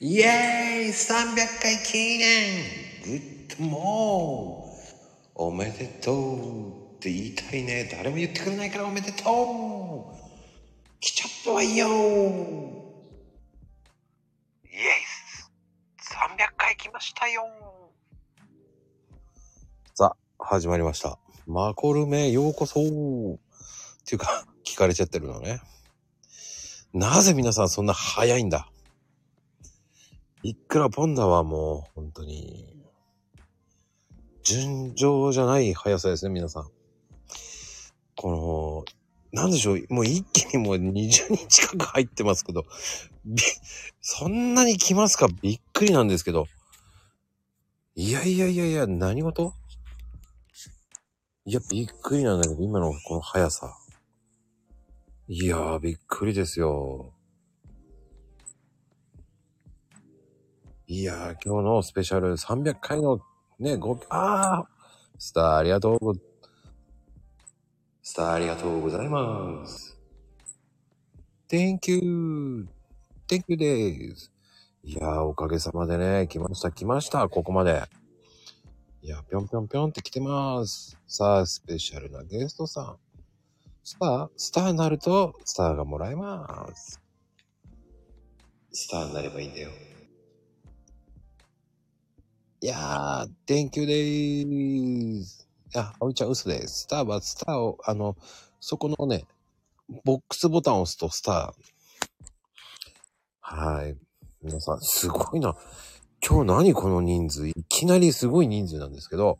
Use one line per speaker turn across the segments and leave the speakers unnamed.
イエーイ !300 回記念グッドモーおめでとうって言いたいね。誰も言ってくれないからおめでとう来ちゃったわよイエーイ !300 回来ましたよさあ、始まりました。マコルメようこそっていうか、 聞かれちゃってるのね。なぜ皆さんそんな早いんだいくらポンダはもう、本当に、尋常じゃない速さですね、皆さん。この、なんでしょう、もう一気にもう20人近く入ってますけど、び、そんなに来ますかびっくりなんですけど。いやいやいやいや、何事いや、びっくりなんだけど、今のこの速さ。いやー、びっくりですよ。いやー、今日のスペシャル300回のね、ご、あースターありがとうご、スターありがとうございます。Thank you!Thank you です。いやー、おかげさまでね、来ました、来ました、ここまで。いや、ぴょんぴょんぴょんって来てます。さあ、スペシャルなゲストさん。スター、スターになると、スターがもらえます。スターになればいいんだよ。いやー、Thank you でーす。あ、葵ちゃん嘘です。スターはスターを、あの、そこのね、ボックスボタンを押すとスター。はい。皆さん、すごいな。今日何この人数いきなりすごい人数なんですけど。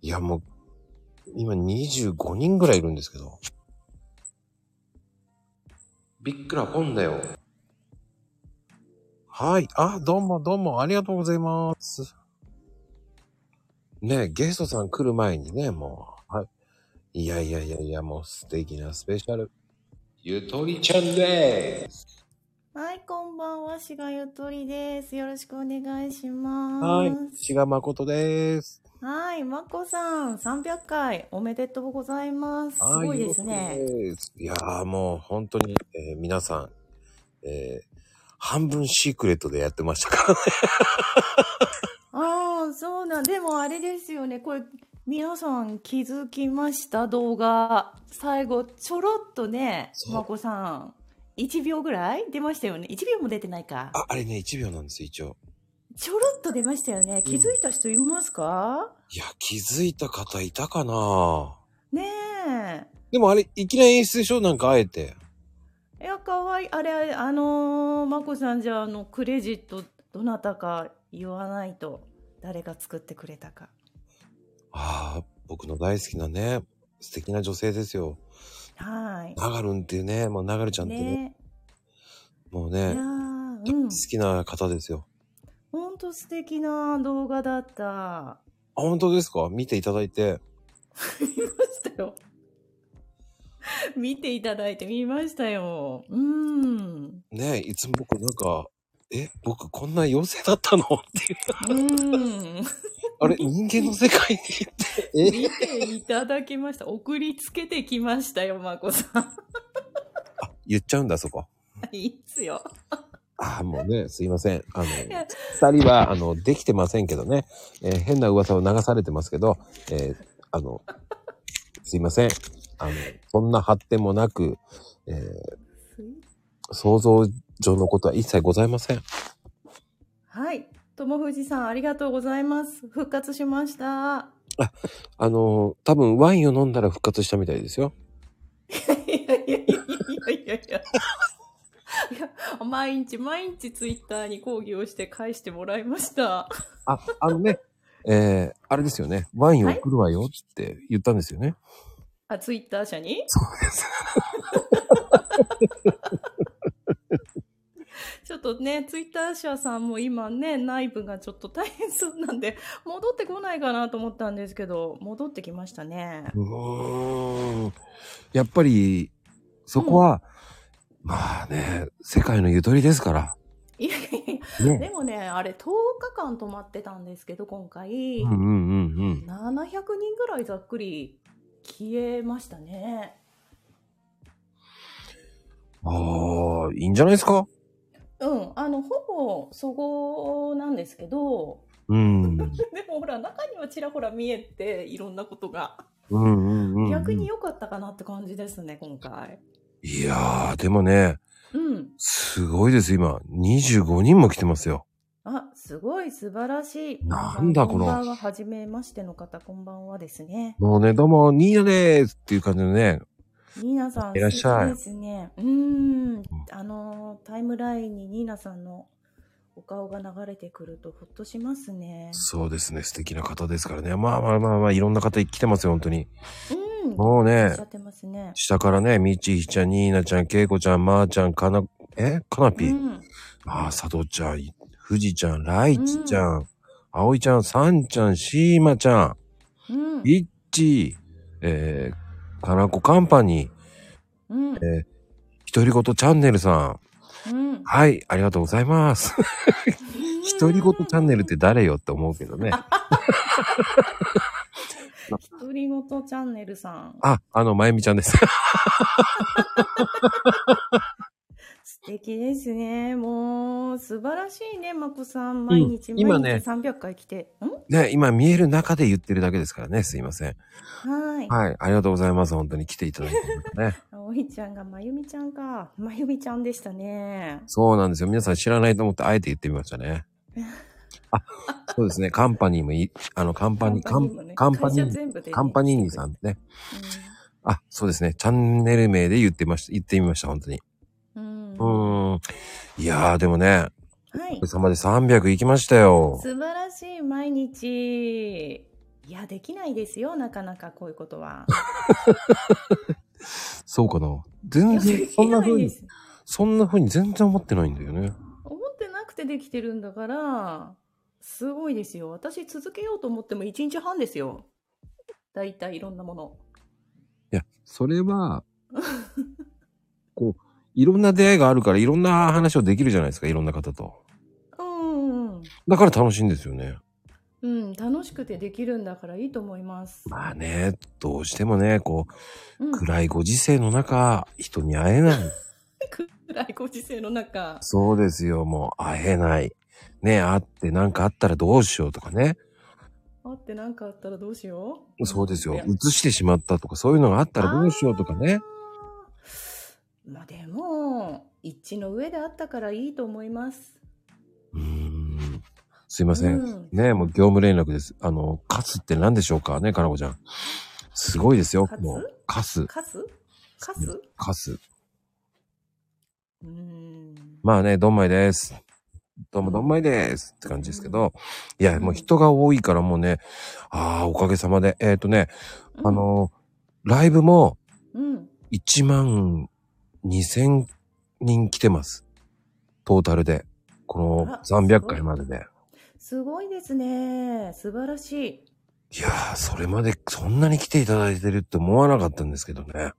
いや、もう、今25人ぐらいいるんですけど。びっくらぽんだよ。はい。あ、どうもどうもありがとうございます。ねえゲストさん来る前にね、もう。はい。いやいやいやいや、もう素敵なスペシャル。ゆとりちゃんです。
はい、こんばんは、しがゆとりです。よろしくお願いします。
はい。志賀誠です。
はい、まこさん、300回おめでとうございます。す
はい
ごいですね。。
ゆうこですいやーもう本当に、えー皆さん、えー半分シークレットでやってましたからね。
ああ、そうなん。でもあれですよね、これ、皆さん気づきました動画。最後、ちょろっとね
そ、う
まこさん、1秒ぐらい出ましたよね。1秒も出てないか。
あ、あれね、1秒なんですよ、一応。
ちょろっと出ましたよね。気づいた人いますか、
いや、気づいた方いたかな
ねえ。
でもあれ、いきなり演出でしょなんかあえて。
いや、かわいい。あれ、あのー、まこさんじゃあ、あの、クレジット、どなたか言わないと、誰が作ってくれたか。
ああ、僕の大好きなね、素敵な女性ですよ。
は
ながるんっていうね、もうながるちゃ
い。
んってね、
ね
もう
い
ね
やー、、うん
好。きな方ですよ。
ほんと素敵な動画だった。
あ、本当ですか見ていただいて。
見ましたよ。見ていただいて見ましたよ。うん。
ねいつも僕なんか、え、僕こんな妖精だったの っていう。
うん。
あれ、人間の世界に行って、え
見ていただきました。送りつけてきましたよ、まこさん。
あ、 言っちゃうんだ、そこ。
いいっすよ。
ああ、もうね、すいません。あの、二人は、あの、できてませんけどね、えー変な噂を流されてますけど、えーあの、すいません。あの、そんな発展もなく、えー想像上のことは一切ございません。
はい。友藤さん、ありがとうございます。復活しました。
あの、多分ワインを飲んだら復活したみたいですよ。
いやいやいやいやいや。いや毎日毎日ツイッターに抗議をして返してもらいました。
あ、あのね、えーあれですよね。ワインを送るわよって言ったんですよね。
あ、ツイッター社に
そうです。
ちょっとね、ツイッター社さんも今ね、内部がちょっと大変そうなんで、戻ってこないかなと思ったんですけど、戻ってきましたね。
うーん。やっぱり、そこは、まあね、世界のゆとりですから。
いやいやいや、
ね。
でもね、あれ10日間止まってたんですけど、今回。
うんうんうんうん。
700人ぐらいざっくり消えましたね。
ああ、いいんじゃないですか
うん、あの、ほぼのそごなんですけど、
うん。
でもほら、中にはちらほら見えて、いろんなことが。
うんうんうん。
逆に。良かったかなって感じですね、今回。
いやー、でもね、
うん。
すごいです、今。25人も来てますよ。
あ、すごい、素晴らしい。
なんだこの
こんばんは、はじめましての方、こんばんはですね。
もうね、どうも、ニーナでーすっていう感じでね。
ニーナさん、
いらっしゃい
素敵ですね。うーん。あのー、タイムラインにニーナさんのお顔が流れてくると、ほっとしますね。
そうですね、素敵な方ですからね。まあまあまあまあ、いろんな方来てますよ、本当に。
うん。
もう
おっ
ね
しゃ、ってますね。
下からね、みちひちゃん、ニーナちゃん、けいこちゃん、まー、ちゃん、かな、えかな
う
ぴ、
ん。
ああ、さとちゃん、ふじちゃん、らいちちゃん、あおいちゃん、さんちゃん、しーまちゃ
うん
ん、。いっちー、えー、かなこカンパニー、
うん。
えー、ひとりごとチャンネルさん。
うん。
はい、ありがとうござい ます。ひとりごとチャンネルって誰よって思うけ どね。
独り言チャンネルさん。
あ、あの、まゆみちゃんです。
素敵ですね。もう、素晴らしいね、まこさん。毎日、毎日
今ね
300回来て。ん
ね、今見える中で言ってるだけですからね、すいません。
はい。
はい、ありがとうございます。本当に来ていただいてね。
おいちゃんがまゆみちゃんか。まゆみちゃんでしたね。
そうなんですよ。皆さん知らないと思って、あえて言ってみました ね。あ、そうですね。カンパニーもい、あの、カンパニー、カ
もね
ンカンパニ
会社
ー、
全部でね
カンパニーニさんね。あ、そうですね。チャンネル名で言ってました、言ってみました、本当に。
うん。
う
うん
ーん。いやー、でもね、
はい
おかげ。さまで300行きましたよ。
素晴らしい毎日。いや、できないですよ、なかなかこういうこ とは。
そうかな。全
いや
然
で、き
そんな
ない
風
で
に、
す
そんな風に全然思ってないんだよね。
思ってなくてできてるんだから、すごいですよ。私続けようと思っても1日半ですよ。だいたいいろんなもの。
いや、それは、こう、いろんな出会いがあるから、いろんな話をできるじゃないですか、いろんな方と。
うんうん
だから楽しいんですよね。
うん、うん、楽しくてできるんだからいいと思います。
まあね、どうしてもね、こう、
うん、
暗いご時世の中、人に会えない。
暗いご時世の中。
そうですよ、もう会えない。ね、会って何かあったらどうしようとかね。
あって何かあったらどうしよう
そうですよ
いや、
移してしまったとか、そういうのがあったらどうしようとかね。
あー。まあでも、一致の上であったからいいと思います。
うーん。すいません。
うん
ねえ、もう業務連絡です。あの、カスって何でしょうかね、かなこちゃん。すごいですよ
カ。ツ
もう、カス、
カスカス
カス。
うーん。
まあね、どんまいです。どうもどんまいですって感じですけど、いや、もう人が多いからもうね、ああ、おかげさまで、えっ、とね、あ、の、ライブも
うん。
1万2000人来てます。トータルで。この
あ
300回までで。
すごいですね。素晴らしい。
いやー、それまでそんなに来ていただいてるって思わなかったんですけどね。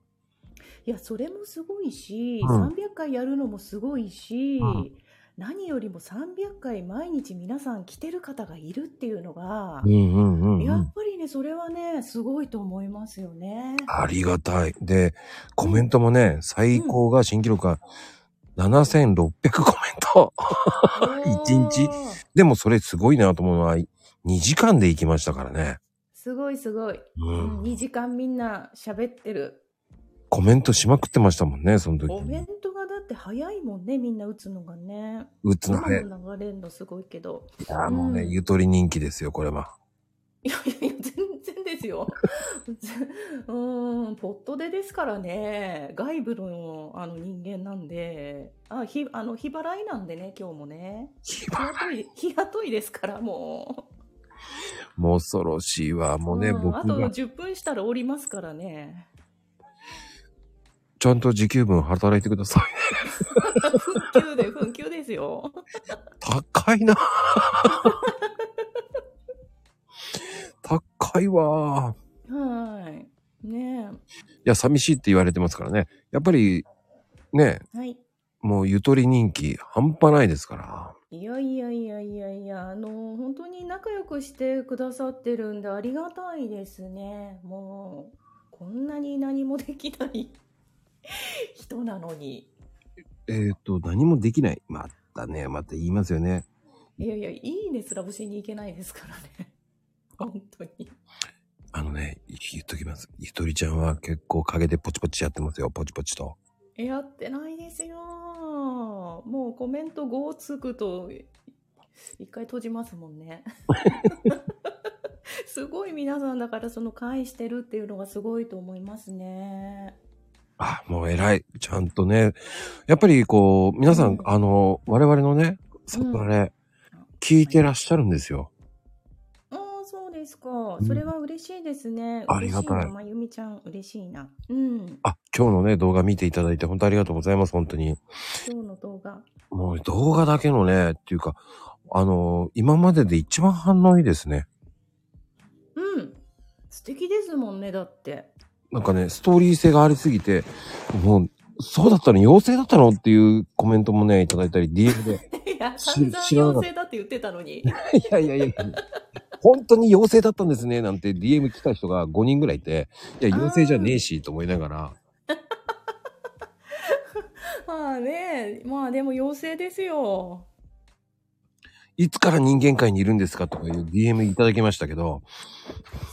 いや、それもすごいし、
うん
300回やるのもすごいし、
うん
何よりも300回毎日皆さん来てる方がいるっていうのが
う、んうんうん、う
や
ん
っ。ぱりね、それはね、すごいと思いますよね。
ありがたい。で、コメントもね、最高が新記録が7600コメント。 一日
おー
でもそれすごいなと思うのは、2時間で行きましたからね。
すごいすごい。
う
うん、
ん。
2時間みんな喋ってる。
コメントしまくってましたもんね、その時
コ。メントがだって早いもんね、みんな打つのがね。
うつの
今
早い。い
の流れるのすごいけど。
やー、もうね、
うん
ゆとり人気ですよ、これは。
いやいやいや、全然ですよ。 うーん、ポットでですからね、外部のあの人間なんで、あ、ひ、あの、日払いなんでね、今日もね。日雇 い、日雇いですから、も
もう恐ろしいわ。
う。
もうね、
ん
僕
あと
が
10分したら降りますからね。
ちゃんと時給分働いてください。
紛糾で、紛糾ですよ。
高 いな高いわ
はい。ね
いや、寂しいって言われてますからね。やっぱり、ね、
え。はい。
もうゆとり人気半端ないですから。
いやいやいやいやいや、あの、本当に仲良くしてくださってるんでありがたいですね。もう、こんなに何もできない 人なのに。
えっ、と、何もできない。まあ、たね。また言いますよね。
いやいや、いいねすらしに行けないですからね。 本当に。
あのね、言っときます。ゆとりちゃんは結構陰でポチポチやってますよ。ポチポチと。
やってないですよ。もうコメント5つくと、い一回閉じますもんね。 すごい皆さんだからその返してるっていうのがすごいと思いますね。
あ、もう偉い。ちゃんとね。やっぱりこう、皆さん、
うん
あの、我々のね、サプラね、聞いてらっしゃるんですよ。
ああ、そうですか
う。ん
それは嬉しいですね。
ありがたい
嬉しなまゆみちゃん、嬉しいな。うん。
あ、今日のね、動画見ていただいて本当ありがとうございます。本当に。
今日の動画。
もう動画だけのね、っていうか、あの、今までで一番反応いいですね。
うん。素敵ですもんね、だって。
なんかね、ストーリー性がありすぎて、もう、そうだったの妖精だったのっていうコメントもね、いただいたり、DM で。
いや、
し
散々
知らなかった
妖精だって言ってたのに。
いやいやいや、本当に妖精だったんですね、なんて DM 来た人が5人ぐらいいて、いや、妖精じゃねえし、と思いながら。
まあね、まあでも妖精ですよ。
いつから人間界にいるんですかとかいう DM いただきましたけど、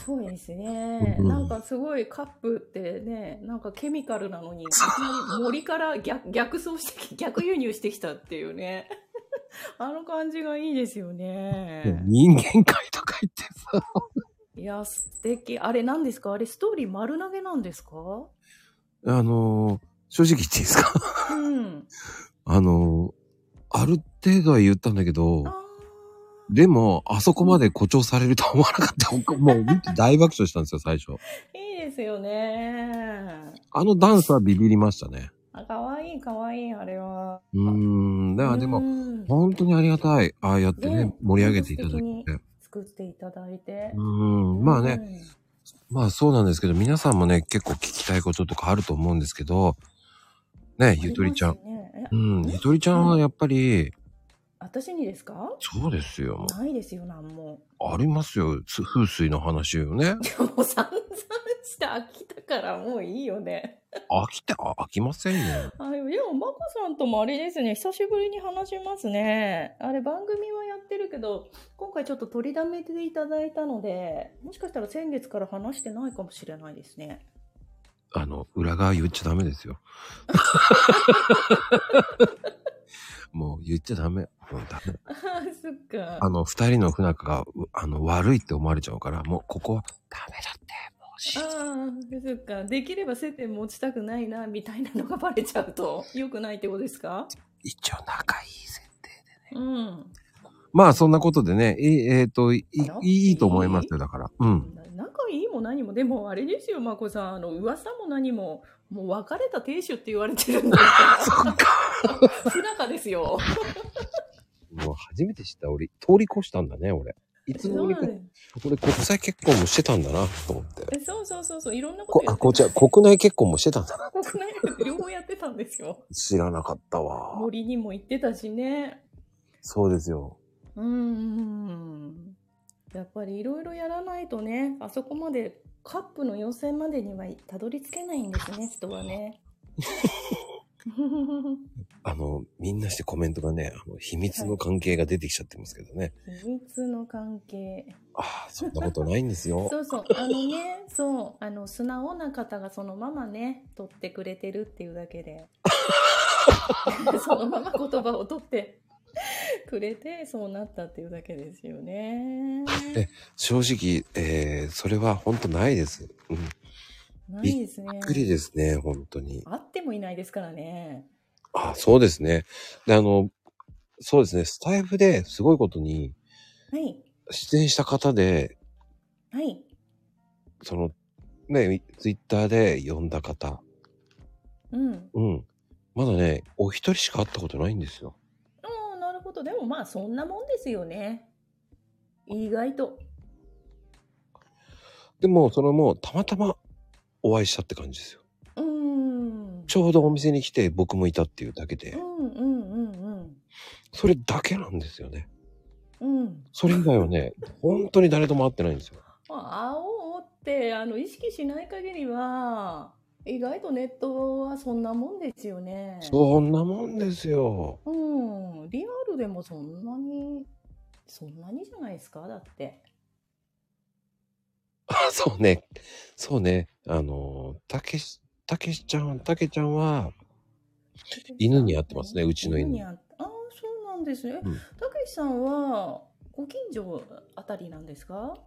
そうですね。
うん
なんかすごいカップってね、なんかケミカルなのに、いきなり森から逆逆走してき、逆輸入してきたっていうね。 あの感じがいいですよね。
人間界とか言ってさ、
いや、素敵。あれ何ですかあれストーリー丸投げなんですか
あのー正直言っていいですか
うん。
あのーある程度は言ったんだけど
あ、
でも、あそこまで誇張されるとは思わなかっ た。もう、大爆笑したんですよ、最初。
ーいいですよね。
あのダンスはビビりましたね。
あ、かわいいかわいい、あれは。
うーん。だからで
う
も、
ん
本当にありがたい。ああやってね
ね、
盛り上げていただけて。
本当素
う
作っていただいて。
ーん。まあ
う
ね、
ん
まあそうなんですけど、皆さんもね、結構聞きたいこととかあると思うんですけど、ね、ゆとりちゃ
あ
ん。
りますねえ
うん、ゆとりちゃんはやっぱり、
私にですか
そうですよ。も
ないですよ、なんも。
うありますよ。す風水の話を ね。
でも散々して飽きたからもういいよね。
飽きて、あ飽きませんよ。
あでも、まこさんともあれですね、久しぶりに話しますね。あれ、番組はやってるけど、今回ちょっと取りだめていただいたので、もしかしたら先月から話してないかもしれないですね。
あの、裏側言っちゃダメ ですよ。もう言っちゃダメ。もうダメ。
あそっか
あ。の、二人の不仲が、うあの、悪いって思われちゃうから、もうここはダメだって、もうし
あ、あ、そっか。できれば接点持ちたくないな、みたいなのがバレちゃうと、良くないってことですか
一応仲いい設定で。
うん。
まあ、そんなことでね、いえっ、と、い
あら、
いいと思いますよ、だから。うん。
な仲いいも何もでもあれですよまこさんあの噂も何ももう別れた亭主って言われてるんだか
そっか。
ら 不仲ですよ
もう初めて知った、俺、通り越したんだね、俺。いつ
そ
も
う
俺
な
こ
ん、です
俺国際結婚もしてたんだな、と思って。
えそうそうそうそういろんなこ
こと
や
あ、
って
こっちは国内結婚もしてたんだな。
国内両方やってたんですよ
知らなかったわ。
森にも行ってたしね
そうですよ。
うんうんうんやっぱりいろいろやらないとねあそこまでカップの要請までにはたどり着けないんですね人はね
あの、みんなしてコメントがね、あの秘密の関係が出てきちゃってますけどね。
秘密の関係
ああ、そんなことないんですよ。
そうそう、あのね、そう、あの素直な方がそのままね、取ってくれてるっていうだ けで。そのまま言葉を取って。くれて、そうなったっていうだけですよね。
え正直、えー、それは本当ないです。うん。び
ないです
っ
ね。
くりですね、本当に。
あってもいないですからね。
あ、そうですね。で、あの、そうですね、スタイフですごいことに、
はい、
出演した方で、
はい、
その、ね、ツイッターで呼んだ方、
うん。
うん。まだね、お一人しか会ったことないんですよ。
ああ、なるほど、でも、まあ、そんなもんですよね。意外と。
でも、それもたまたまお会いしたって感じですよ。
うーん。
ちょうどお店に来て僕もいたっていうだけ
う
で、
ん、うん、うん、うん。
それだけなんですよね。
うん。
それ以外は ね、本当に誰とも会ってないんですよ。
まあ、青をってあの意識しない限りは意外とネットはそんなもんですよね。
そんなもんですよ。
うん、リアルでもそんなに、そんなにじゃないですかだって。
あ、そうね。そうね。あの、たけし、たけしちゃん、たけちゃんは、犬に会ってますねうちの犬
に会っああ、そうなんですね。
うん
たけしさんは、ご近所あたりなんですか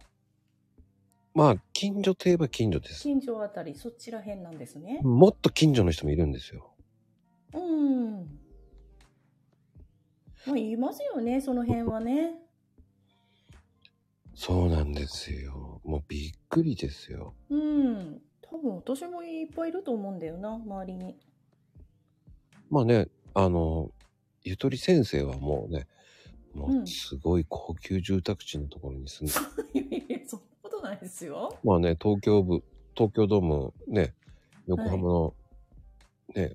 まあ、近所といえば近所です。
近所あたり、そちら辺なんですね。
もっと近所の人もいるんですよ。
うん。まあ、言いますよね、その辺はね。
そうなんですよ。もうびっくりですよ。
うん。多分私もいっぱいいると思うんだよな、周りに。
まあね、あの、ゆとり先生はもうね、も
うん
うすごい高級住宅地のところに住んで、
いやいや、そんなことないですよ。
まあね、東京部、東京ドーム、ね、横浜の、ね、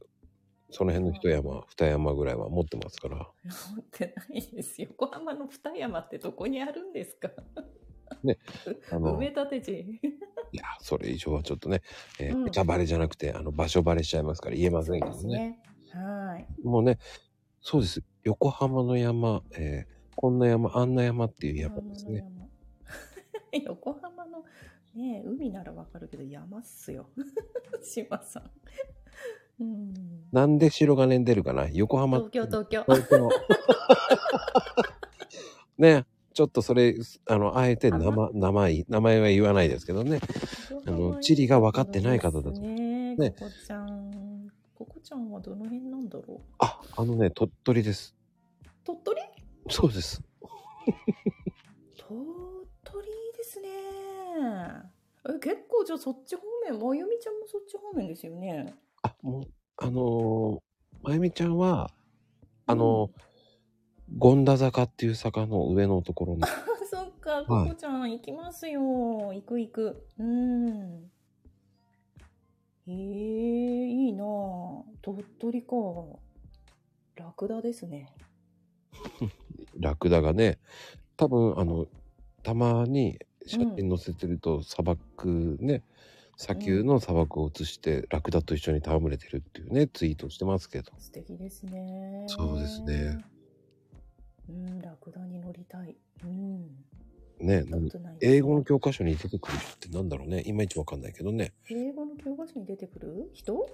その辺の一山、二山ぐらいは持ってますから、
持ってないですよ。横浜の二山ってどこにあるんですか
あ
埋
の、
め
い
立て地。
や、それ以上はちょっとね、えー
うん
ネタバレじゃなくて、あの、場所バレしちゃいますから言えませんけど
です
ね。
ね。はい。
もうね、そうです。横浜の山、えーこんな山、あんな山っていう山ですね。
山の山横浜のね海ならわかるけど山っすよ 島さん、うん、
なんで白金出るかな横浜
東京東京
東京。 ね、ちょっとそれ、あの、あえて名前、名前、名前は言わないですけどね。あの、地理が分かってない方だと。ね
ねねここちゃんここちゃんはどの辺なんだろう
あ、あのね、鳥取です。
鳥取
そうです。
鳥取ですねえ結構じゃあそっち方面まゆみちゃんもそっち方面ですよね
あ、もう、あのーまゆみちゃんは、あのー権田坂っていう坂の上のところに、
そっか、ここちゃん行きますよ。行く行く。うん。ええいいなあ鳥取か。ラクダですね。
ラクダがね、多分、あの、たまに写真載せてると、砂漠ね、砂丘の砂漠を写して、ラクダと一緒に戯れてるっていうね、ツイートしてますけど。
素敵ですね。
そうですね。
うん、ラクダに乗りたい。うん。
ね、
乗ったことない
英語の教科書に出てくる人ってなんだろうね。いまいちわかんないけどね。
英語の教科書に出てくる人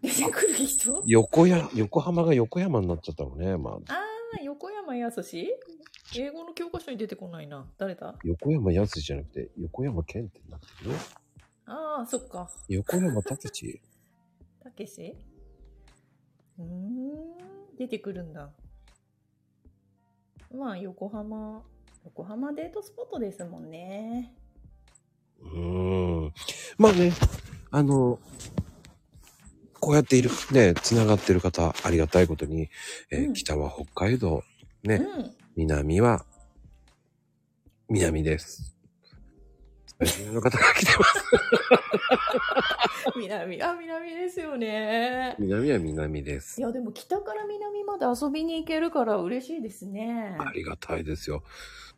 出てくる人
横や、横浜が横山になっちゃったのね。まあ、
ああ、横山やすし英語の教科書に出てこないな。誰だ
横山やすじゃなくて、横山健ってなってるね。
ああ、そっか。
横山たけし。
たけしうーん、出てくるんだ。まあ、横浜、横浜デートスポットですもん ね。
うーん。まあね、あの、こうやっている、ね、繋がってる方、ありがたいことに、えー
うん
北は北海道、ね、
うん。
南は、南です。南の方が来てます。
南、あ、南ですよね。
南は南です
い。や、でも北から南まで遊びに行けるから嬉しいですね。
ありがたいですよ。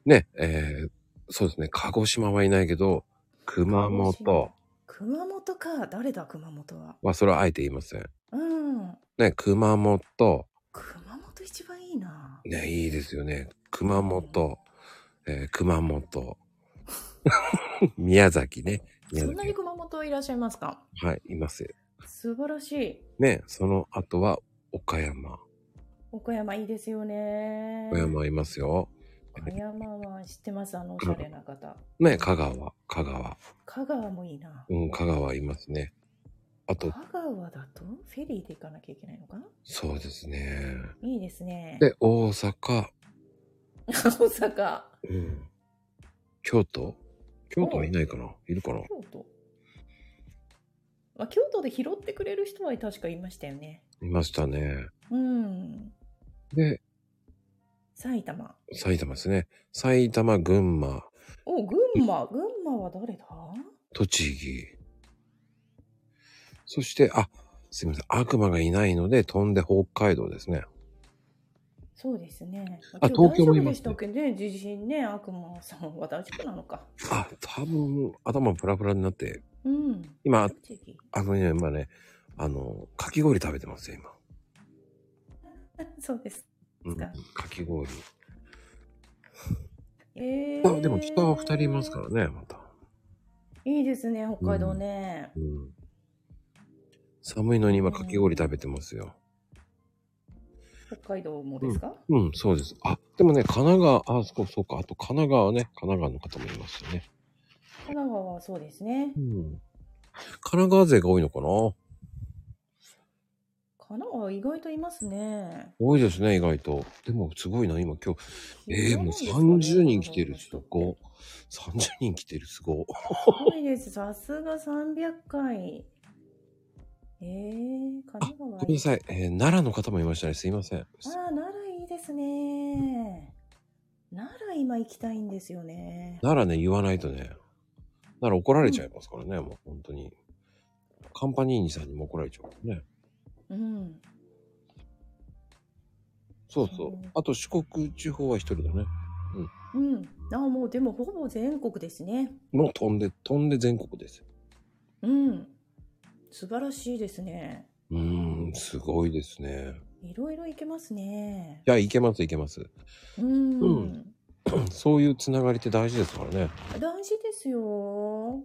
ね、えーそうですね、鹿児島はいないけど、熊
鹿児
本
熊本か。誰だ、熊本は。
は、それはあえて言いません。
うん。
ね、熊本、
熊本一番いいな。
ね、いいですよね。熊本、えー熊本、 宮崎ね。宮
そんなに
崎。
熊本いらっしゃいますか
はい、います。
素晴らしい。
ね、その後は、岡山。
岡山いいですよね。
岡山いますよ。
岡山は知ってます、あのおしゃれな方。
ね、香川、香川。
香川もいいな。
うん、香川いますね。あ
香
と、
川だとフェリーで行かなきゃいけないのか
そうですね。
いいですね。
で、大阪、
大阪、
うん。京都京都はいないかないるかな
京都。まあ、京都で拾ってくれる人は確かいましたよね。
いましたね。
うん。
で、
埼玉。
埼玉ですね。埼玉、群馬、
お、群馬。群馬は誰だ
栃木。そして、あ、すいません。悪魔がいないので、飛んで北海道ですね。
そうですね。
あ東京もい
今
ま
日大丈夫です
ね
したっけね。地震ね、悪魔さんは大丈夫なのか。
あ、多分、頭プラプラになって
うん。
今、
栃木
あのね、今ね、あの、かき氷食べてますよ、今。
そうです。
うん、かき氷。
え
あ、でも下は二人いますからね、また。
いいですね、北海道ね。
うん。寒いのに今かき氷食べてますよ。
北海道もですか、
うん、そうです。あ、でもね、神奈川、あ、そうそうか、あと神奈川ね、神奈川の方もいますよね。
神奈川はそうですね
う。ん。神奈川勢が多いのかな
神奈川意外といますね。
多いですね、意外と。でも、すごいな、今今日。ええ
そ
も
う
う
な
ん
ですかね
30人来てる、すご。い。30人来てる、すごい。
すごいです。さすが300回。ええ神奈川。
ごめんなさい、えー奈良の方もいましたね、すいません。
ああ、奈良いいですね。奈良今行きたいんですよね。
奈良ね、言わないとね。奈良怒られちゃいますからね、もう、本当に。カンパニーニさんにも怒られちゃうからね。
うん。。
そうそううんあと、四国地方は一人だね。
うん。ああ、もうでもほぼ全国ですね。
もう飛んで、飛んで全国ですよ。
うん。素晴らしいですね。
うーん、すごいですね。
いろいろ行けますね。
いや、いけます、いけます。
うん。
うんそういうつながりって大事ですからね。
大事ですよ。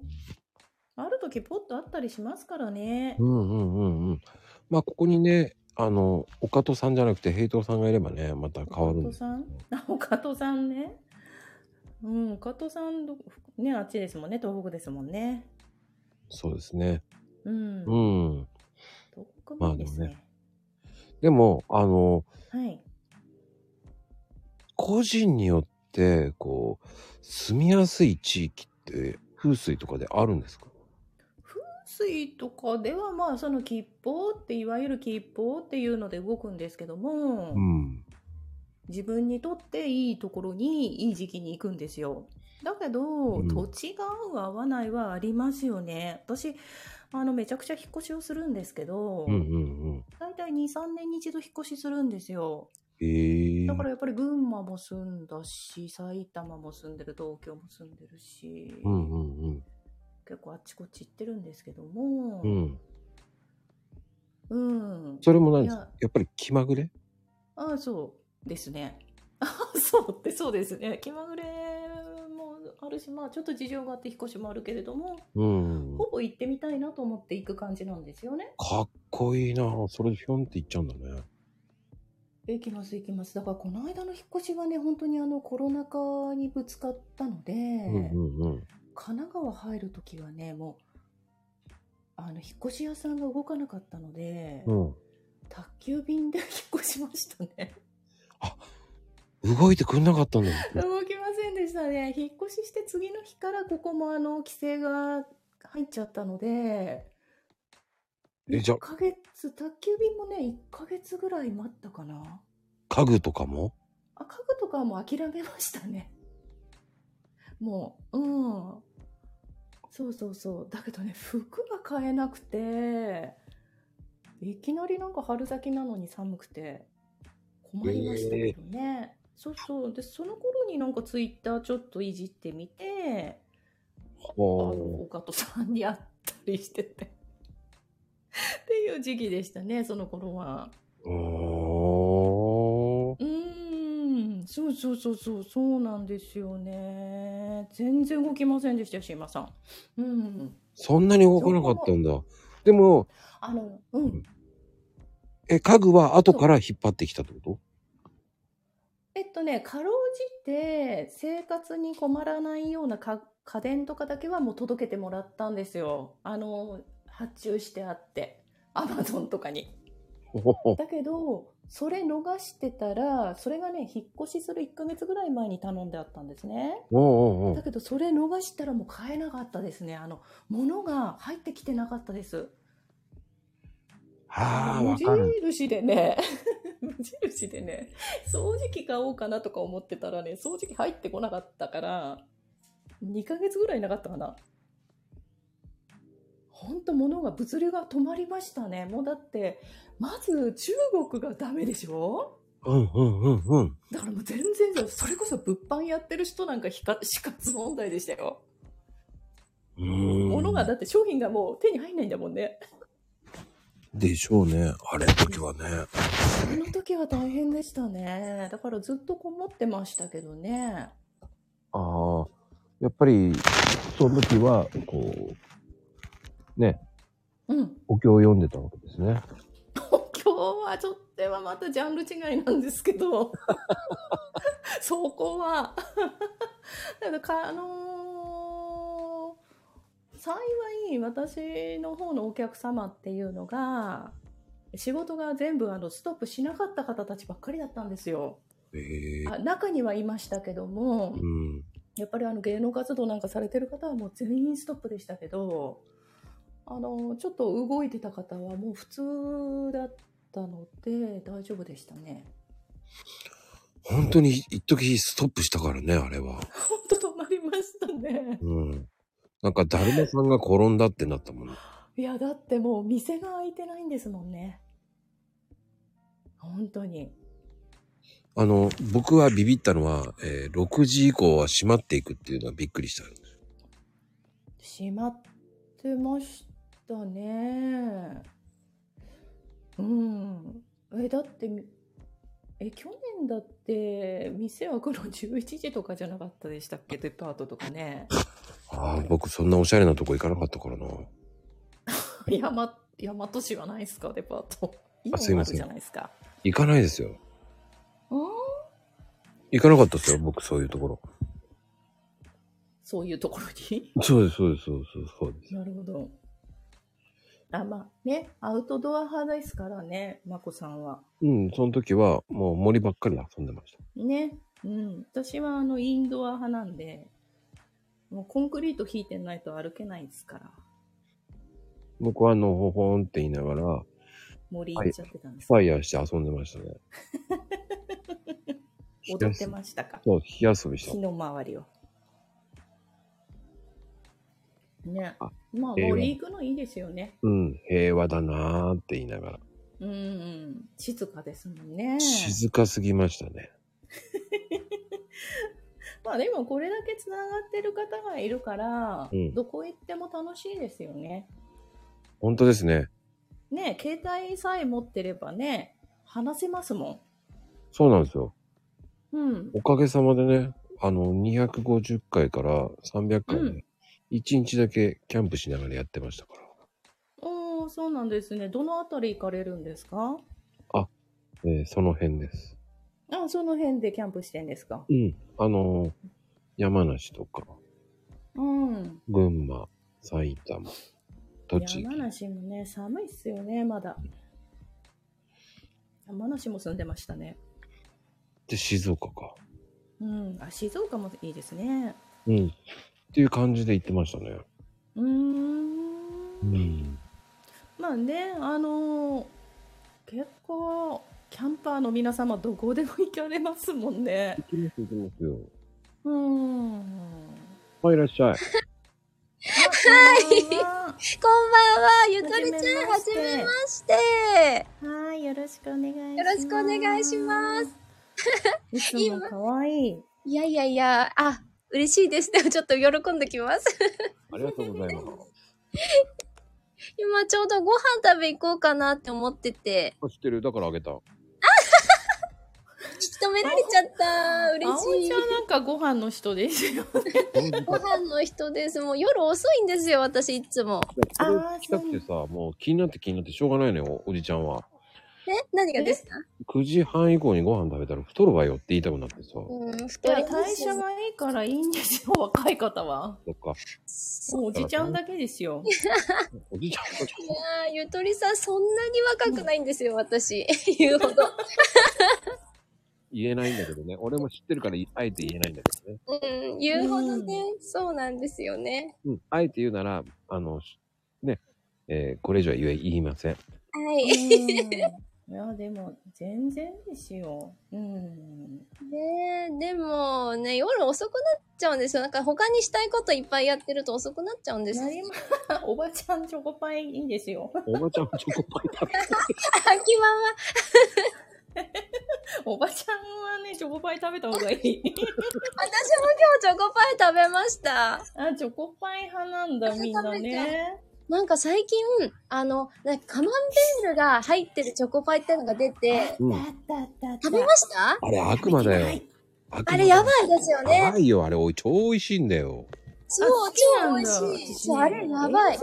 ある時ポッとあったりしますからね
う。んうんうんうん。まあ、ここにね、あの、岡戸さんじゃなくて、平等さんがいればね、また変わるんです。
岡戸さんあ、岡戸さんね。うん、岡戸さんど、ね、あっちですもんね、東北ですもんね。
そうですね。
うん。
うん。
東北もいいですね。
でも、あの、
はい。
個人によって、こう、住みやすい地域って、風水とかであるんですか
水とかでは、まあ、その吉報って、いわゆる吉報っていうので動くんですけども、
ん。
自分にとっていいところに、いい時期に行くんですよ。だけど、
ん
土地が合う合わないはありますよね。私、あの、めちゃくちゃ引っ越しをするんですけど、
うんうん
大体2、3年に一度引っ越しするんですよ。
うん。へえ。
だからやっぱり群馬も住んだし、埼玉も住んでる、東京も住んでるし、
うんうんうん。
結構あっちこっち行ってるんですけども、
うん。
うん。
それも何です
い
か
や
やっぱり気まぐれ
ああ、そうですね。 あそうってそうですね。気まぐれもあるし、まあちょっと事情があって引っ越しもあるけれども、
うん
ほぼ行ってみたいなと思って行く感じなんですよね。
かっこいいなそれでひょんっていっちゃうんだね。
行きます行きます。だからこの間の引っ越しはね、本当にあのコロナ禍にぶつかったので、
うんうんうん。
神奈川入る時はねもうあの引っ越し屋さんが動かなかったので、
うん。
宅急便で引っ越しました ね
動いてくんなかったんだもん。
動きませんでしたね引っ越しして次の日からここもあの規制が入っちゃったので
えじゃあ
1ヶ月宅急便もね1ヶ月ぐらい待ったかな
家具とかも
あ家具とかはもう諦めましたね もううんそうそうそうだけどね服が買えなくていきなりなんか春先なのに寒くて困りましたけどね、そうそうでその頃になんかツイッターちょっといじってみてあの
ほ
岡戸さんに会ったりしててっていう時期でしたねその頃は。
う。おー
うーん、そうそうそうそう、そうなんですよね。全然動きませんでしたよ、シーマさん。うん。
そんなに動かなかったんだ。でも、
あの、うん。
え、家具は後から引っ張ってきたってこと
えっとね、かろうじて生活に困らないようなか家電とかだけはもう届けてもらったんですよ。あの、発注してあって。アマゾンとかに。
ほほほ
だけど、それ逃してたら、それがね、引っ越しする1ヶ月ぐらい前に頼んであったんですね。
おうおうお
だ
う
けどそれ逃したらもう買えなかったですね。あの物が入ってきてなかったです。
ああ、
無
わかる。
印でね、 無印でね、掃除機買おうかなとか思ってたらね、掃除機入ってこなかったから、2ヶ月ぐらいなかったかな。ほんと物が、物流が止まりましたね。もうだって、まず中国がダメでしょ
うんうんうんうん。
だからもう全然、それこそ物販やってる人なんか死活問題でしたよ。
ううーん
物がだって商品がもう手に入んないんだもんね。
でしょうね。あれの時はね。
あの時は大変でしたね。だからずっとこもってましたけどね。
ああ、やっぱり、その時は、こう、ね、
うん。
お経を読んでたわけですね。
今日はちょっとはまたジャンル違いなんですけどそこはだからかあのー幸い私の方のお客様っていうのが仕事が全部あのストップしなかった方たちばっかりだったんですよ
ええ
あ中にはいましたけども
うん。
やっぱりあの芸能活動なんかされてる方はもう全員ストップでしたけど、あの、ちょっと動いてた方はもう普通だったので大丈夫でしたね。
本当に一時ストップしたからね、あれは。
ほんと止まりましたね。
うん。なんか、だるまさんが転んだってなったもんね。
いや、だってもう店が開いてないんですもんね。本当に。
あの、僕はビビったのは、えー6時以降は閉まっていくっていうのはびっくりした。
閉まってましたね。うん。え、だって、え、去年だって、店開くの11時 とかじゃなかったでしたっけデパートとかね。
ああ、僕そんなおしゃれなとこ行かなかったからな。
山、山都市はないですかデパート。イオ
すい
ンあ
ま
る
せん
じゃないですか。
行かないですよ。
うん
行かなかったですよ、僕そういうところ。
そういうところに
そうです、そうです、そうです、そうです。
なるほど。あ、まあね、アウトドア派ですからね、まこさんは。
うん、その時はもう森ばっかり遊んでました。
ね、うん、私はあのインドア派なんで、もうコンクリート引いてないと歩けないですから、
僕はあの、ほほんって言いながら、
森行っちゃってたんです
ファイヤーして遊んでましたね。
けど、踊ってましたか、
そう、火遊びした
火。の周りを。ね、
あ
まあ
平和
森行くのいいですよね。
うん、平和だなーって言いながら。
うん、うん、静かですもんね。
静かすぎましたね。
まあでもこれだけつながってる方がいるから、
うん
どこ行っても楽しいですよね。
本当ですね。
ね、携帯さえ持ってればね、話せますも
そうなんですよ。
ん。うん。
おかげさまでね、あの、250回から300回
うん
ね、一1日だけキャンプしながらやってましたから。
おー、そうなんですね。どのあたり行かれるんですか
えーその辺です。
あ、その辺でキャンプしてんですか
うん。あのー山梨とか、
うん。
群馬、埼玉、栃
山梨もね、寒いっすよね、まだ。山梨も住んでましたね。
木、で静岡か。
うん。あ、静岡もいいですね。
うん。っていう感じで行ってましたね。
うーん。
うん。
まあね、あのー結構、キャンパーの皆様、どこでも行かれますもんね。
行きます行きますよ。
うーん。
はい、いらっしゃい。
こんばん
は
は、ゆとりちゃん、
は
は
じ
じ
め
め
ま
まして。
い。はい、よろしくお願いします。。
よろしくお願いします
いつも可愛い。
いやいやいや、あ、嬉しいですね。ちょっと喜んできます。
ありがとうございます。
今ちょうどご飯食べ行こうかなって思ってて、
あ知ってるだからあげた。
引き止められちゃった。嬉しい
ちゃ。んなんかご飯の人ですよ。
ご飯の人です。もう夜遅いんですよ、私いつも。
それ
あー
来たくてさ、もう気になって気になってしょうがないのよ、おじちゃんは。
え何がですか
9時半以降にご飯食べたら太るわよって言いたくなってさ。
うん、
い
太
や
りま
代
す
謝がいいからいいんですよ、若い方は。
そっか。
もうおじちゃんだけです
お
よ。
じちゃん、おじち
いやーゆとりさん、そんなに若くないんですよ、私。 言うほど。
ゃん言えないんだけどね。俺も知ってるから、あえて言えないんだけどね。
うん、言うほどね。そうなんですよね。
うん。あえて言うなら、あの、しね、えーこれ以上は言え、言いません。
はい。
うんいや、でも、全然ですよ。うん。
ねえ、でもね、夜遅くなっちゃうんですよ。なんか他にしたいこといっぱいやってると遅くなっちゃうんですよ。
なりま おばちゃんチョコパイいいです よ。
おばちゃんもチョコパイ食べて
あ、気まま。
おばちゃんはね、チョコパイ食べた方がい い。
私も今日チョコパイ食べました。
あ、チョコパイ派なんだ、みんなね。
なんか最近、あの、なんかカマンベールが入ってるチョコパイってのが出て、
うん
たった
食べました
あれ悪魔だよ。悪魔だ
あれやばいですよね
や。ばいよ、あれ、おい超美味しいんだよ。
そう
あ、
超美味しい。そう、あれやばい。エンゼルパイ
エン
も
ゼルパイ派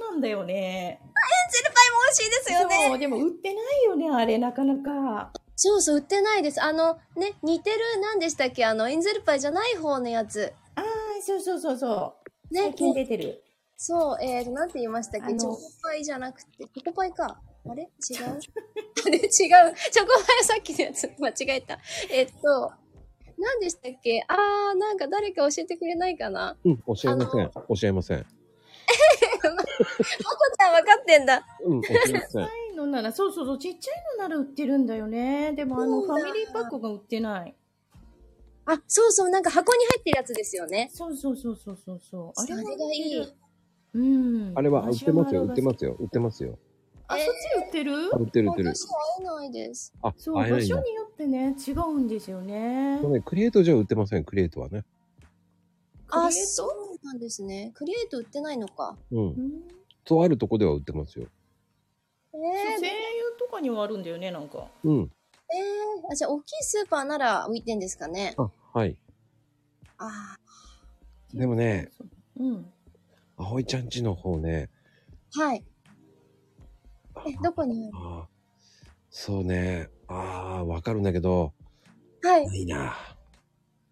なんだよね。
美味しいですよね。
そう、でも売ってないよね、あれ、なかなか。
そうそう、売ってないです。あの、ね、似てる、何でしたっけあの、エンゼルパイじゃない方のやつ。
ああ、そうそうそうそう。
ね
最、近出てる。
そう、えーと、なんて言いましたっ
あ
け
の
チョコパイじゃなくて、チョコパイか。あれ違う あれ違う。チョコパイはさっきのやつ、 間違えた。えっと、何でしたっけあー、なんか誰か教えてくれないかな
うん、教えません。教えません。
まこちゃん分かってんだ。
うん、教えません。
ちっちゃいのなら、そうそうそう、ちっちゃいのなら売ってるんだよね。でも、あの、
そう
フ
だ
ァミリーパックが売ってない。
あ、そうそう、なんか箱に入ってるやつですよね。
そうそうそうそうそうそう。あ
そ
れ
れが
はい売
い
ってる。。うん。
あれは売ってますよ、売って
す。
ますよ、売ってますよ。
あ、そっち売ってる
売ってる、売ってる。
私は会えないです。
あ、
そう、
あ
場
れないん
所
だ。
によってね、違うんですよね。
そうね、クリエイトじゃ売ってません、クリエイトはね。
あ、
クリエイト
そうなんですね。クリエイト売ってないのか。
うん
う。ん
とあるとこでは売ってますよ。
え
そう
ー
声優とかにはあるんだよね、なんか。
うん。
えー、あ、じゃあ大きいスーパーなら浮いてんですかね。
あ、はい。
あ
でもね、
うん。
葵ちゃんちの方ね。
ーはい。
あ
え、どこに
あーそうね。ああ、わかるんだけど、
はい。
ないな。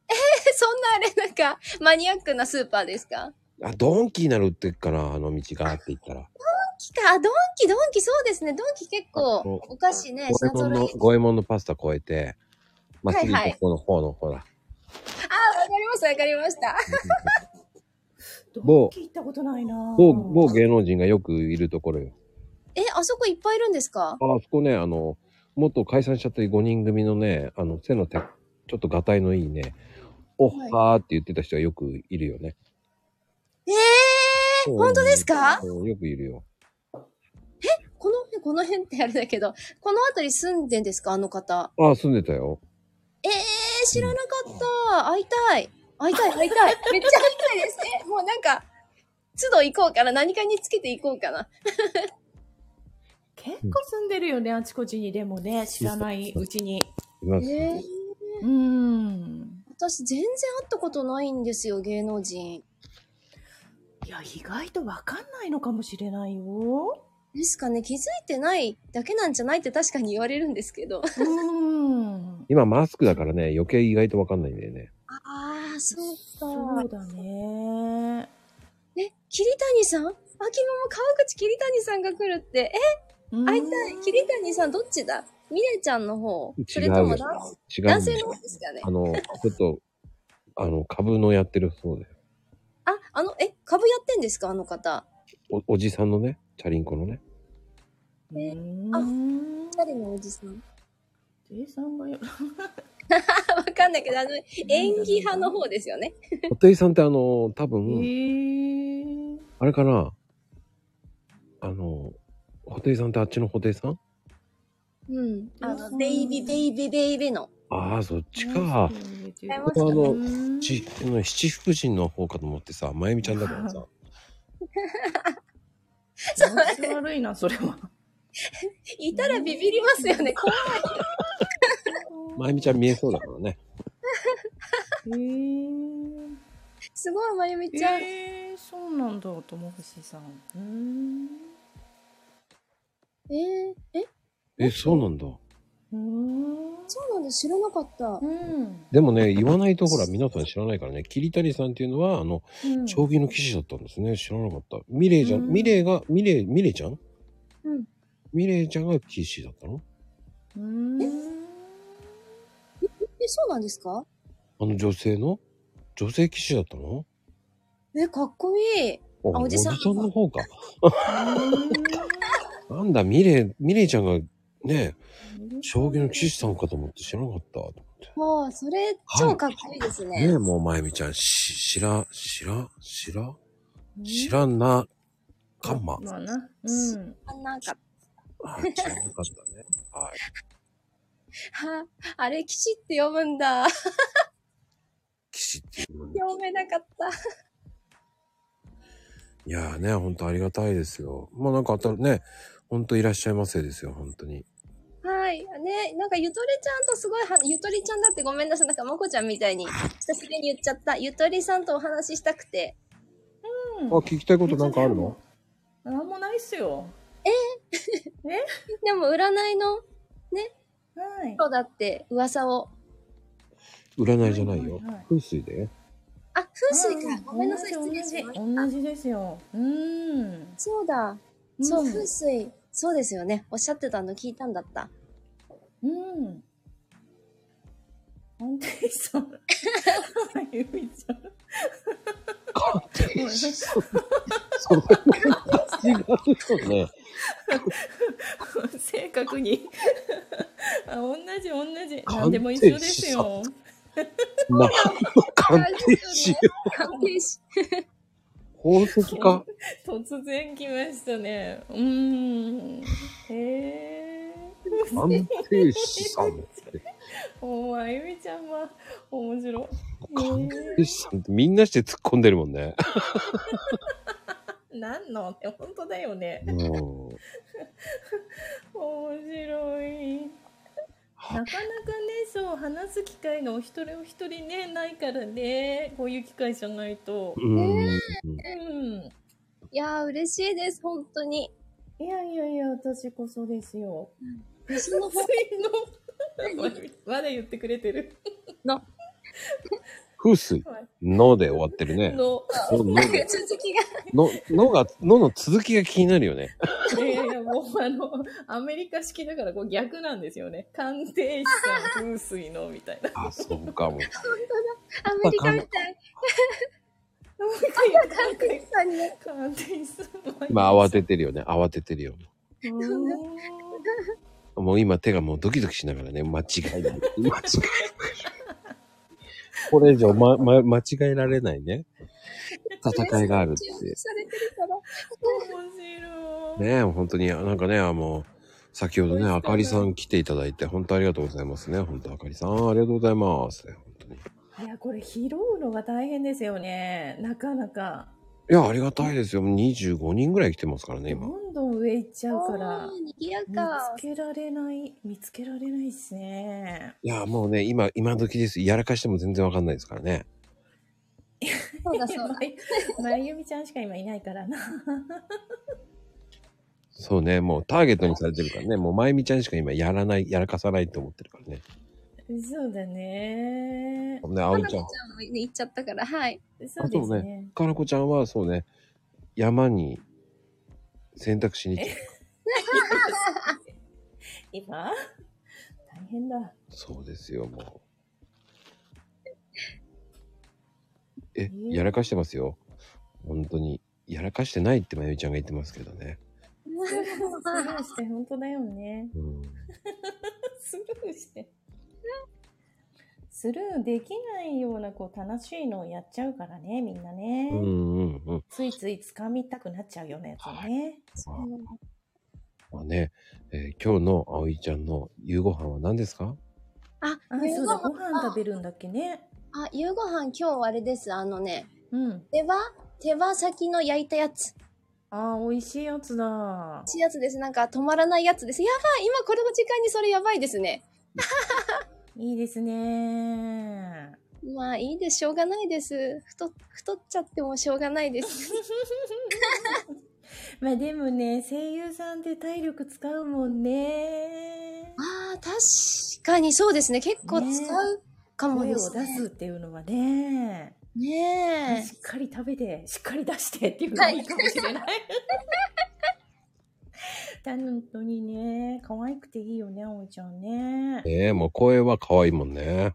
えそんなあれ、なんか、マニアックなスーパーですか
あ、ドンキーなら売ってっから、あの道がって言ったら。
キか、あドンキ、ドンキ、そうですね。ドンキ結構、お菓子ね、
五
品
右衛門
揃
の、
え。
五右衛門のパスタ超えて、まっすぐ
はいはい
ここの方の、ほら。
あ、わかります、わかりました。
ドン キ行ったことないな。
某、某芸能人がよくいるところよ。
え、あそこいっぱいいるんですか
ああそこね、あの、元解散しちゃった5人組のね、あの、背のて、ちょっとがたいのいいね、おっ
はい
はーって言ってた人がよくいるよね。
ええー、本当ですか
うんよくいるよ。
この辺、この辺ってあれだけど、 この辺り住んでんですかあの方。
ああ、住んでたよ。
ええー、知らなかった。会いたい。会いたい、会いたい。めっちゃ会いたいです。え、もうなんか、都度行こうかな。何かにつけて行こうかな。
結構住んでるよね、あちこちに。でもね、知らないうちに。
いま
え
す。
えー、
うん。
私全然会ったことないんですよ、芸能人。
いや、意外とわかんないのかもしれないよ。
ですかね、気づいてないだけなんじゃないって確かに言われるんですけど。
うん。
今マスクだからね、余計意外とわかんないんだよね。
ああ、そう
そう。だね。
え、桐谷さん秋ママ川口桐谷さんが来るって。え、会いたい。桐谷さんどっちだミレちゃんの方
違う
それとも男
違うん
男
だ
性
よ。
の方ですかね
あの、ちょっと、あの、株のやってるそうだよ。
あ、あの、え、株やってんですかあの方。
おおじさんのね、チャリンコのね。
え
あ
うん。
誰のおじさん
J さんがや
あ わかんないけど、あの、演技派の方ですよね。
ホテイさんってあの、多
え
分、
ー。
あれかなあの、ホテイさんってあっちのホテイさん
うん。あの、ベイビー、ベイビー、ベイビーの。
ああ、そっちか。
会え
あ
ますか
の、
うん
ちあの七福神の方かと思ってさ、まゆみちゃんだからさ。
気持ち悪いな、それ は。
いたらビビりますよね。怖い
まゆみちゃん見えそうだからね。
へー
すごい、まゆみちゃん。
えー、そうなんだ、友しさん。うーん。
えー、え、
え、そうなんだ。
うーん。
そうなんだ、知らなかった
う。ん。
でもね、言わないとほら、皆さん知らないからね、桐谷さんっていうのは、あの、
うん
将棋の棋士だったんですね。知らなかった。ミレイじゃん、
うん
ミレイが、ミレイ、ミレイちゃん
うん。
ミレイちゃんが棋士だったの
うーん。
え、そうなんですか
あの女性の女性棋士だったの
え、かっこいい。
あ
あおじさん
おじさんの方か。なんだ、ミレイ、ミレイちゃんがね、将棋の棋士さんかと思って知らなかった。
もう、それ、超かっこいいです
ね
ね。
え、もう、まゆみちゃん、し、しら、しら、しら、知らんな、かんま。
まあな。うん。
あ、なんか、
あ、知らなかったね。はい。
は、 あれ、岸って読むんだ。
岸っていうのに
読めなかった。
いやーね、ほんとありがたいですよ。まあなんかあったらね、ほんといらっしゃいませですよ、本当に。
はい。ね、なんかゆとりちゃんとすごいは、ゆとりちゃんだってごめんなさい。なんかまこちゃんみたいに、久しぶりに言っちゃった。ゆとりさんとお話ししたくて。
う
あ、聞きたいことなんかあるの
なんもないっすよ。
でも占いの
はい。
プロだって噂を。
占いじゃないよ
はいはい。
風水で。
あ、風水か。ごめんなさい。
同
失
じ
礼しました。
同じですよ。うーん。
そうだ。そう、
うん
風水。そうですよね。おっしゃってたの聞いたんだった。
うん。安定さん。 ゆみちゃん。
それは違うよね。
正確に。あ、同じ同
鑑定士
じ。
さん
何でも一緒ですよ。
何の鑑定士よ。
鑑定士。
宝石か。
突然来ましたね。うーん。へえ。
鑑定士さんって。
お前、ゆみちゃんは面白
鑑
い。へ
定士さんってみんなして突っ込んでるもんね。
え何のって本当だよね。
うん。
面白い。なかなかね、そう、話す機会がお一人お一人ね、ないからね、こういう機会じゃないと。
うん。
うん。
いやー、嬉しいです。本当に。
いやいやいや、私こそですよ。
私 の方
水の。まだ言ってくれてる。
風水。ので終わってるね。
の。
の、ので。
続きが。
の、のが、のの続きが気になるよね。
いやいやいや、もうあの、アメリカ式だからこう逆なんですよね。鑑定士さん、風水の、みたいな。
あ、そうかも。
アメリカみたい。鑑定士さんになっ
鑑定士さん。
今慌ててるよね。慌ててるよ。
て。
もう今手がもうドキドキしながらね、 間違いない。間違いない。これ以上、ま、ま、間違えられないね。戦いがあるってて。
されてるから。
面白い。
ねえ、本当に、なんかね、あの、先ほどね、あかりさん来ていただいて、本当ありがとうございますね。本当あかりさん、ありがとうございます。本当に。い
いや、これ拾うのが大変ですよね。なかなか。
や、ありがたいですよ。25人ぐらい来てますからね、
ど
今。
んどん上行っちゃうから
お。ーにぎや
見
か。
つけられない、見つけられないですね。
いや、もうね、今、今時です。やらかしても全然わかんないですからね。
そうだそうだ。
まゆみちゃんしか今いないからな。
そうね、もうターゲットにされてるからね、もうまゆみちゃんしか今やらない、やらかさないと思ってるからね。
そうだ
ね、
ね。
あお
花
い
子
ち
ち
ゃ
ゃ
ん。
んもね、行っちゃったから、はい。
そう
で
で
も
す
ね
ね。
かなこちゃんは、そうね、山に洗濯しに行って。
今大変だ。
そうですよ、もう。え、
ー
やらかしてますよ。本当に。やらかしてないってまゆみちゃんが言ってますけどね。
スルーして本当だよね。
うん。
スルーして。スルーできないようなこう楽しいのをやっちゃうからね、みんなね。
うんうんうん。
ついつい掴みたくなっちゃうようなやつをね。
まあ まあね、えー今日のあおいちゃんの夕ご飯は何ですか
あ、
あ、
夕
そう
ご
だ、ご
飯。
飯食べるんだっけね。
あ、夕ご飯今日あれです。あのね、
うん。
手羽、手羽先の焼いたやつ。
あー、美味しいやつだ。
ちやつです。なんか止まらないやつです。やばい今これの時間にそれやばいですね。
いいですね。
まあいいです。しょうがないです。太、太っちゃってもしょうがないです。
まあでもね、声優さんって体力使うもんね。
ああ、確かにそうですね。結構
ね
使うかも
声
で
を
す
出
ね。
すっていうのはね、
ね
しっかり食べて、しっかり出してっていうのがいいかもしれない。本当にね、可愛くていいよね、おいちゃんね。
ええもう声は可愛いもんね。
え。
いや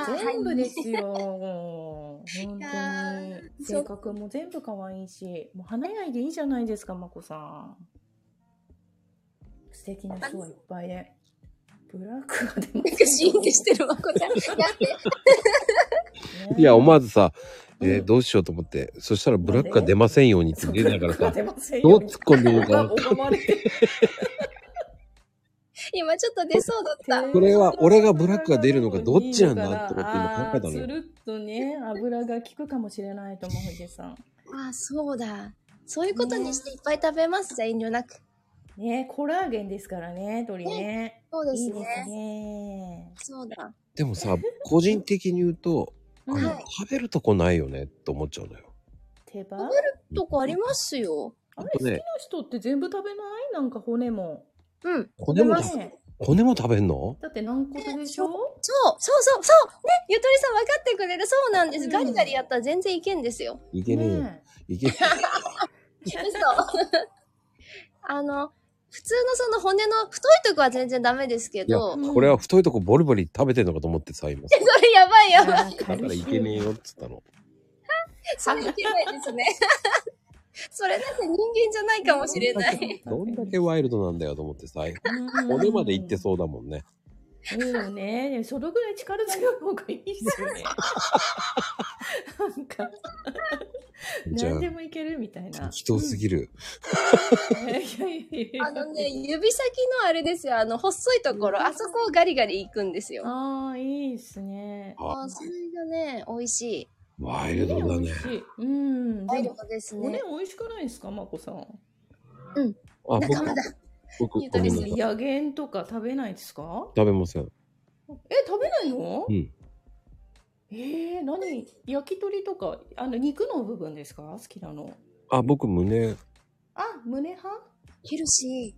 あー
全部ですよ。本当に。
そう
性格も全部可愛いし、もう華やいでいいじゃないですか、まこさん。素敵な人はいっぱいで。ブラックはでも
なんかシーンってしてるわ、こちゃん。やって。
ね
いや、思わずさ、えー
うん
どうしようと思って、そしたらブラックが出ませんようにって
そう
言いながらさ、
出ません
どう
よ
突っ込んでいいのか
拝まれて
い今ちょっと出そうだった。
こ
これは俺がブラックが出るのかどっちなんだってこと今考えたのよ
つるっとね、油が効くかもしれないと思う、ヒゲさん。
ああ、そうだ。そういうことにしていっぱい食べます。じゃあ遠慮なく。
ね、コラーゲンですからね、鳥ね。
そうで
い
す
いで
ね。
すね。
そうだ。
でもさ、個人的に言うと、あ
うん
の
はい
食べるとこないよねって思っちゃうのよ。
手羽
とこありますよ。
あ
あ、
れ
と
好きな
ね
人って全部食べないなんか骨も。
うん。
骨も
食べます
ね
骨も食べんの
だって軟骨でしょ
そう、そうそう、そうね、ゆとりさん分かってくれる。そうなんです。
うん
ガリガリやったら全然いけんですよ。
いけねえよ。
ね
いけね
嘘。 あの、普通のその骨の太いとこは全然ダメですけ
いや、
ど、
うん
これは太いとこボリボリ食べてんのかと思ってさ、今さ。
それやばい
え
やばい。
あー
だからいけねえよっつったの。
それいけないですね。 それなんて人間じゃないかもしれない。
どんだけワイルドなんだよと思ってさ、
うん
骨まで行ってそうだもんね。
うんね、そのぐらい力強い方がいいですよね。なんか、
じゃ
何でもいけるみたい
あ、
な。
人すぎる。
えいやいやいや
あのね、指先のあれですよ、あの、細いところ、あそこをガリガリ行くんですよ。
ああ、いいですね。
あ
あーそれがね、美味しい。
ワイルドだ
美
ね
味。しい。うん。
ワイ
で
ル
も
ドです
骨
ね。
美味しくないですか、まこさん。
あ、僕
仲間だ。、
僕、
ゆ
ご
と
めん
りさ
なんさい。
野源とか食べないですか
食べません。
え、食べないの
うん。
えー、何焼き鳥とか、あの、肉の部分ですか好きなの。
あ、僕、胸、
あ、胸派
ヘルシ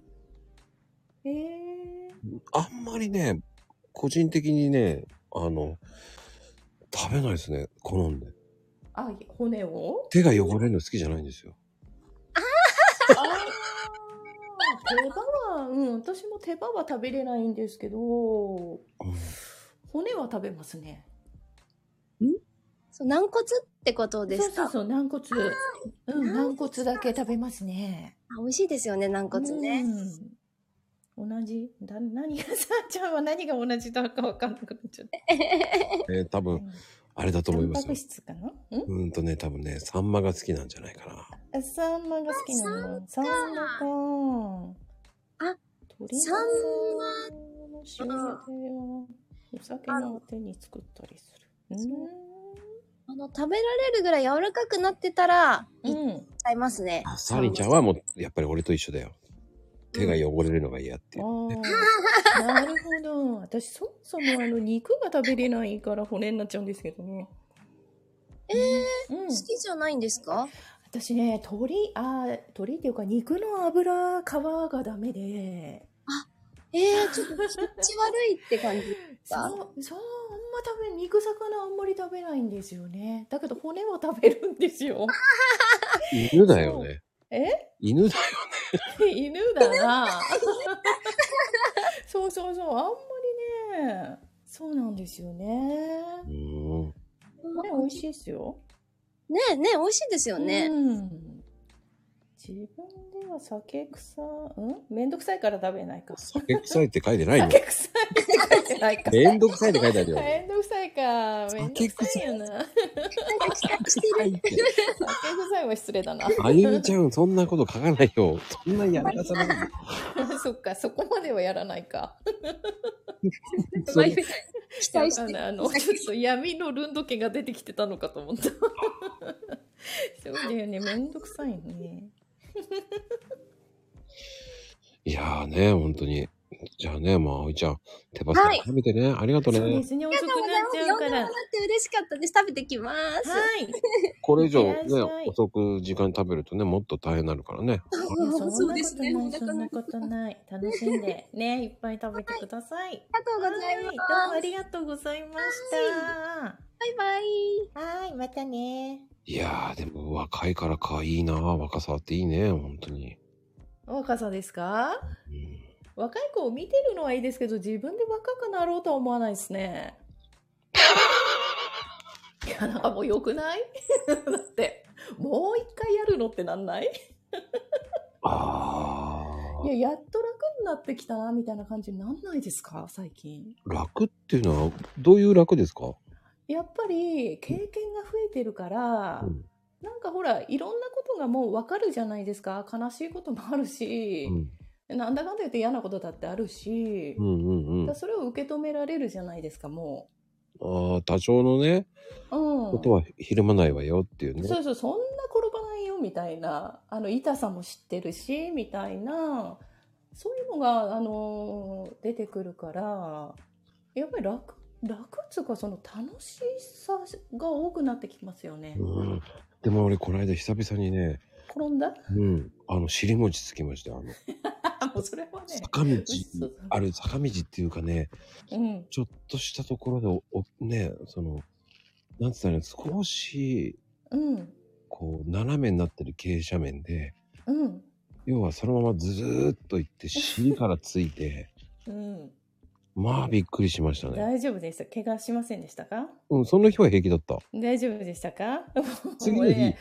ー。
えー、
あんまりね、個人的にね、あの、食べないですね。好んで。
あ、骨を
手が汚れるの好きじゃないんですよ。
あー手羽は、うん、私も手羽は食べれないんですけど、
うん
骨は食べますね。
そう軟骨ってことですか
そうそうそう、軟骨。うん、軟骨だけ食べますね。
あ美味しいですよね、軟骨ね。
うん。同じだ何が、さあちゃんは何が同じだかわかんなくなっちゃった。
えー多分、あれだ と思いま
タン
す
パ
よ
ク。質かなうん
うーんとね、多分ね、サンマが好きなんじゃないかな。
あサンマが好きなの。サンマか。
あ、サン
マの塩漬けをお酒のあてに作ったりする。
あの、食べられるぐらい柔らかくなってたら、
う
いっ
ん。うん。
ちゃいますね。
サリンちゃんはもう、やっぱり俺と一緒だよ。手が汚れるのが嫌っていう。
ああ、 なるほど。私、そもそもあの肉が食べれないから骨になっちゃうんですけどね。
え
うん
好きじゃないんですか
私ね、鳥、あー鳥っていうか肉の油、皮がダメで。
えー、ちょっと気持ち悪いって感じ。
そう、そう、あんま食べ、肉魚あんまり食べないんですよね。だけど骨は食べるんです よ。
犬だよね。
え
犬だよ。
犬だな。そうそうそう、あんまりね。そうなんですよね。
うーん。
これ美味しいですよ。
ねえ、ねえ、美味しいですよね。
うん。自分では酒臭、うんめんどくさいから食べないか。
酒臭いって書いて ないの
酒臭いって書いてないか。
めんどくさいって書いてあるよ。
めんどくさいか。めんどくさいよな。
臭いって。
酒臭いは失礼だな。
あゆみちゃん、そんなこと書かないよ。そんなやらかさない。
そっか、そこまではやらないか。
それ
期待して。
あの、ちょっと闇のルンド家が出てきてたのかと思った。そうだよね、めんどくさいね。
いやーね、本当に。じゃあね、まあ、あおいちゃん、手羽先食べてね。ありがと
そううで
ね。
すね、遅くなっちゃうか
呼んでも
ら。
ら
は
って嬉しかったです。食べてきます。
い。
これ以上
いってらっしゃ
ね
い、
遅く時間に食べるとね、もっと大変になるからね。
いやそんなこ
そう
とな
で
い、
すね。
そんなことない。楽しんで、 ね、いっぱい食べてください。
ありがとうございま
は
す。
どうもありがとうございました。
バイバイ。
はい、またね。
いやー、でも若いからかいいな若さっていいね、本当に。
若さですか
うん
若い子を見てるのはいいですけど、自分で若くなろうとは思わないで すね。いや、なんかもう良くない だって、もう一回やるのってなんない
あー、
いや、やっと楽になってきたな、みたいな感じになんないですか最近。
楽っていうのは、どういう楽ですか
やっぱり、経験が増えてるから、
うん
なんかほら、いろんなことがもうわかるじゃないですか。悲しいこともあるし、
うん
なんだかんだ言って嫌なことだってあるし、
うんうんうん
だから。それを受け止められるじゃないですか、も
ああ、多少のね、
う。うん。
ことはひるまないわよっていうね。
そうそう、そんな転ばないよ、みたいな。あの、痛さも知ってるし、みたいな。そういうのが、あのー出てくるから、やっぱり楽、楽っつうか、その楽しさが多くなってきますよね。
うん。でも俺、この間久々にね、
転んだ
うん。あの、尻餅つきましたよあの、
もうそれはね。
坂道
嘘、
あれ、坂道っていうかね、
うん。
ちょっとしたところでお、おね、その、なんつったらいいの少し、
うん。
こう、斜めになってる傾斜面で、
うん。
要はそのままずーっと行って、尻からついて、
うん。
まあびっくりしましたね。
大丈夫でした。怪我しませんでしたか
うん、その日は平気だった。
大丈夫でしたか
次
も
の
う
日、
ね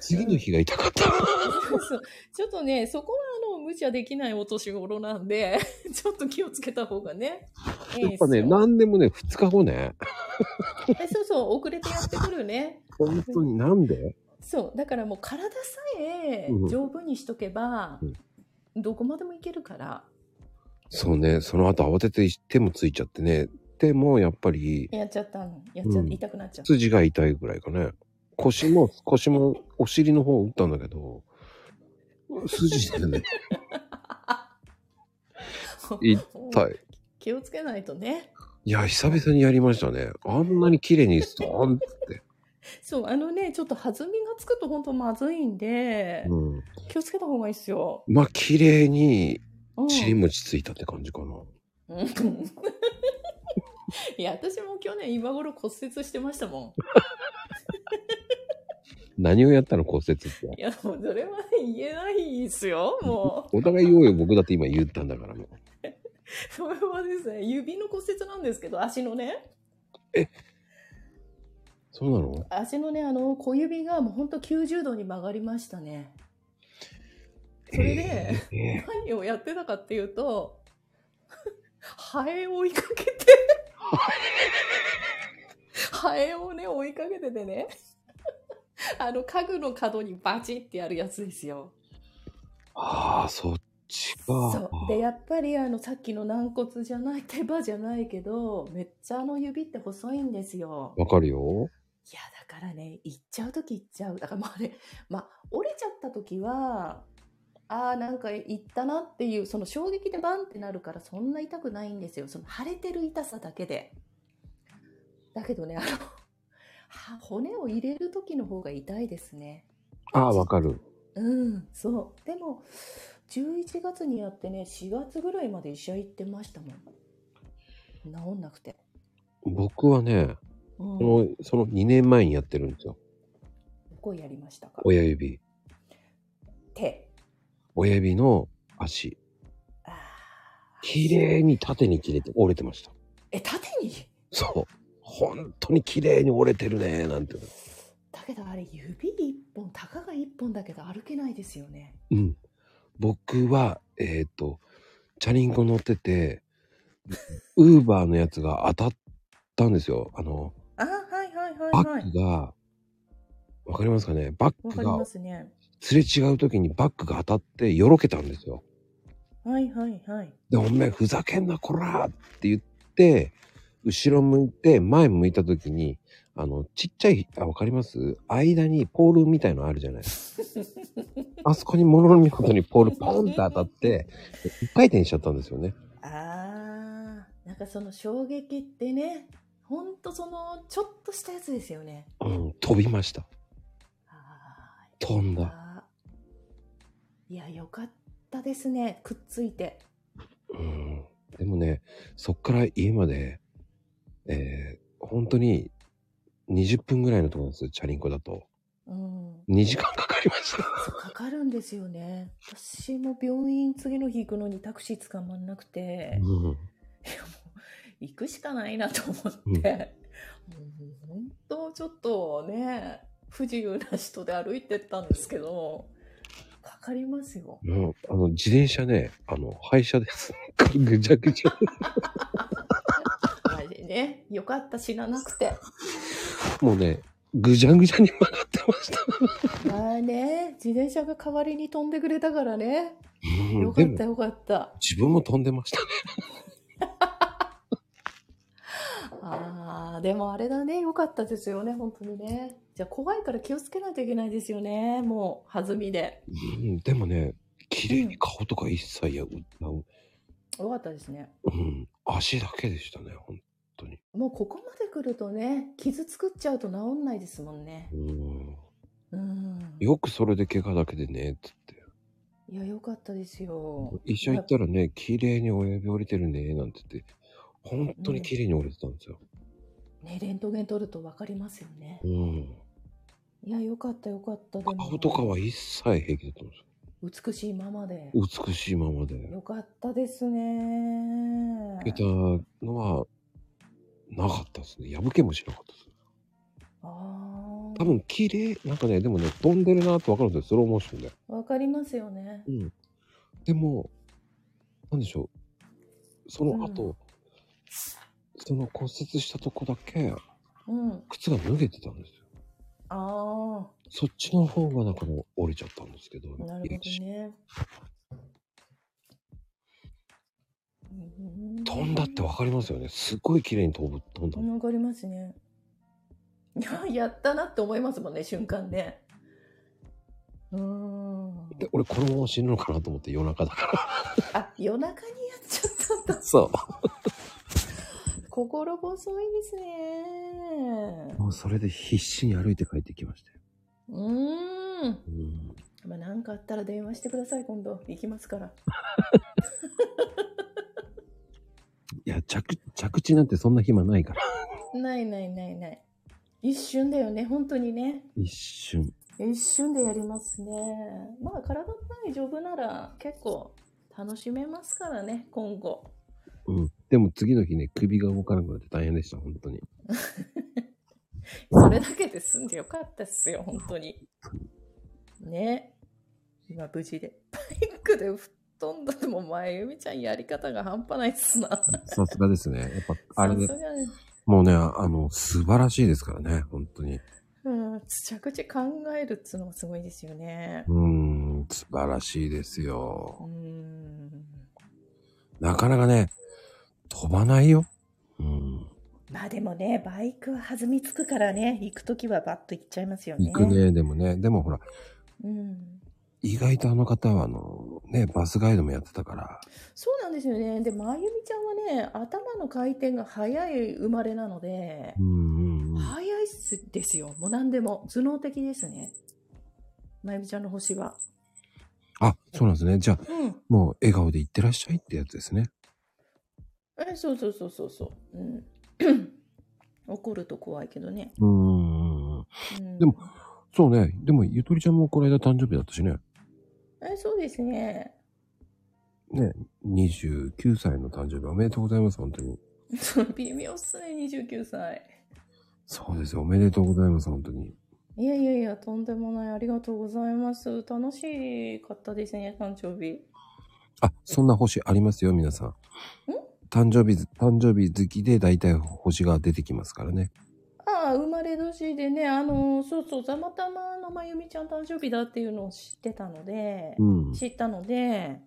次の日が痛かった。
そうそうちょっとね、そこはあの、無茶できないお年頃なんで、 ちょっと気をつけた方がね。い
や
い
っ
です
ぱね、
よ
何でもね、2日後ね。
えそうそう、遅れてやってくるね。
本当になんで
そう、だからもう体さえ
うん
丈夫にしとけば、
うん
どこまでもいけるから。
そうね、その後慌てて手もついちゃってね。手もやっぱり、
やっちゃったの。やっちゃ、
うん
痛くなっちゃった。
筋が 痛いぐらいかね。腰も、腰も、お尻の方打ったんだけど、筋で ね、痛い。
気をつけないとね。
いや、久々にやりましたね。あんなに綺麗にストーン って。
そう、あのね、ちょっと弾みがつくと本当まずいんで、
うん。
気をつけた方がいいっすよ。
まあ、綺麗に
うん
尻餅ついたって感じかな。
うん いや、私も去年今頃骨折してましたも
何をやったの骨折って
ん。。いや、もうそれは言えないですよ、も
お互い言おうよ、僕だって今言ったんだからもう。
う。それはですね、指の骨折なんですけど、足のね、
そうなの
足のね、あの、小指がもうほんと90度に曲がりましたね。それで、
ええ
何をやってたかっていうと、ハエを追いかけて、ハエをね、追いかけててね、あの、家具の角にバチってやるやつですよ。
ああ、そっち
そ
か。
うでやっぱりあのさっきの軟骨じゃない手羽じゃないけどめっちゃあの指って細いんですよ。
わかるよ。
いやだからね行っちゃう時行っちゃうだからまああれ、まあ、折れちゃった時はあーなんか行ったなっていうその衝撃でバンってなるからそんな痛くないんですよその腫れてる痛さだけで。だけどねあのは骨を入れる時の方が痛いですね。
ああ、わかる。
うん、そう。でも、11月にやってね、4月ぐらいまで医者行ってましたもん。治んなくて。
僕はね、
うん、ど
この、その2年前にやってるんですよ。
こやりましたか
親指。
手。
親指の足。
あー
綺麗に縦に切れて、折れてました。
え、縦に
そう。本当に綺麗に折れてるね、なんて。
だけどあれ、指一本、たかが一本だけど歩けないですよね。
うん。僕は、えっ、と、チャリンコ乗ってて、ウーバーのやつが当たったんですよ。あの、
あーはいはい
バ
はいは
ッ
い。
グが、わかりますかねバッ
わ
グ
かり
が
ますね。
すれ違う時にバッグが当たってよろけたんですよ。
はいはい はい。
で、おめえふざけんなこらって言って、後ろ向いて前向いた時に、あの、ちっちゃい、あ、わかります間にポールみたいのあるじゃないあそこにものの見事にポールポンって当たって、一回転しちゃったんですよね。
あー、なんかその衝撃ってね、ほんとその、ちょっとしたやつですよね。
うん、飛びました。
あー
飛んだ。
あいや、よかったですね。くっついて。
うん。でもね、そっから家まで、えー、本当に20分ぐらいのところですチャリンコだと。
うん。
2時間かかりました。
そうかかるんですよね。私も病院次の日行くのにタクシー捕まんなくて、いやも
うん。
う行くしかないなと思って、もう本当ちょっとね、不自由な人で歩いてったんですけど、かかりますよ。
もう、あの、自転車ね、あの、廃車です。ぐちゃぐちゃ。
あれね、よかった、死ななくて。
もうね、ぐじゃんぐじゃんに曲がってました。
まあね、自転車が代わりに飛んでくれたからね。
う
よ
ん、
か
で
った
も、
よかった。
自分も飛んでましたね。
ああ、でもあれだね、よかったですよね、本当にね。じゃあ怖いから気をつけないといけないですよね、もう、弾みで。
うん、でもね、綺麗に顔とか一切や、う
よかったですね。
うん、足だけでしたね、ほん
もうここまで来るとね、傷作っちゃうと治んないですもんね。
うん。
うん。
よくそれで怪我だけでね、つって。
いや、よかったですよ。
医者行ったらね、綺麗に親指折れてるね、なんて言って、本当に綺麗に折れてたんですよ。
ね、レントゲン取ると分かりますよね。
うん。
いや、よかったよかった。でも
顔とかは一切平気だったんです
美しいままで。
よ。美しいままで。
よかったですね
受け。たのは、なかったですね。破けもしなかったです。
あ
多分、綺麗、なんかね、でもね、飛んでるなってわかるんですよ。スローモーションで。
あ、わかりますよね
う。ん。でも、なんでしょう。その後、
う
その骨折したとこだけ、
うん。
靴が脱げてたんですよ。
あ
そっちの方がなんかもう折れちゃったんですけど。
あ、なるほ
いや
どね。うん
飛んだってわかりますよね。すごい綺麗に飛ぶ、飛んだ。
わかりますね。いや、やったなって思いますもんね、瞬間ね。うーん。
で、俺このまま死ぬのかなと思って夜中だか
あ、夜中にやっちゃったんだ
ら。。そ
心細いですね
う。。もうそれで必死に歩いて帰ってきましたよ。
うーん。
うん。
まあ、なんかあったら電話してください、今度。行きま すから。
いや、着、着地なんてそんな暇ないから。
ないないないない。一瞬だよね、本当にね。
一瞬。
一瞬でやりますね。まあ、体が大丈夫なら結構楽しめますからね、今後。
うん。でも次の日ね、首が動かなくなって大変でした、本当に。
それだけで済んでよかったっすよ、本当に。ね。今、無事で。バイクで吹っ飛んだでも、前由美ちゃんやり方が半端ないっすな。
さすがですね。やっぱ、あれで
さすがに
もうね、あの、素晴らしいですからね、本当に。
うん、着地考えるっつうのもすごいですよね
う。ーん、素晴らしいです
うー
よ。
ん。
なかなかね、飛ばないよ。うん。
まあでもね、バイクは弾みつくからね、行くときはバッと行っちゃいますよね。
行くね、でもね。でもほら、
うん。
意外とあの方は、あの、ね、バスガイドもやってたから。
そうなんですよね。で、まゆみちゃんはね、頭の回転が速い生まれなので
う、んうんうん。
速いっすですよ。もう何でも。頭脳的ですね。まゆみちゃんの星は。
あ、そうなんですね。じゃあ、
うん。
もう笑顔で行ってらっしゃいってやつですね。
え、そうそうそうそうそう。うん。 怒ると怖いけどね。
うーん。
うん、
でも。そうね。でも、ゆとりちゃんもこの間誕生日だったしね。
え、そうですね。
29歳の誕生日おめでとうございます、本当に。
そう微妙っすね、29歳。
そうですよ。おめでとうございます、本当に。
いやいやいや、とんでもない。ありがとうございます。楽しかったですね、誕生日。
あ、そんな星ありますよ、皆さん。誕生日、誕生日好きで大体星が出てきますからね。
ああ、生まれ年でね、あの、そうそう、たまたまのまゆみちゃん誕生日だっていうのを知ってたので、
うん。
知ったので、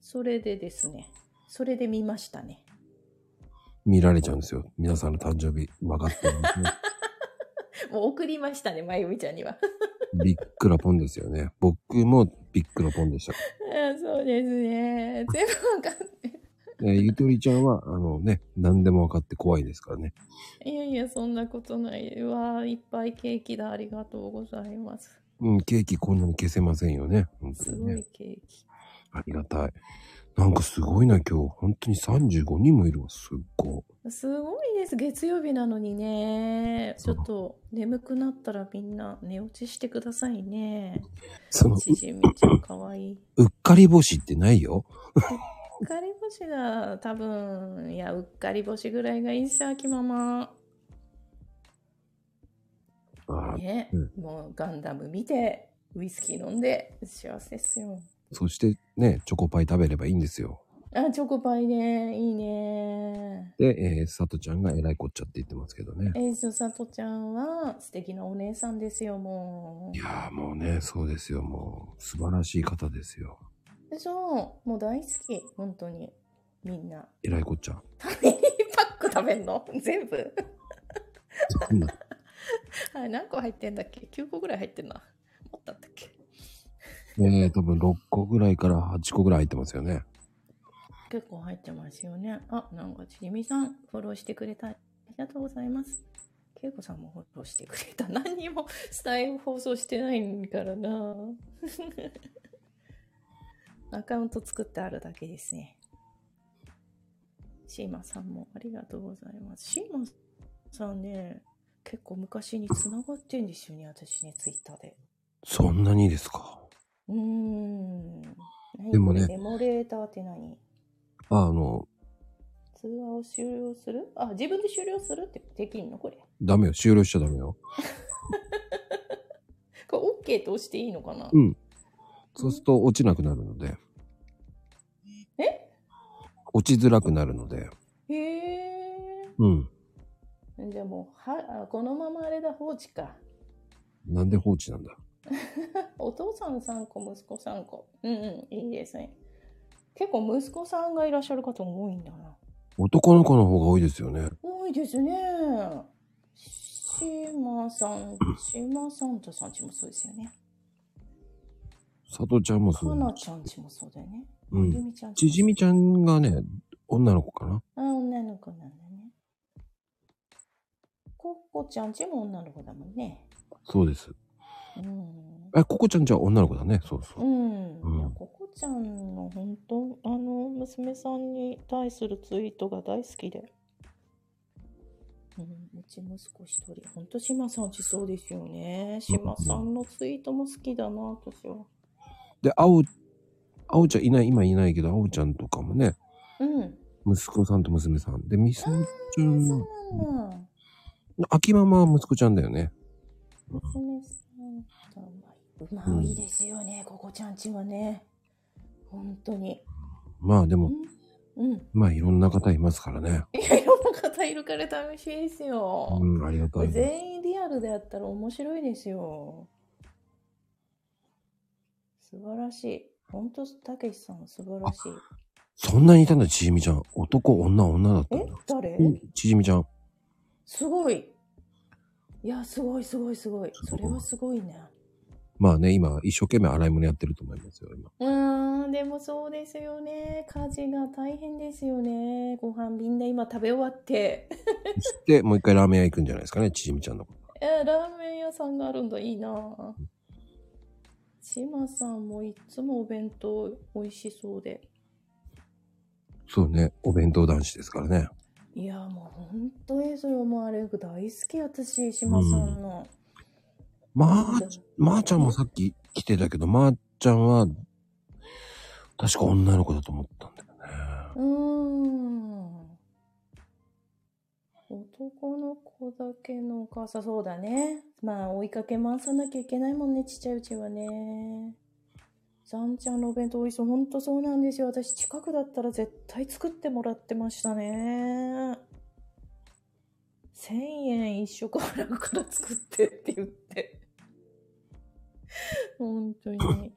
それでですね、それで見ましたね。
見られちゃうんですよ。皆さんの誕生日分かってます ね。
もう送りましたね、まゆみちゃんには。
ビックラポンですよね。僕もビックラポンでした。
ああそうですね。全部わかんない。
えーゆとりちゃんは、あのね、何でも分かって怖いですからね。
いやいや、そんなことない。うわあ、いっぱいケーキだ。ありがとうございます。
うん、ケーキこんなに消せませんよね。本当
す
に
ご
ね
い。ケーキ。
ありがたい。なんかすごいな、今日。本当に35人もいるわ。すっごい。
すごいです。月曜日なのにね。ち
そう
ょっと眠くなったらみんな寝落ちしてくださいね。
その、
ちじみちゃんかわいい。
うっかり星ってないよ。
うっかり星だ。多分、いや、うっかり星ぐらいがいいさ、秋ママ。
ああ
ね、
う
もうガンダム見て、ウイスキー飲んで、幸せですよ。
そしてね、チョコパイ食べればいいんですよ。
あ、チョコパイね。いいね。
で、えー、さとちゃんがえらいこっちゃって言ってますけどね。
えー、すさとちゃんは素敵なお姉さんですよ、も
いやーもうね、そうですよ。もう、素晴らしい方ですよ。
う。そう。もう大好き。本当に。みんな。
えらいこっちゃ。
ファミリーパック食べんの 全部。
そんな
あれ何個入ってんだっけ ?9 個ぐらい入ってんな。もっとあったっけ
ねえ、多分6個ぐらいから8個ぐらい入ってますよね。
結構入ってますよね。あ、なんかちりみさん、フォローしてくれた。ありがとうございます。けいこさんもフォローしてくれた。何にもスタイル放送してないからな。 アカウント作ってあるだけですね。シーマさんもありがとうございます。シーマさんね、結構昔に繋がってんですよね、私ね、ツイッターで。
そんなにですか。
うーん。何
でもね
これメモレーターって何
あ、あの、
通話を終了するあ、自分で終了するってできんのこれ。
ダメよ。終了しちゃダメよ。
これ OK と押していいのかな、
うんそうすると落ちなくなるので。
え
落ちづらくなるので。
へ
うん。
え。じゃあもう、は、あこのままあれだ、放置か。
なんで放置なんだ。
お父さん3個、息子3個。うんうん、いいですね。結構息子さんがいらっしゃる方も多いんだな。
男の子の方が多いですよね。
多いですね。シマさん、シマサンタさんちもそうですよね。
佐藤ちゃんもそ
か
う。
なちゃんちもそうだよね。
う
ゆ
ん。
みちゃん
ちじみちゃんがね、女の子かな。
あ、女の子なんだね。コッコちゃんちも女の子だもんね。
そうです。
うん。
え、ここちゃんじゃあ女の子だね。そうそうう。
ん。
うん
いや、ココちゃんの本当、あの、娘さんに対するツイートが大好きで。うん、うち息子一人。ほんと、島さんちそうですよね。島さんのツイートも好きだな、私は。
で、あお、あおちゃんいない、今いないけど、あおちゃんとかもね、
うん。
息子さんと娘さん。で、みすちゃ
そ
ん
う
は、
なんだ。
秋ママは息子ちゃんだよね。
娘さんとうまい。うまいですよね、ココちゃんちはね。本当に。
まあでも、
うん。
まあいろんな方いますからね。
いや、いろんな方いるから楽しいですよ。
うん、ありがたい。
全員リアルであったら面白いですよ。素晴らしい。本当たけしさん素晴らしい。
そんなにいたんだ、ちじみちゃん。男、女、女だったん
え
だ。
誰
うんちじみちゃん。
すごい。いや、すごいすごいすごい。それはすごいね。
まあね、今、一生懸命洗い物やってると思いますよ、今。
うーん、でもそうですよね。家事が大変ですよね。ご飯みんな今食べ終わって。
そして、もう一回ラーメン屋行くんじゃないですかね、ちじみちゃんのこと。
えーラーメン屋さんがあるんだいいなぁ志麻さんもいつもお弁当美味しそうで
そうね、お弁当男子ですからね。
いやーもう本当にそれもうあれ大好き私志麻さんの、
まあ、まー、ちゃんもさっき来てたけど、まー、ちゃんは、確か女の子だと思ったんだよね。
うーん男の子だけのお母さんそうだねまあ追いかけ回さなきゃいけないもんねちっちゃいうちはねさんちゃんのお弁当美味しそうほんとそうなんですよ私近くだったら絶対作ってもらってましたね1000円一食払うから作ってって言って 本 当に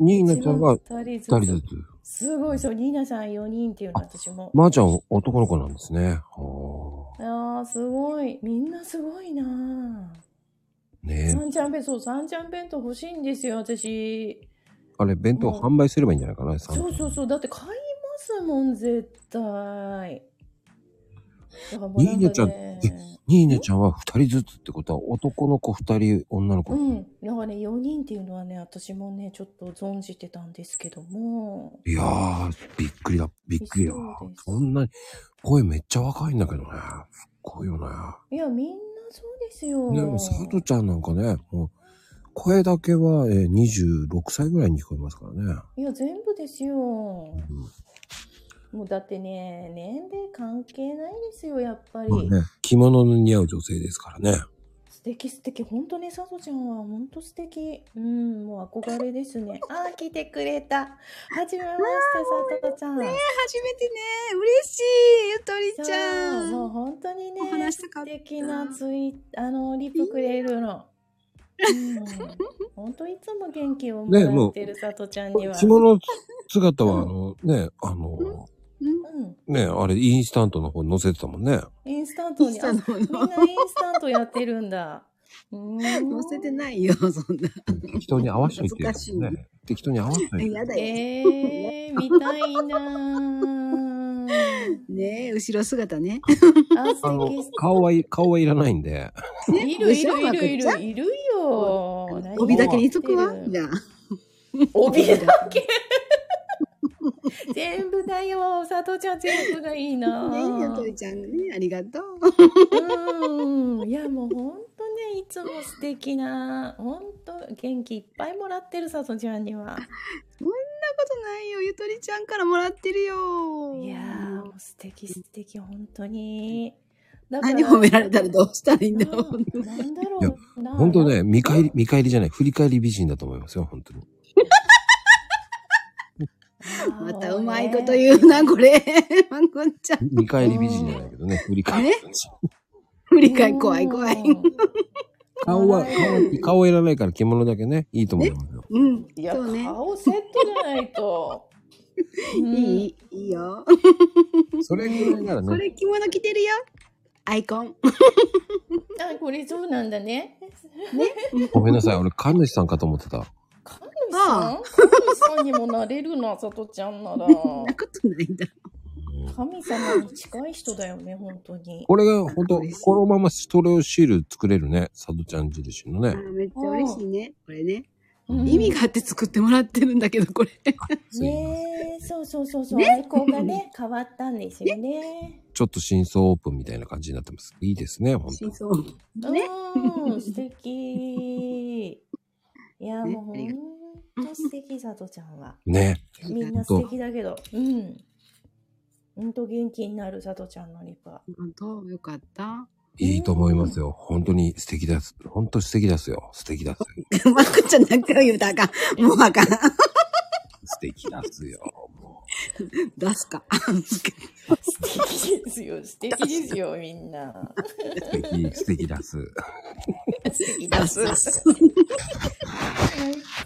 ニーナちゃんが
2
二
人ず
人ず
つ
つ。
すごいそうニーナさん4人っていうの私も
まー、ちゃんは男の子なんですね。はあ。
ああ、すごい。みんなすごいなあ。
ねえ。
三ちゃん弁当、三ちゃん弁当欲しいんですよ、私。
あれ、弁当販売すればいいんじゃないかな、さん
そうそうそう。だって買いますもん、絶対。
ニーナちゃん
ね
ニーナちゃんは二人ずつってことは、男の子二人、女の子。
うん。なんかね、4人っていうのはね、私もね、ちょっと存じてたんですけども。
いやー、びっくりだ、びっくりだ
そうで。す
そんなに、声めっちゃ若いんだけどね。すっごいよね。
いや、みんなそうですよ。
ね、もう、さとちゃんなんかね、もう、声だけは、えー、26歳ぐらいに聞こえますからね。
いや、全部ですよ。
うん
もうだってね、年齢関係ないですよ、やっぱり。
まあね、着物の似合う女性ですからね。
敵素敵本当ね、さとちゃんは本当素敵うん、もう憧れですね。あー、来てくれた。はじめまして、さとちゃん。
ね初めてね、嬉しい、ゆとりちゃ。
そうもうん本当にね
お、話したかっ
素
た
敵なツイあの、リプくれるの。うん、本当いつも元気をも
ねも
ら
う
ってるさとちゃんには。
着物姿は、あの、ね、あの、
うん
うん、
ね、あれ、インスタントの方に載せてたもんね。
インスタントに。あみん
の
なインスタントやってるんだ。載
載せてないよ、そんな。
適当に合わしといて、
恥ずかし
ね。適当に合わしといて。
やだよ。
えー、見たいなー
ねえ、後ろ 姿ね。
あ、
あ
素
の
敵素、
顔はい、顔はいらないんで。
敵。いるい
後ろ
るい
は
るい
こっちゃ
るいるよ。
帯だけにしとく わ。じ
何を
ゃあ。
帯だけ。全部だよ。佐藤ちゃん全部がいいな
ねえ、ゆと
ー。
りちゃんね、ありがとう。
うん。いやもう本当ね、いつも素敵な、本当元気いっぱいもらってる佐藤ちゃんには。
そんなことないよ。ゆとりちゃんからもらってるよ。
いやーもう素敵素敵本当に。だから
何褒められたらどうしたらいいんだろう。
うんなんだろ
いや
うな。
本当ね、見返り、見返りじゃない、振り返り美人だと思いますよ、本当に。
あー。
またうまいこと言うな、これ。 まこちゃん。
見返り美人じゃないけどね、振り返り。
振り返り怖い怖い。
うん。
顔は、
う
顔
ん
は、顔はいらないから着物だけね、いいと思いますよ。
うん。
いや、
そうね。
顔セットじゃないと。
いい、いいよ。
それぐらいなら
こ
ね、
れ着物着てるよ。アイコン。
うん あ、これそうなんだね。
ごめんなさい、俺、神主さんかと思ってた。
神主さん神主さんにもなれるな、さとちゃんなら。
そんなことないんだ。
うん
神様に近い人だよね、本当に。
これが、本当
嬉しい
このままストレオシール作れるね、サドちゃん印の
あ
ね。
ーめっちゃ嬉しいね。これね。
うん
意味があって作ってもらってるんだけど、これ。
そう
ねえ、そうそうそうそう、アイコンがね、変わったんですよね。
ちょっと真相オープンみたいな感じになってます。いいですね、本当
真相。ね。
うん、素敵。いや、
ね
もう本当素敵、さとちゃんは。
ね。
みんな素敵だけど、うん。ほんと元気になる、さとちゃんのリプは。
本当よかった。
いいと思いますよ。本当に素敵です。本当素敵ですよ。素敵です。
まこちゃんなんか言うたらあかん。もうあかん。
素敵ですよ。も
出すか。
素敵ですよ、素敵ですよ、みんな。
う素敵、素敵です。
素敵
出
だ
す
す。
出す。
ア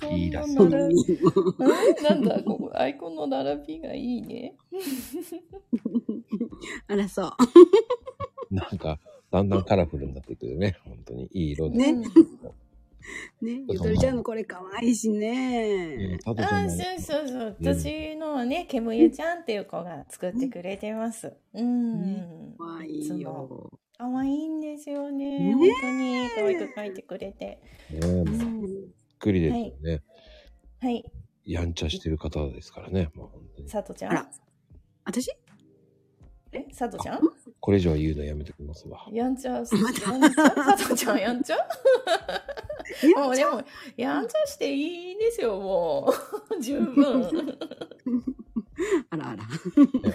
イコンの並び
いいらしい
うんなんだ、ここ、アイコンの並びがいいね。
あらそう。
なんか、だんだんカラフルになってくるね。本当にいい色で。
ね
うん
ね、ゆとりちゃんのこれ可愛いし
うん
ね。
佐藤さ
あ
んも
ーそうそうそう。私のはね、けむゆちゃんっていう子が作ってくれてます。うん。
可愛いよ。
かわいいんですよ
ね
ね。本当に可愛く描いてくれて。
ねもう
う
びっ
ん
くりですよね、
はい、
やんちゃしてる方ですからね。もう本当に。
さとちゃ
あら
ん。
私
え、さとちゃん
これ以上言うのやめてきますわ。
やんちゃ、さとちゃんやんちゃもうでも、やんちゃしていいんですよ、もう。 十分。
あらあ
ね
ら。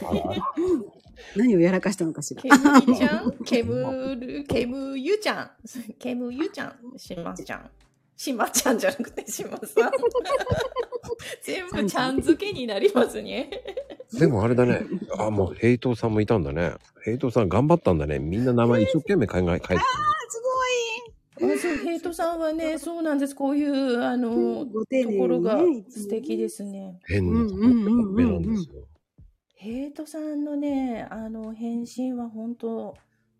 あらあら
何をやらかしたのかしら
け。むりちゃ ん、けむる、けむゆちゃん、 けむゆちゃん、しまちゃん。しまちゃんじゃなくてしまさん。 全部ちゃん付けになりますね。
でもあれだ ね。あ、もうヘイトさんもいたんだね。ヘイトさん頑張ったんだね。みんな名前一生懸命考え、書いてたんだ
す
あそうヘイトさんはね、そうなんです。こういう、あの、
ご丁寧
と
にね
ころが
いつもね
素敵ですね。
変なとこ
うんうんうんうんうん
ほっぺなんですよ。
ヘイトさんのね、あの、返信は本当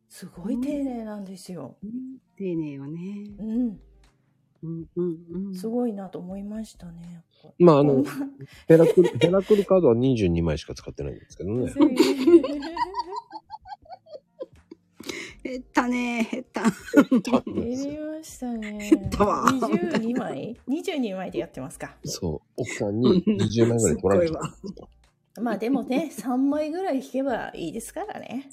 すごい丁寧なんですよ。
ごい。丁寧よね。
うん、
うんうんうん。
すごいなと思いましたね。
まあ、あの、ヘラクル、ヘラクルカードは22枚しか使ってないんですけど ね。
減ったね、減った。
入れましたね。
たわ
22枚 ?22 枚でやってますか。
そう。奥さんに20枚ぐらい取られたんですよ。
まあでもね、3枚ぐらい引けばいいですからね。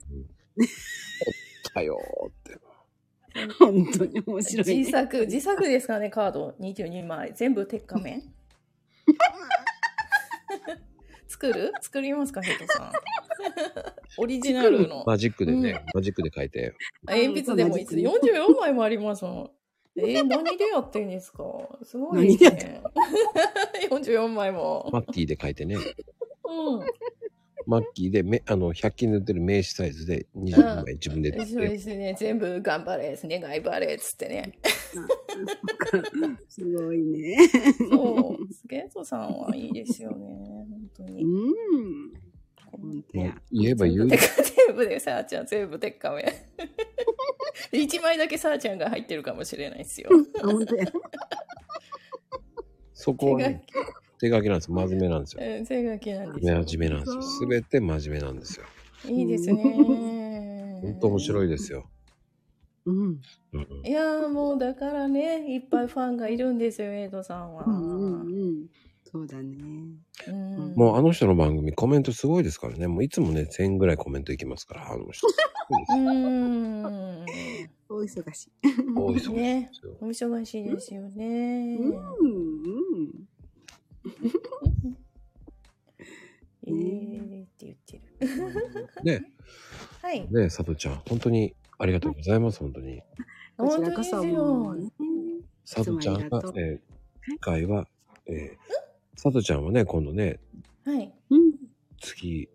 だよーって。
本当に面白い、ね。
自作、自作ですからね、カード22枚。全部鉄仮 面。作る作りますか、ヘイトさん。 オリジナルの。
マジックでね、マジックで書いて。
鉛筆でもいいです。44枚もありますもん。えー、何でやってんですかすごい
何で
で
や
すね。44枚 も。
マッキーで書いてね。
うん。
マッキーで、めあの、100均で売ってる名刺サイズで20枚自分で
そうですね。全部頑張れですね。頑張れっつってね。
すごいね。
そう。スケートさんはいいですよね。本当に。
うん。本当
も
や。
う言えば 言う
全部テカ全部でさあちゃん全部テッカめ。1枚だけさあちゃんが入ってるかもしれないですよ。
あ、本当や。
そこ
手
は、
書
ね、手書きなんですよ。真面目なんです
き
よ。
うん手書きなんですよ。
真面目なんですよ。すべて真面目なんですよ。
いいですね。
ほんと面白いですよ。
うん。
うんうん
いやーもうだからね、いっぱいファンがいるんですよ、エイドさんは。
うんうんうん。そうだね。
うん
もうあの人の番組コメントすごいですからね。もういつもね、1000ぐらいコメントいきますから、あの人。
うーん。
お忙しい。
大忙しい
ね
ですよ。
お忙しいですよね。
うんうん。
えーって言ってる。
ね、
はい。
ね、さとちゃん、本当にありがとうございます、本当に。
こち
本
ら
当
こ
です
そも
よ
う。ね。
さとちゃん
いつもあ
が
りがと、う
えー、次回は、えー、さとちゃんはね、今度ね、
はい。
うん。
次、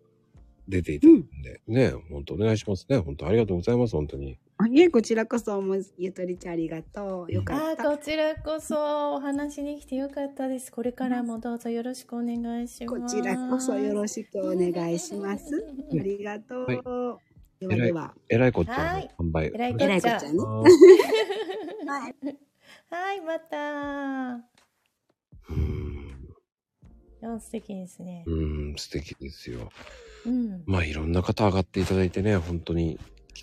出ていただくんで、ね、本当お願いしますね。本当ありがとうございます、本当に。
あいえ、こちらこそ、もうゆとりちゃんありがとう。よか
あー
った。
こちらこそお話しに来てよかったです。これからもどうぞよろしくお願いし
こ
ます。
ちらこそよろ
し
しくお願いします。あり がとう。ではでは。
えらいこっちゃ
は
ん
い
の販売。
えらいこ
え
っ
らい
ち
こ
ゃ
っ
ん
ちゃんね。
あー
はい。
はい、また。
うーん
いや素敵です ね。
うーん、素敵ですよ。
うん。
まあ、いろんな方上がっていただいてね、本当に。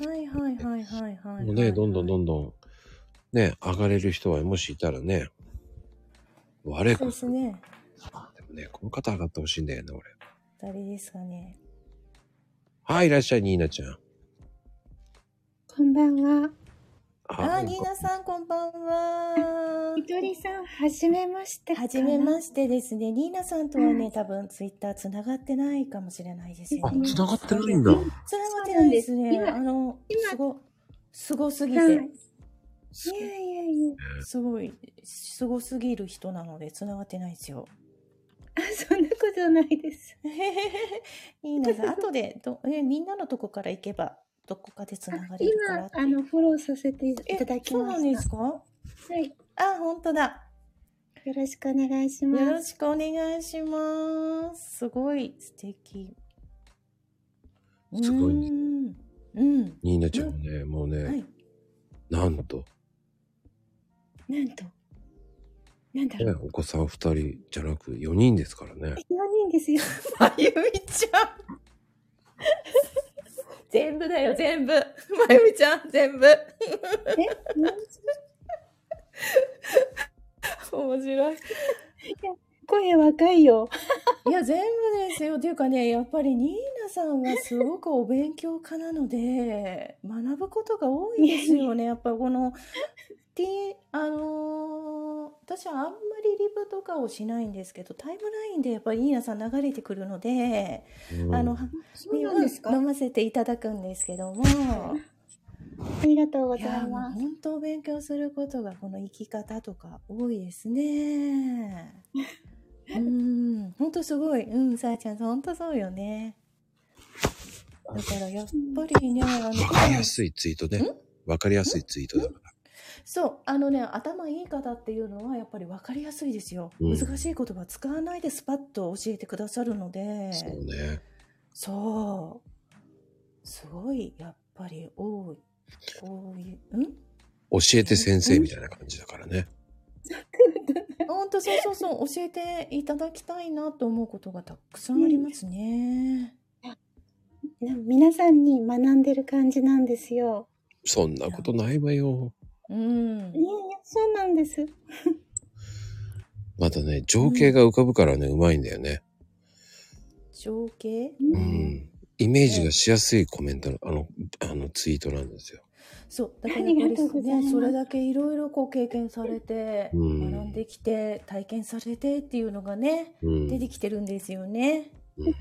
はいはいはいはいはい。
もうね、どんどんど
ん
んどん、ね、上がれる人は、もしいたらね、我
そう
こ
で
そ。
すね。
でもね、この方上がってほしいんだよね、俺。
誰ですかね。
はい、いらっしゃい、ニーナちゃん。
こんばんは。
あー、ニーナさんこんばんは。
ゆとりさん、はじめましてかな。
はじめましてですね。ニーナさんとはね、多分ツイッターつながってないかもしれないですよね。
あ、繋がってないんだ。
つながってないですね。
そうなんです今
あの、すご、すごすぎ
はい。い
て、
やいやいや。
すごい、すごすぎる人なので、つながってないですよ。
あ、そんなことない です。
へへへへニー ナさん、後で、どえ、みんなのとこから行けば、どこかでつながれるから
今、
って。
あの、フォローさせてい
え
ただき
そう
ま
なんで
し
すか
た。はい。
あ、本当だ。
よろしくお願いしま
よろ
す。
しくお願いします。すごい素敵。
すごいね
うん。うん。
ニーナちゃんはね、もうね、
はい。
なんと、
なんと。なんだろ
ね
う。
お子さん二人じゃなく四人ですからね。
4人ですよ。
まゆみちゃん。全部だよ、全部。まゆみちゃん、全部。面白い。
声若いよ。
いや、全部ですよ。っていうかね、やっぱりニーナさんはすごくお勉強家なので、学ぶことが多いですよね。やっぱこの、ティーあのー私はあんまりリブとかをしないんですけど、タイムラインでやっぱりニーナさん流れてくるので、
うん
あの、
そうなんですか。
飲ませていただくんですけども、
ありがとうご
い
ざ
や
い
もう
ます。
本当勉強することがこの生き方とか多いですね。うん、本当すごい。うん、さあちゃん、本当そうよね。だからやっぱりね、あの
わ、かりやすいツイートね。わかりやすいツイートだから。
そう、あのね、頭いい方っていうのはやっぱり分かりやすいですよ。
うん
難しい言葉使わないでスパッと教えてくださるので、
そうね。
そう。すごい、やっぱり多い。多い。うん
教えて先生みたいな感じだからね。
本当そうそうそう教えていただきたいなと思うことがたくさんありますね。
な皆さんに学んでる感じなんですよ。
そんなことないわよ。
うん
いやい。や、そうなんです。
またね、情景が浮かぶからね、うまいんだよね。
情景
う。ん。イメージがしやすいコメントの、あの、あのツイートなんですよ。
そう。だからやっぱ
ありがとうご
り
ざいま
ね、
す
それだけいろいろこう経験されて、学
うん
んできて、体験されてっていうのがね、
うん。
出てきてるんですよね。
うん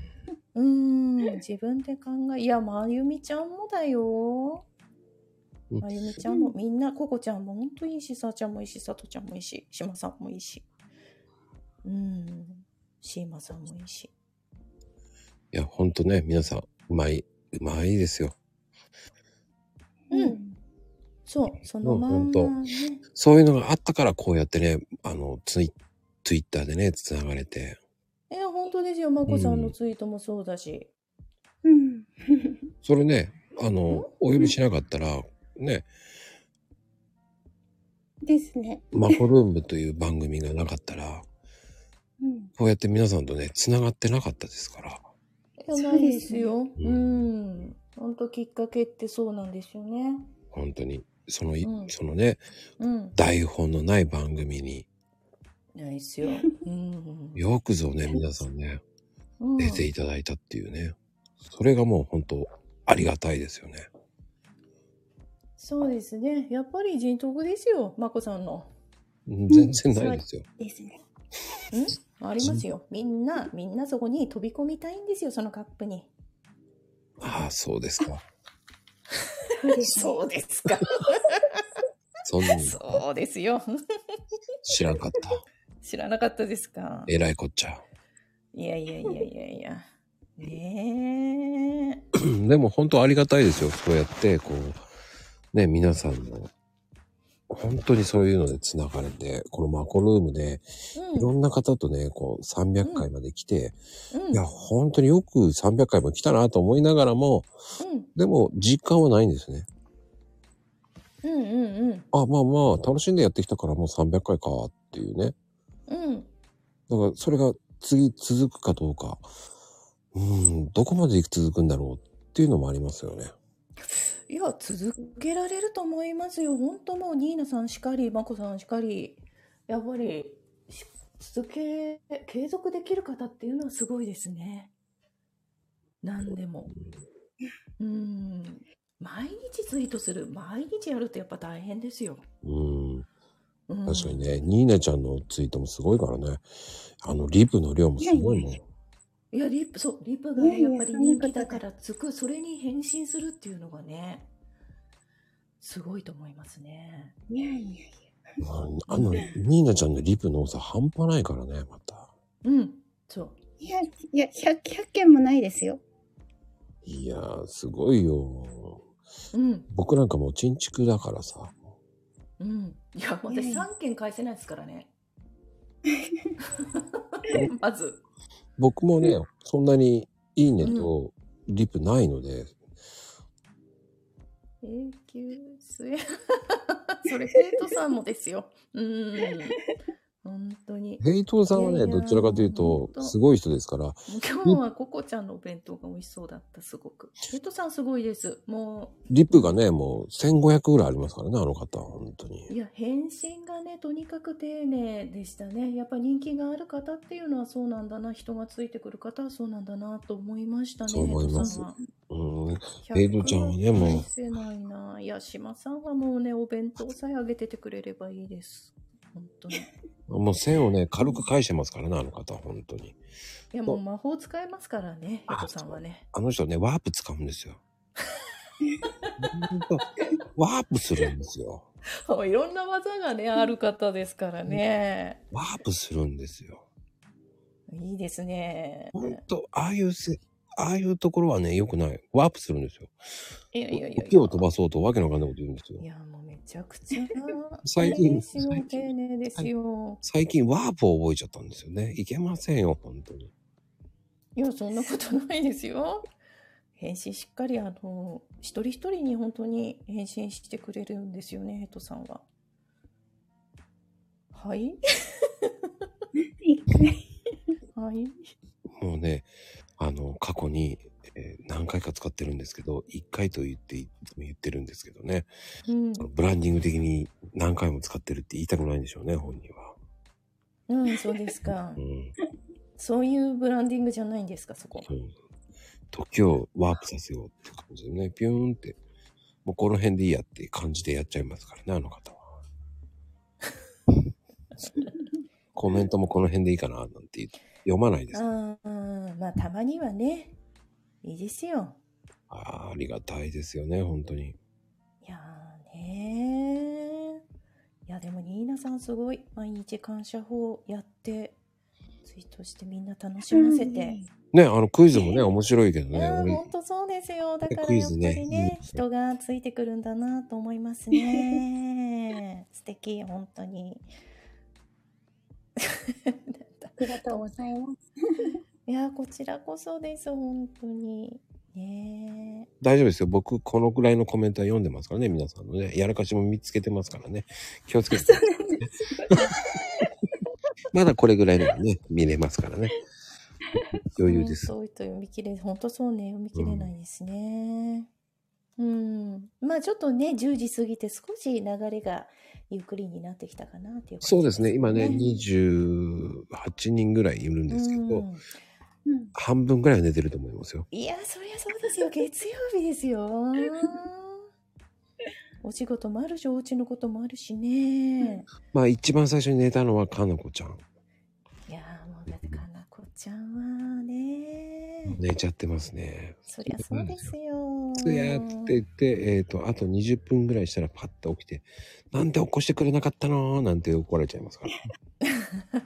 うーん、自分で考え、いや、まゆみちゃんもだよ。
うん
まゆみちゃんも、みんな、ここちゃんもほんといいし、さーちゃんもいいし、さとちゃんもいいし、しまさんもいいし。うん、しーまさんもいいし。
いや、ほんとね、皆さん、うまい、うまいですよ。
うん。そう、そのま
ほ
ん
んと
ま、ね。
そういうのがあったから、こうやってね、あの、ツイツイッターでね、つながれて。
え、本当ですよ。まこさん
う
の
ん
ツイートもそうだし。
うん。
それね、あの、お呼びしなかったら、ね、
ですね。
マコルームという番組がなかったら、
うん。
こうやって皆さんとね、つながってなかったですから。
いや、ないですよ。
う
うん。ほんときっかけってそうなんですよね。
本当にそのい、
うん
そのね
うん。
台本のない番組に
ないですよ。うん。
よくぞね皆さんね
うん
出ていただいたっていうねそれがもう本当ありがたいですよね
そうですね。やっぱり人徳ですよ。まこさんの。
うん全然ないですよ、
ですね。
んありますよ。みんな、みんなそこに飛び込みたいんですよ。そのカップに。
ああそうですか
そうですね。
そうですか。
そんなの
そうですよ。
知らんか った
知らなかったですか。
えらいこっちゃ
いやいやいやいやいや。ねえ。
でも本当ありがたいですよそうやってこうね皆さんの本当にそういうので繋がれて、このマコルームで、いろ
うん
な方とね、こう300回まで来て、
ん。
いや、本当によく300回も来たなと思いながらも、
うん。
でも実感はないんですね。
うんうんうん。
あ、まあまあ、楽しんでやってきたからもう300回かっていうね。
うん。
だからそれが次続くかどうか、うーん、どこまで続くんだろうっていうのもありますよね。
いや、続けられると思いますよ。本当もう、ニーナさんしかり、マコさんしかり、やっぱり、し続け、継続できる方っていうのはすごいですね。何でも。うん。毎日ツイートする、毎日やるとやっぱ大変ですよ。
うーん、
うん、
確かにね、ニーナちゃんのツイートもすごいからね。あの、リプの量もすごいもん。
いや、リップ、そう、リップが
いや
ね、
いや
やっぱり人気だからつく、それに変身するっていうのがね、すごいと思いますね。
いやいやいや。
うんあの、ニーナちゃんのリプの多さ半端ないからね、また。
うん、そう。
いや、いや、100、100件もないですよ。
いやー、すごいよ。
うん、
僕なんかもうチンチクだからさ。
うん。いや、私
うん
3件返せないですから ね。まず。
僕もね、そんなにいいねとリプないので、
永久末。 それ、ヘイトさんもですよ。うん。本当に。
ヘイトさんはい
や
ね、
いや
どちらかという
ほ
と
ん、と
すごい人ですから、
今日はココちゃんのお弁当が美味しそうだった、すごく。ヘイトさんすごいです。も
リプがね、もう1500ぐらいありますからね、あの方は、本当
う、
に。
いや、返信がね、とにかく丁寧でしたね。やっぱ人気がある方っていうのはそうなんだな。人がついてくる方はそうなんだなと思いましたね。
そう思います
ヘイトさんは
うん、エイドちゃんはねもう
返せないな。いや、島さんはもうね、お弁当さえあげててくれればいいです。本当に。い
もう線をね、軽く返してますからね、あの方は、本当に。
や、もう魔法使いますからね、
あ
ヤコさんはね。
あの人ね、ワープ使うんですよ。 ほんとワープするんですよ。
いろんな技がね、ある方ですからね。
ワープするんですよ。
いいですね。
本当ああいうせ、ああいうところはね、良くない。ワープするんですよ。
いやいやいやい
時
や。
を飛ばそうとわけのわかんないこと言うんですよ
い。や、もうめちゃくちゃ。
最近
丁寧ですよ
最近
丁寧ですよ。
最近ワープを覚えちゃったんですよね。いけませんよ、本当に。
いや、そんなことないですよ。返信しっかり、あの、一人一人に本当に返信してくれるんですよね、ヘトさんは。はい
一回。
はい。
もうね、あの、過去に、えー何回か使ってるんですけど、1回と言って、いつも言ってるんですけどね。
うん。
ブランディング的に何回も使ってるって言いたくないんでしょうね、本人は。
うん、そうですか
う。ん。
そういうブランディングじゃないんですか、そこ。
そう時をワープさせようって感じでね、ピューンって、もうこの辺でいいやって感じでやっちゃいますからね、あの方は。コメントもこの辺でいいかな、なんて言って。読まないです。
あーまあたまにはねいいですよ
ああありがたいですよね、本当に。
いやーねーいやでもニーナさんすごい毎日感謝法やってツイートしてみんな楽しませて、
ね、あのクイズもね、面白いけど
い
ね。
やー
俺
ほんとそうですよだから
クイ
やっ
ズ
ぱり
ね
ね
いい
人がついてくるんだなと思いま すね素敵本当に
ありがとうございます。
いやーこちらこそです本当にねえ
大丈夫ですよ。僕、このくらいのコメントは読んでますからね、皆さんのね。やらかしも見つけてますからね。気をつけて。まだこれぐらいならね、見れます からね。余裕です。
そうと読み切れ、本当そうね、読み切れないですね。うん、まあちょっとね、10時過ぎて少し流れがゆっくりになってきたかなっていう感じ
そうですね。今ね、
うん
28人ぐらいいるんですけど、
うん
半分ぐらいは寝てると思いますよ。
いや、そりゃそう ですよ、月曜日ですよ。お仕事もあるし、お家のこともあるしね。
まあ、一番最初に寝たのはかなこちゃん。
いやー、もうだってかなこちゃんはね、
寝ちゃってますね。
そりゃそうですよ。
つやーって言って、えっ、と、あと20分ぐらいしたらパッと起きて、なんで起こしてくれなかったのなんて怒られちゃいますから。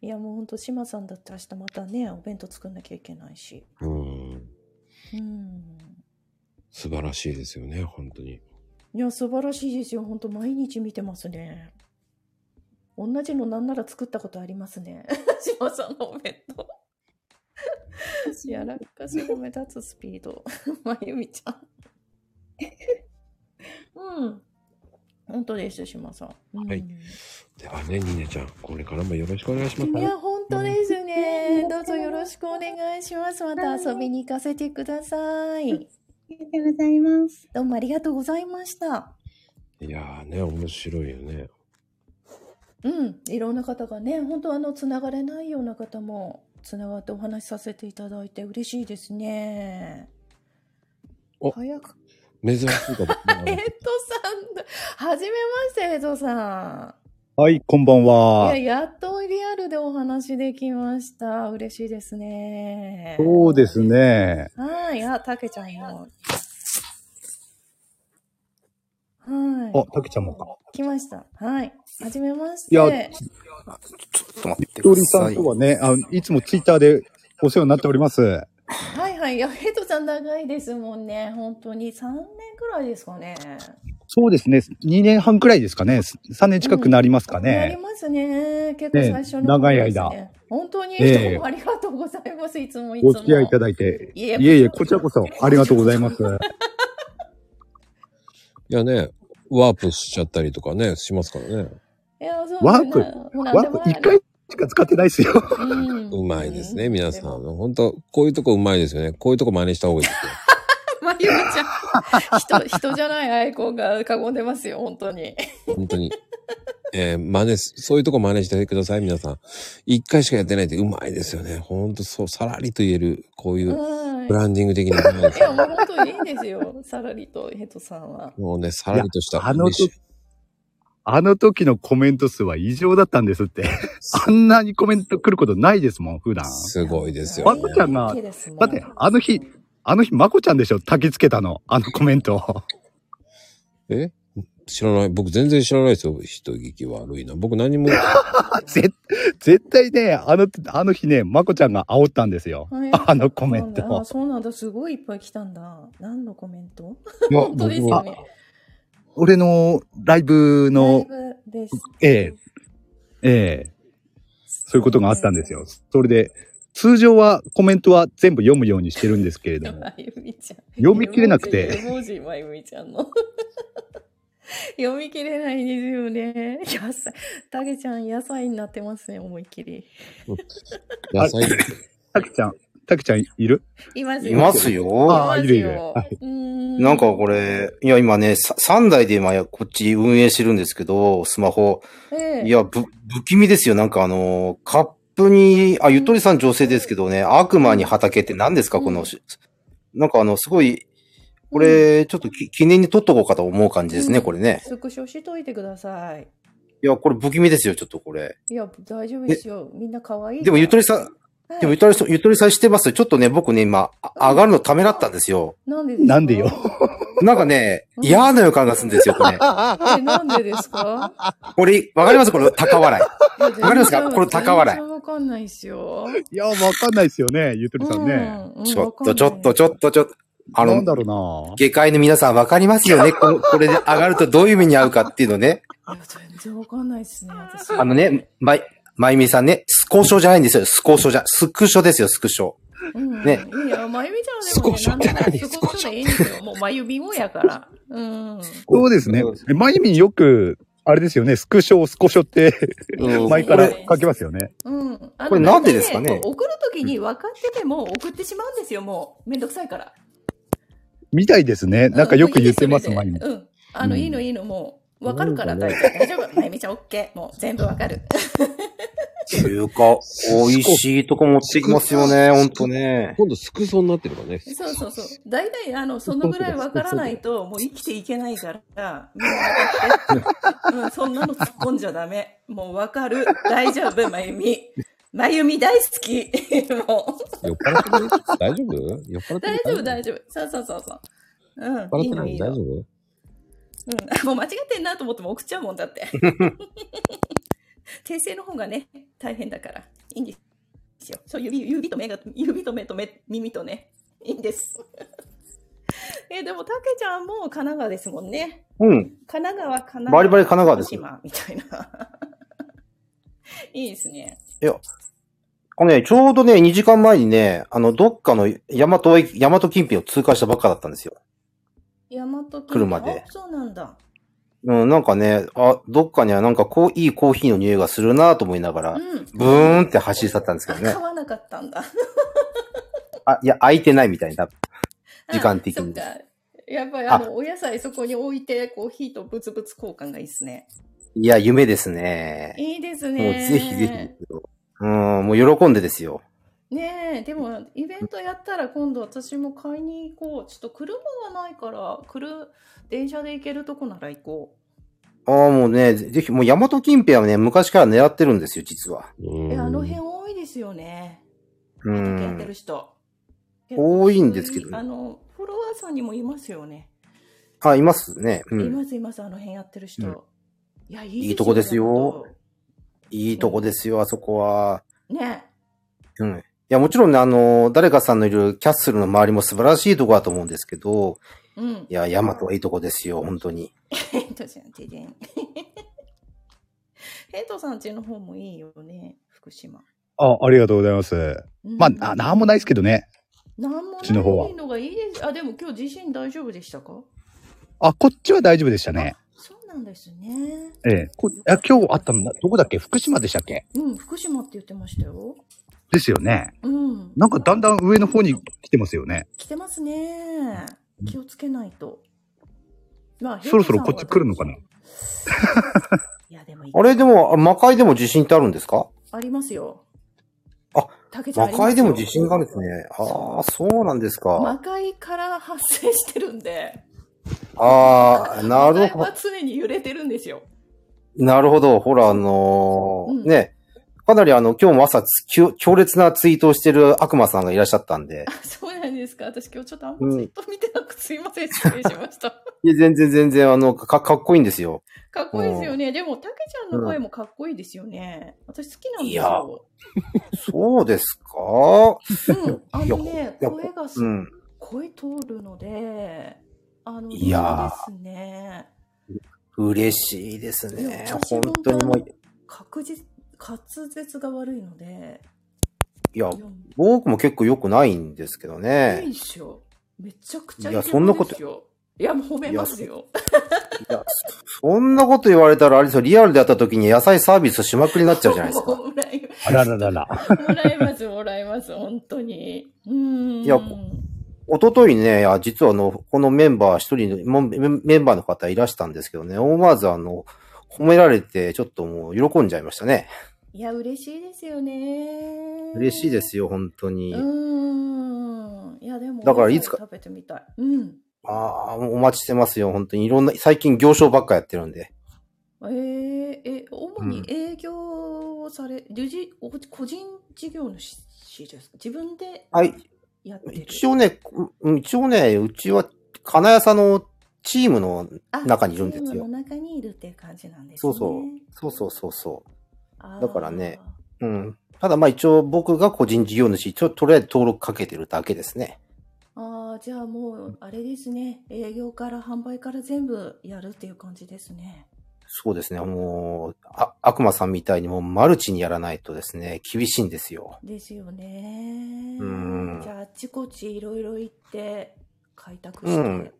いやもうほんと島さんだって明日またねお弁当作んなきゃいけないし
うーん。
うん
素晴らしいですよね、本当に。
いや素晴らしいですよほんと毎日見てますね同じのなんなら作ったことありますね島さんのお弁当やらかしの目立つスピード まゆみちゃんうん本当です島さん、うん
はいではね、ニネちゃん、これからもよろしくお願いします。
い
は
や、本当ですね。どうぞよろしくお願いします。また遊びに行かせてください。
ありがとうございます。
どうもありがとうございました。
いやーね、面白いよね。
うん、いろんな方がね、本当あの、つながれないような方も、つながってお話しさせていただいて嬉しいですね。
お
早く。
珍しいかも。
ヘッドさんだ、はじめまして、ヘッドさ
はい、こんばん
ん。い
は
や、。やっとリアルでお話できました。嬉しいですね。
そうですね。
はい、あ、たけちゃんも。は
あ、たけちゃんもか。
い、来ました。はい、はじめまして。
いや
ちょっと待って
と
く
り
だ
さ
さ
ん
い。
とはね、あのいつもツイッターでお世話になっております。
はいはい、いや、ヘイトさん長いですもんね。本当に3年くらいですかね。
そうですね。2年半くらいですかね。3年近くなりますか
なり
ね。
ますね。結構最初の、
ね長い間。
本当に、
ええ
どうもありがとうございます。いつもいつも。
お付き合いいただいて。
い
い
え
えいえ、こちらこそありがとうござい ます。
いやね、ワープしちゃったりとかね、しますからね。
いや、そう
ワープ
ワ
わ、1回しか使ってないですよ。
うん
うまいですね、
うん
皆さん。本当こういうとこうまいですよね。こういうとこ真似した方がいいですよ。
まゆみちゃん、人、人じゃないアイコンが過言でますよ、本当に。
本当に。えー、真似す、そういうとこ真似してください、皆さん。一回しかやってないってうまいですよね。ほんと、そう、さらりと言える、こういう
はい
ブ。ランディング的なものです
いや、
よ
もう本当にいいですよ。さらりとヘトさんは。
もうね、さらりとした。
あの
飯
時、あの時のコメント数は異常だったんですって。あんなにコメント来ることないですもん、普段。
すごいですよ、
ま
ね。
こちゃんが、だってあの日あの日、まこちゃんでしょ焚きつけたの。あのコメント。
え知らない。僕全然知らないですよ。人聞き悪いな。僕何 も。
絶、絶対ね、あの、あの日ね、まこちゃんが煽ったんですよ。
はい
あのコメン
そうなんだあ
ト。
そうなんだ、すごいいっぱい来たんだ。何のコメント
いや
本当ですよね。
俺のライブ
ライ
の、
ブです。
ええええそういうことがあったんですよ。それで、通常はコメントは全部読むようにしてるんですけれども、
まゆみちゃん。
読み切れなくて
絵文字、絵文字まゆみちゃんの。 読み切れないですよね。野菜。たけちゃん、野菜になってますね、思いっきり。
野菜。
たけちゃん、たけちゃんいる
います
います
あ
よ。
いるいるは
な
なんかこれ、いや今ね、3台で今やこっち運営してるんですけど、スマホ。
れ
い、や、ぶ、不気味ですよ。なんかあの、カップに、あ、ゆとりさん女性ですけどね、悪魔に畑って何ですかこのし、なんかあの、すごい、これ、ちょっとき記念に撮っとこうかと思う感じですね、
うん
これね。
スクショしといてください。
いや、これ不気味ですよ、ちょっとこれ。
いや、大丈夫ですよ。みんな可愛い。
でもゆとりさん、でもゆとりさん、ゆとりさんしてますちょっとね、僕ね、今、あ上がるのためらったんですよ。
なんでですか
なんでよ。
なんかね、
うん
嫌な予感がするんですよ、これ。
えなんでですか
これ、わかりますこの高笑い。
わか
りますかこれ高笑い
全然わかんないですよ。
いや、わかんないですよね、ゆとりさんね。
うんうん
ちょっと、
わ
ち
か
ょ
んない
っと、ちょっと、ちょっと。あ
なん
の、
だろうな
下界の皆さんわかりますよねこのこれで上がるとどういう目に遭うかっていうのね。
いや、全然わかんないですね、私。
あのね、まい、まゆみさんね、スコショじゃないんですよ。スコショじゃ、スクショですよ、スクショ。
うん、
ね
いや、まゆみちゃんは
スコショって何
でもねなんとかスコショでいいんですよ。もう、まゆみもやから。うん。
そうですね。えまゆみんよく、あれですよね、スクショ、スコショって、
うん
前から
これ
書きますよね。
うん。あの
これなんでですかね
大体送るときに分かってても送ってしまうんですよ、もう。めんどくさいから。
みたいですね。なんかよく言ってます、
う
まゆみん。
うん。あの、
うん
いいのいいの、もう。わかるから
なん
大
か
丈夫、大丈夫。まゆみちゃんオッケー。もう全部わかる。
中華、美味しいとこ持ってきますよね、ほんとね。
今度、すくそになってるからね。
そうそうそう。大体、あの、そのぐらいわからないと、もう生きていけないから、みんな分かって。うん、そんなの突っ込んじゃダメ。もうわかる。大丈夫、まゆみ。まゆみ大好き。もう。
酔っ払って る大丈夫酔っ払って
大
る
丈夫、大丈夫。そうそうそうそう。うん、
酔
い
っ
い
払って
の
ないい
い
大
の。
丈夫
うん、も う間違ってんなと思っても送っちゃうもんだ って。訂正の方がね、大変だから。いいんですよ。そう、指、指と目が、指と目と目、耳とね、いいんです。 え、でも、たけちゃんも神奈川ですもんね。
うん。
神奈川、神奈
バリバリ神奈川ですよ
鹿児島みたいな。いいですね。
あのね、ちょうどね、2時間前にね、あの、どっかの大和駅、大和近辺を通過したばっかだったんですよ。
大和近
車で
そうなんだ。
うん、なんかね、あ、どっかにはなんかこう、いいコーヒーの匂いがするなと思いながら
う、ん。
ブーンって走り去ったんですけ
あ
どね
買。わなかったんだ。
あ、いや、空いてないみたいな。時間的に
あそっかやっぱり
あ
あのお野菜そこに置いてコーヒーとブツブツ交換がいいですね。
いや、夢ですね。
いいですね。
もうぜひぜひ。うん、もう喜んでですよ。
ひ。ねえ、でもイベントやったら今度私も買いに行こう。ちょっと車がないから、車、電車で行けるとこなら行こ
ああ、もうね、ぜぜひ、もう大和近辺はね、昔から狙ってるんですよ、実は。
う。え、あの辺
う
多いですよね。
う
やってる
ん。
人。
多いんですけどね
あの、フォロワーさんにもいますよね。
あ、いますね。う
い
ん。
ますいます、あの辺やってる人。
うん
いや、いい
いいとこですよ
本
いいとこですよ、あそこは。
当ね
うん。いや、もちろんね、あの、誰かさんのいるキャッスルの周りも素晴らしいとこだと思うんですけど、
え。うん
い。や、ヤマトはいいとこですよ、本当に。
ヘイトちゃんちでん。 ヘイトさんちの方もいいよね、福島。
あ、ありがとうございます。
うん
まあ、ななんもないですけどね。
なんも
うちの方は
ないのがいいです。あ、でも今日地震大丈夫でしたか
あ、こっちは大丈夫でしたね。
そうなんですね。
ええ。こあ今日あったのな、どこだっけ福島でしたっけ
うん、福島って言ってましたよ。
ですよね。
うん。
なんかだんだん上の方に来てますよね。
来てますね。気をつけないと。まあ、
そろそろこっち来るのかな
ヘイトさんはいや、でもいい、
あれ、でも、あ魔界でも地震ってあるんですか
ありますよ。
あ、
竹ちゃ
魔
んありますよ
界でも地震があるんですね。ああ、そうなんですか。
魔界から発生してるんで。
ああ、なる
問題
ほど
は。常に揺れてるんですよ。
なるほど。ほら、あのー
うん
ね、かなりあの、今日も朝つ強、強烈なツイートをしてる悪魔さんがいらっしゃったんで
あ、そうなんですか。私今日ちょっとあん
う
ま
ん
ツイート見てなく、すいま せん。失礼しました。
いや全然全然、あの、か、かっこいいんですよ。
かっこいいですよね。でも、たけちゃんの声もかっこいいですよね。私好きなんですよ。
そうですか
うん。あのね、
いや
声がす、
うん。
声通るので、あの、
いや
そうですね。
嬉しいです
い
ね
や。
本当にもう、
私
い
確実、滑舌が悪いので、
や
い、や
僕も結構良くないんですけど
いい
ね。
っしょ。めちゃくちゃ
いやそんなこと
イケメンですよいや、もう褒めますよ。
いや、そんなこと言われたら、あれですよ、リアルで会った時に野菜サービスしまくりになっちゃうじゃないです か。
もらい
あらららら。
もらいます、もらいます、本当に。うーん。
いや一昨日ね、あ実はあの、このメンバー、一人のもメンメンバーの方いらしたんですけどね、思わずあの、褒められて、ちょっともう喜んじゃいましたね。
いや、嬉しいですよね。
嬉しいで。すよ、本当に。
うーん。いや、でも、
だからいつか
食べてみたい。うん。
ああ、もうお待ちしてますよ、本当に。いろんな、最近行商ばっかやってるんで。
えー、え、主
う
に
ん
営業をされ、るじお個人事業主ですか自分で
はい。
やってる。
一応ね、うん一応ね、うちは金谷さんのチームの
あ
中にいるんです
チー
よ
ム。の中にいるっていう感じなんです
そ
ね。
うそう。そうそうそうそ
あー
だからね。う。うん。ただまあ一応僕が個人事業主、ちょとりあえず登録かけてるだけですね。
ああ、じゃあもう、あれですね。営業から販売から全部やるっていう感じですね。
そうですね。もう、あ、悪魔さんみたいにもうマルチにやらないとですね、厳しいんですよ。
ですよね
うん。
じゃあ、あっちこっちいろいろ行って、開拓
う
して。
ん。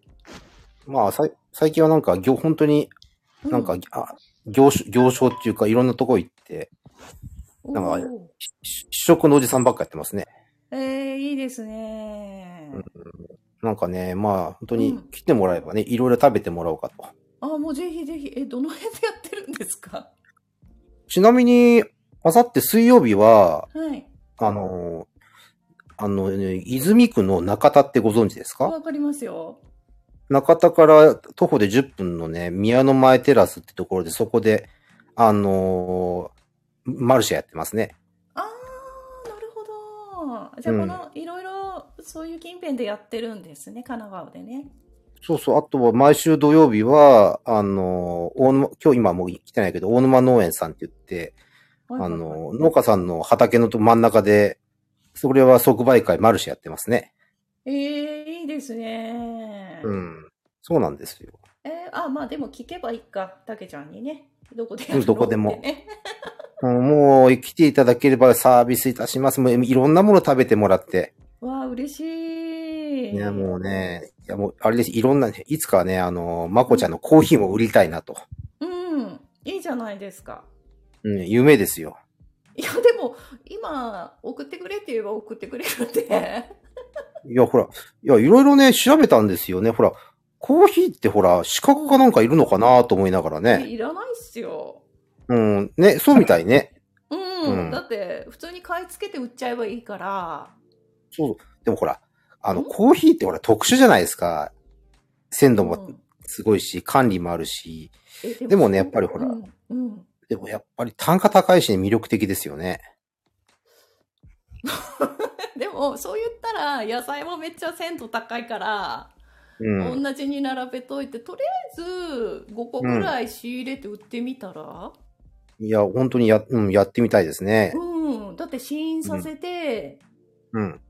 まあ、さい最近はなんか、業、本当に、なんか、あ業種、業種っていうか、いろんなとこ行って、
お
なんか
ー
し試食のおじさんばっかやってますね。
えー、いいですね。
なんかね、まあ、本当に
うん
来てもらえばね、いろいろ食べてもらおうかと。
ああ、もうぜひぜひ。え、どの辺でやってるんですか
ちなみに、あさって水曜日は、
はい。
あのー、あの、ね泉区の中田ってご存知ですか
わかりますよ。
中田から徒歩で10分のね、宮の前テラスってところで、そこで、あのーマルシェやってますね。
ああ、なるほど。じゃあ、
うん
この、いろいろ、そういう近辺でやってるんですね。神奈川でね。
そうそう。あとは毎週土曜日は、あの、大沼、今日今もう来てないけど、大沼農園さんって言って、
はいは
あ
いはい
の、農家さんの畑のと真ん中で、それは即売会マルシェやってますね。
ええいいですね。
うん。そうなんですよ。
えーあ、まあでも聞けばいいか、たけちゃんにね。どこでやるの
うんどこでも
ってね
うんもう来ていただければサービスいたします。もういろんなもの食べてもらって。
わあ、嬉しい。
いや、もうね、いや、もうあれです。いろんなね、いつかはね、あの、まこちゃんのコーヒーも売りたいなと。
うん、いいじゃないですか。
うん、夢ですよ。
いや、でも、今、送ってくれって言えば送ってくれるんで。
いや、ほら、いや、いろいろね、調べたんですよね。ほら、コーヒーってほら、資格かなんかいるのかなと思いながらね。
いらないっすよ。
うん、ね、そうみたいね。
うん、
うん
だって、普通に買い付けて売っちゃえばいいから。
そう。でもほら、あの、
ん
コーヒーってほら、特殊じゃないですか。鮮度も
うん
すごいし、管理もあるし。
えで
でもねやっぱりほら
うん、うん
でもやっぱり単価高いし、魅力的ですよね。
でも、そう言ったら、野菜もめっちゃ鮮度高いから、
うん。
同じに並べといてとりあえず5個ぐらい仕入れて売ってみたら、
いや、本当にや、うん、やってみたいですね
う。んだって試飲させて、
うん。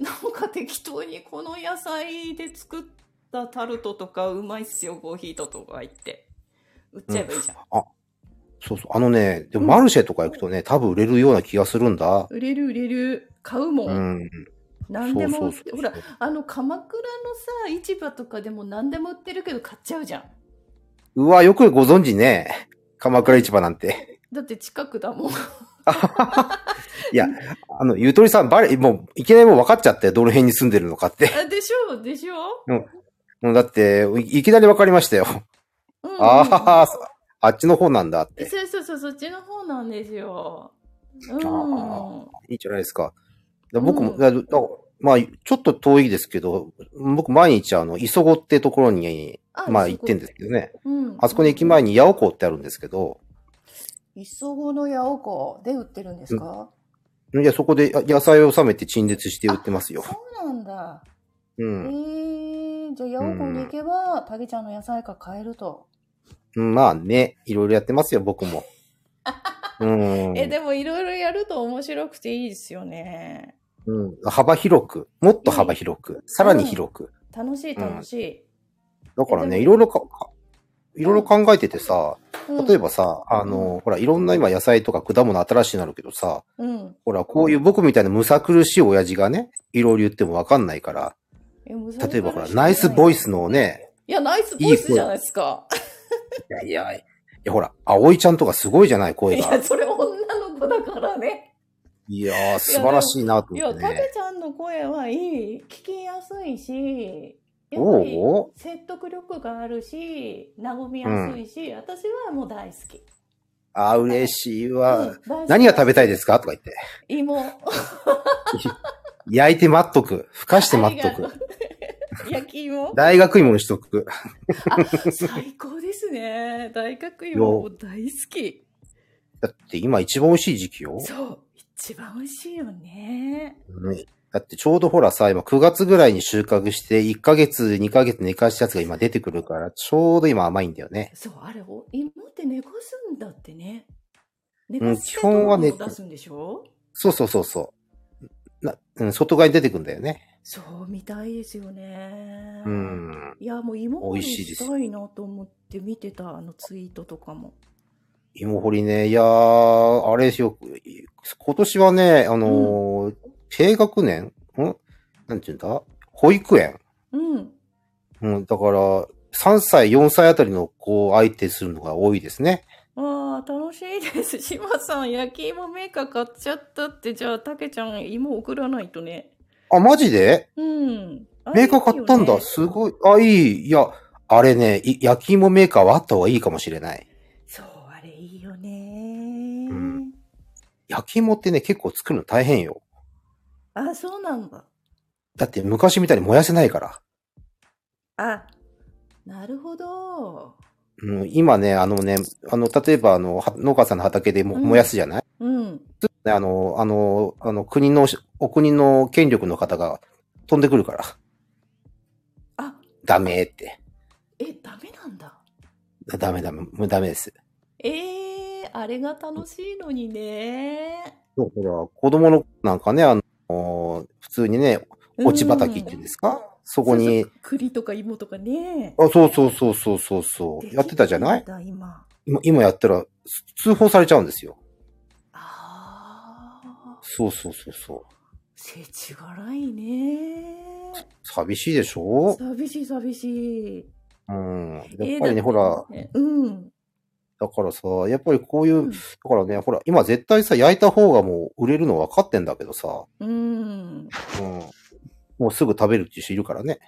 なんか適当にこの野菜で作ったタルトとかうまいっすよコーヒーとか言って売っちゃえばいいじゃん、
そうそう。あのね、でもマルシェとか行くとね、多分売れるような気がするんだ。
売れる売れる買うもん、
うん。
何でも売って
そうそうそうそう
ほらあの鎌倉のさ市場とかでも何でも売ってるけど買っちゃうじゃん
うわ、よくご存知ね。鎌倉市場なんて。
だって近くだもん
いや、あの、ゆとりさん、バレ、もう、いきなりもう分かっちゃって、どの辺に住んでるのかって。
あでしょでしょ、
もうだって、いいきなり分かりましたよ。
うんうんうん
ああ、あっちの方なんだって。
そうそうそう、そっちの方なんですよ。うん。
あいいじゃないですか。だ僕も、
うん
だだまあ、ちょっと遠いですけど、僕毎日あの、磯子ってところに、
あ
まあ
す
行っ
ごい
てんですけどね。
うん。
あそこの駅前に八尾港ってあるんですけど、
磯子の八百子で売ってるんですか、
いや、そこであ野菜を収めて陳列して売ってますよ。
そうなんだ。
う
ええ
ん。
ー、じゃあ八百子に行けば、たけちゃんの野菜が買えると。
まあね、いろいろやってますよ、僕 も。うん。
え、でもいろいろやると面白くていいですよね。
うん、幅広く、もっと幅広く、さらに広く。
楽しい楽しい。
だから
え
ね、
で
いろ
も
いろか、かいろいろ考えててさ、
うん
例えばさ、あの、ほら、いろんな今野菜とか果物新しいのあるけどさ、
うん。
ほら、こういう僕みたいなむさ苦しい親父がね、いろいろ言ってもわかんないから、
えむずい
例えばほら、ナイスボイスのね、
いや、ナイスボイスじゃないですか。
いやいや、いやほら、葵ちゃんとかすごいじゃない、
い
声が
や、。それ女の子だからね。
いやー、素晴らしいなと
い
思
や、
って
たけ
ね。
ちゃんの声はいい、聞きやすいし、やっぱり
おう
説得力があるし、和みやすいし、私はもう大好き。
あー、嬉しいわ。
うん
何が食べたいですすかとか言って。
芋。
焼いて待っとく。ふかして待っと
ありが
く。
とう焼き芋
大学芋にしとく。
最高でですね。大学芋大好き。
だって今一番美味しい時期よ。
そう。一番美味しいよね。
うんだってちょうどほらさ、今9月ぐらいに収穫して、1ヶ月、2ヶ月寝かしたやつが今出てくるから、ちょうど今甘いんだよね。
そう、あれ、お芋って寝かすんだってね。寝
うん
かして
基本はね
糖分を出すんでしょ
そうそうそうそう。な、うん、外側に出てくんだよね。
そう、みたいですよね。
うん。
いや、もう芋掘
美
り
味しいで
し
す
たいなと思って見てた、あのツイートとかも。
芋掘りね、いやー、あれですよ、今年はね、あのー低学年んなんていうんだ保育園
うん。
うん、だから、3歳、4歳あたりの子を相手するのが多いですね。
ああ、楽しいです。 島さん、焼き芋メーカー買っちゃったって、じゃあ、たけちゃん、芋送らないとね。
あ、マジで
うん。あれ
メーカー買ったん
いいよ
だ。
ね
すごい。あ、いい。いや、あれね、い焼き芋メーカーはあった方がいいかもしれない。
そう、あれいいよね。
うん焼き芋ってね、結構作るの大変よ。
あ、そうなんだ。
だって昔みたいに燃やせないから。
あ、なるほど。
うん、今ね、あのね、あの、例えばあの、は農家さんの畑でも
うん
燃やすじゃない、
うん。
ねあの、あの、あの、国の、お国の権力の方が飛んでくるから、
あ、
ダメって。
え、ダメなんだ。
ダメダメ、もうダメです。
ええー、あれが楽しいのにね。
そうだから、子供のなんかね、あの、普通にね、落ち畑っていうんですか、そこに
そう、そう栗とか芋とかね。
あ、そうそうそうそうそうそう、やってたじゃな
で
い
きるんだ今。
今今やったら、す通報されちゃうんですよ。
ああ、
そうそうそうそう。
せちがらいね。
寂しいでしょ
寂しい寂しい。
うん。やっ
えー
ぱりね、ほら、。
だってうん。
だからさ、やっぱりこういう、
うん
だからね、ほら、今絶対さ、焼いた方がもう売れるの分かってんだけどさ、
うん。
うん。もうすぐ食べるっていう人いるからね。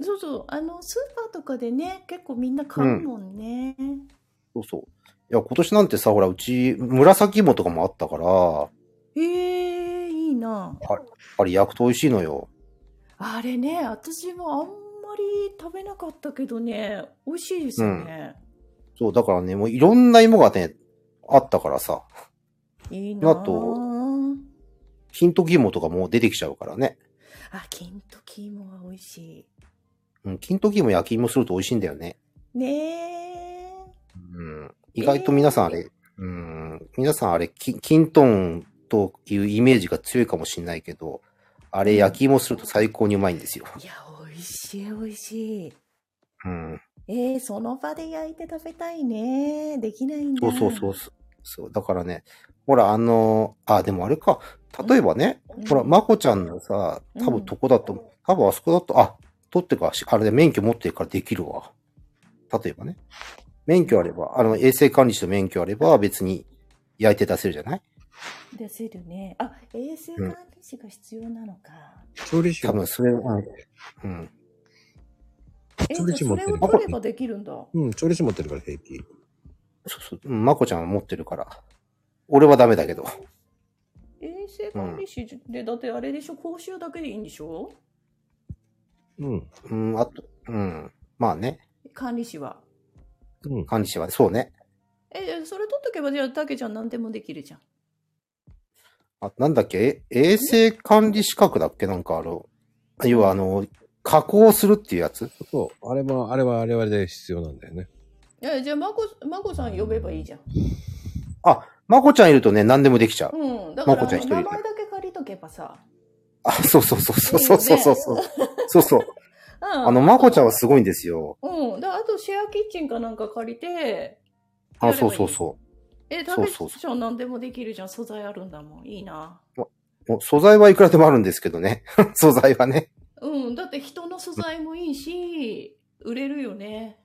そうそう。あの、スーパーとかでね、結構みんな買うもんね。
そうそう。いや、今年なんてさ、ほら、うち、紫芋とかもあったから、
ええいいな。
あれ焼くと美味しいのよ。
あれね、私もあんまり食べなかったけどね、美味しいですよね。
そう、だからね、もういろんな芋がね、あったからさ、
いいなあ
あと金時芋とかも出てきちゃうからね。
あ、金時芋は美味し
うん、金時芋焼き芋すると美味しいんだよね。
い。ねえ。
うん。意外と皆さんあれ、うん、皆さんあれ、き金トンというイメージが強いかもしれないけど、あれ焼き芋すると最高にうまいんですよ。
いや、美味しい、美味しい。
うん。
ええその場で焼いて食べたいね。できないんだ。
そうそうそうそう。そう、だからね、ほら、あの、あ、でもあれか、例えばね、
うん
ほら、まこちゃんのさ、多分とこだと、多分あそこだと、あ、取ってか、しあれで免許持ってるからできるわ。例えばね。免許あれば、あの、衛生管理士の免許あれば、別に焼いて出せるじゃない
出せるね。あ、衛生管理士が必要なのか。
調理師
多、分それ、うん。うん。
調理師持って
えじゃあそれを
る
取ればできるんだ。
うん、調理師持ってるから平気。
そうそう。うんまこちゃんは持ってるから。俺はダメだけど。
衛生管理士で、だってあれでしょ、講習だけでいいんでしょ
うん、
うん、あと、うん。まあね、
管理士は。
うん。
管理士は、そうね。
え、じゃあそれ取っとけば、じゃあ、たけちゃん何でもできるじゃん。
あ、なんだっけえ衛生管理資格だっけなんかあの、要はあの、加工するっていうやつ
そう、あれは、あれは、あれはあれで必要なんだよね。
え、じゃあ、まこ、まこさん呼べばいいじゃん。
あ、まこちゃんいるとね、何でもできちゃう。
うん。だから、
まこちゃん
あ
一人
の名
で
前だけ借りとけばさ。
あ、そうそうそうそうそうそうそうそう。そうそう。
うん。
あの、
あ
まこちゃんはすごいんですよ。
うん。だからあと、シェアキッチンかなんか借りて、
あ、そうそうそ
え、た
そ
け
うそう
ちゃん何でもできるじゃん。素材あるんだもん。いいな。
う。もう素材はいくらでもあるんですけどね。 素材はね。
うん。だって、人の素材もいいし、売れる よね。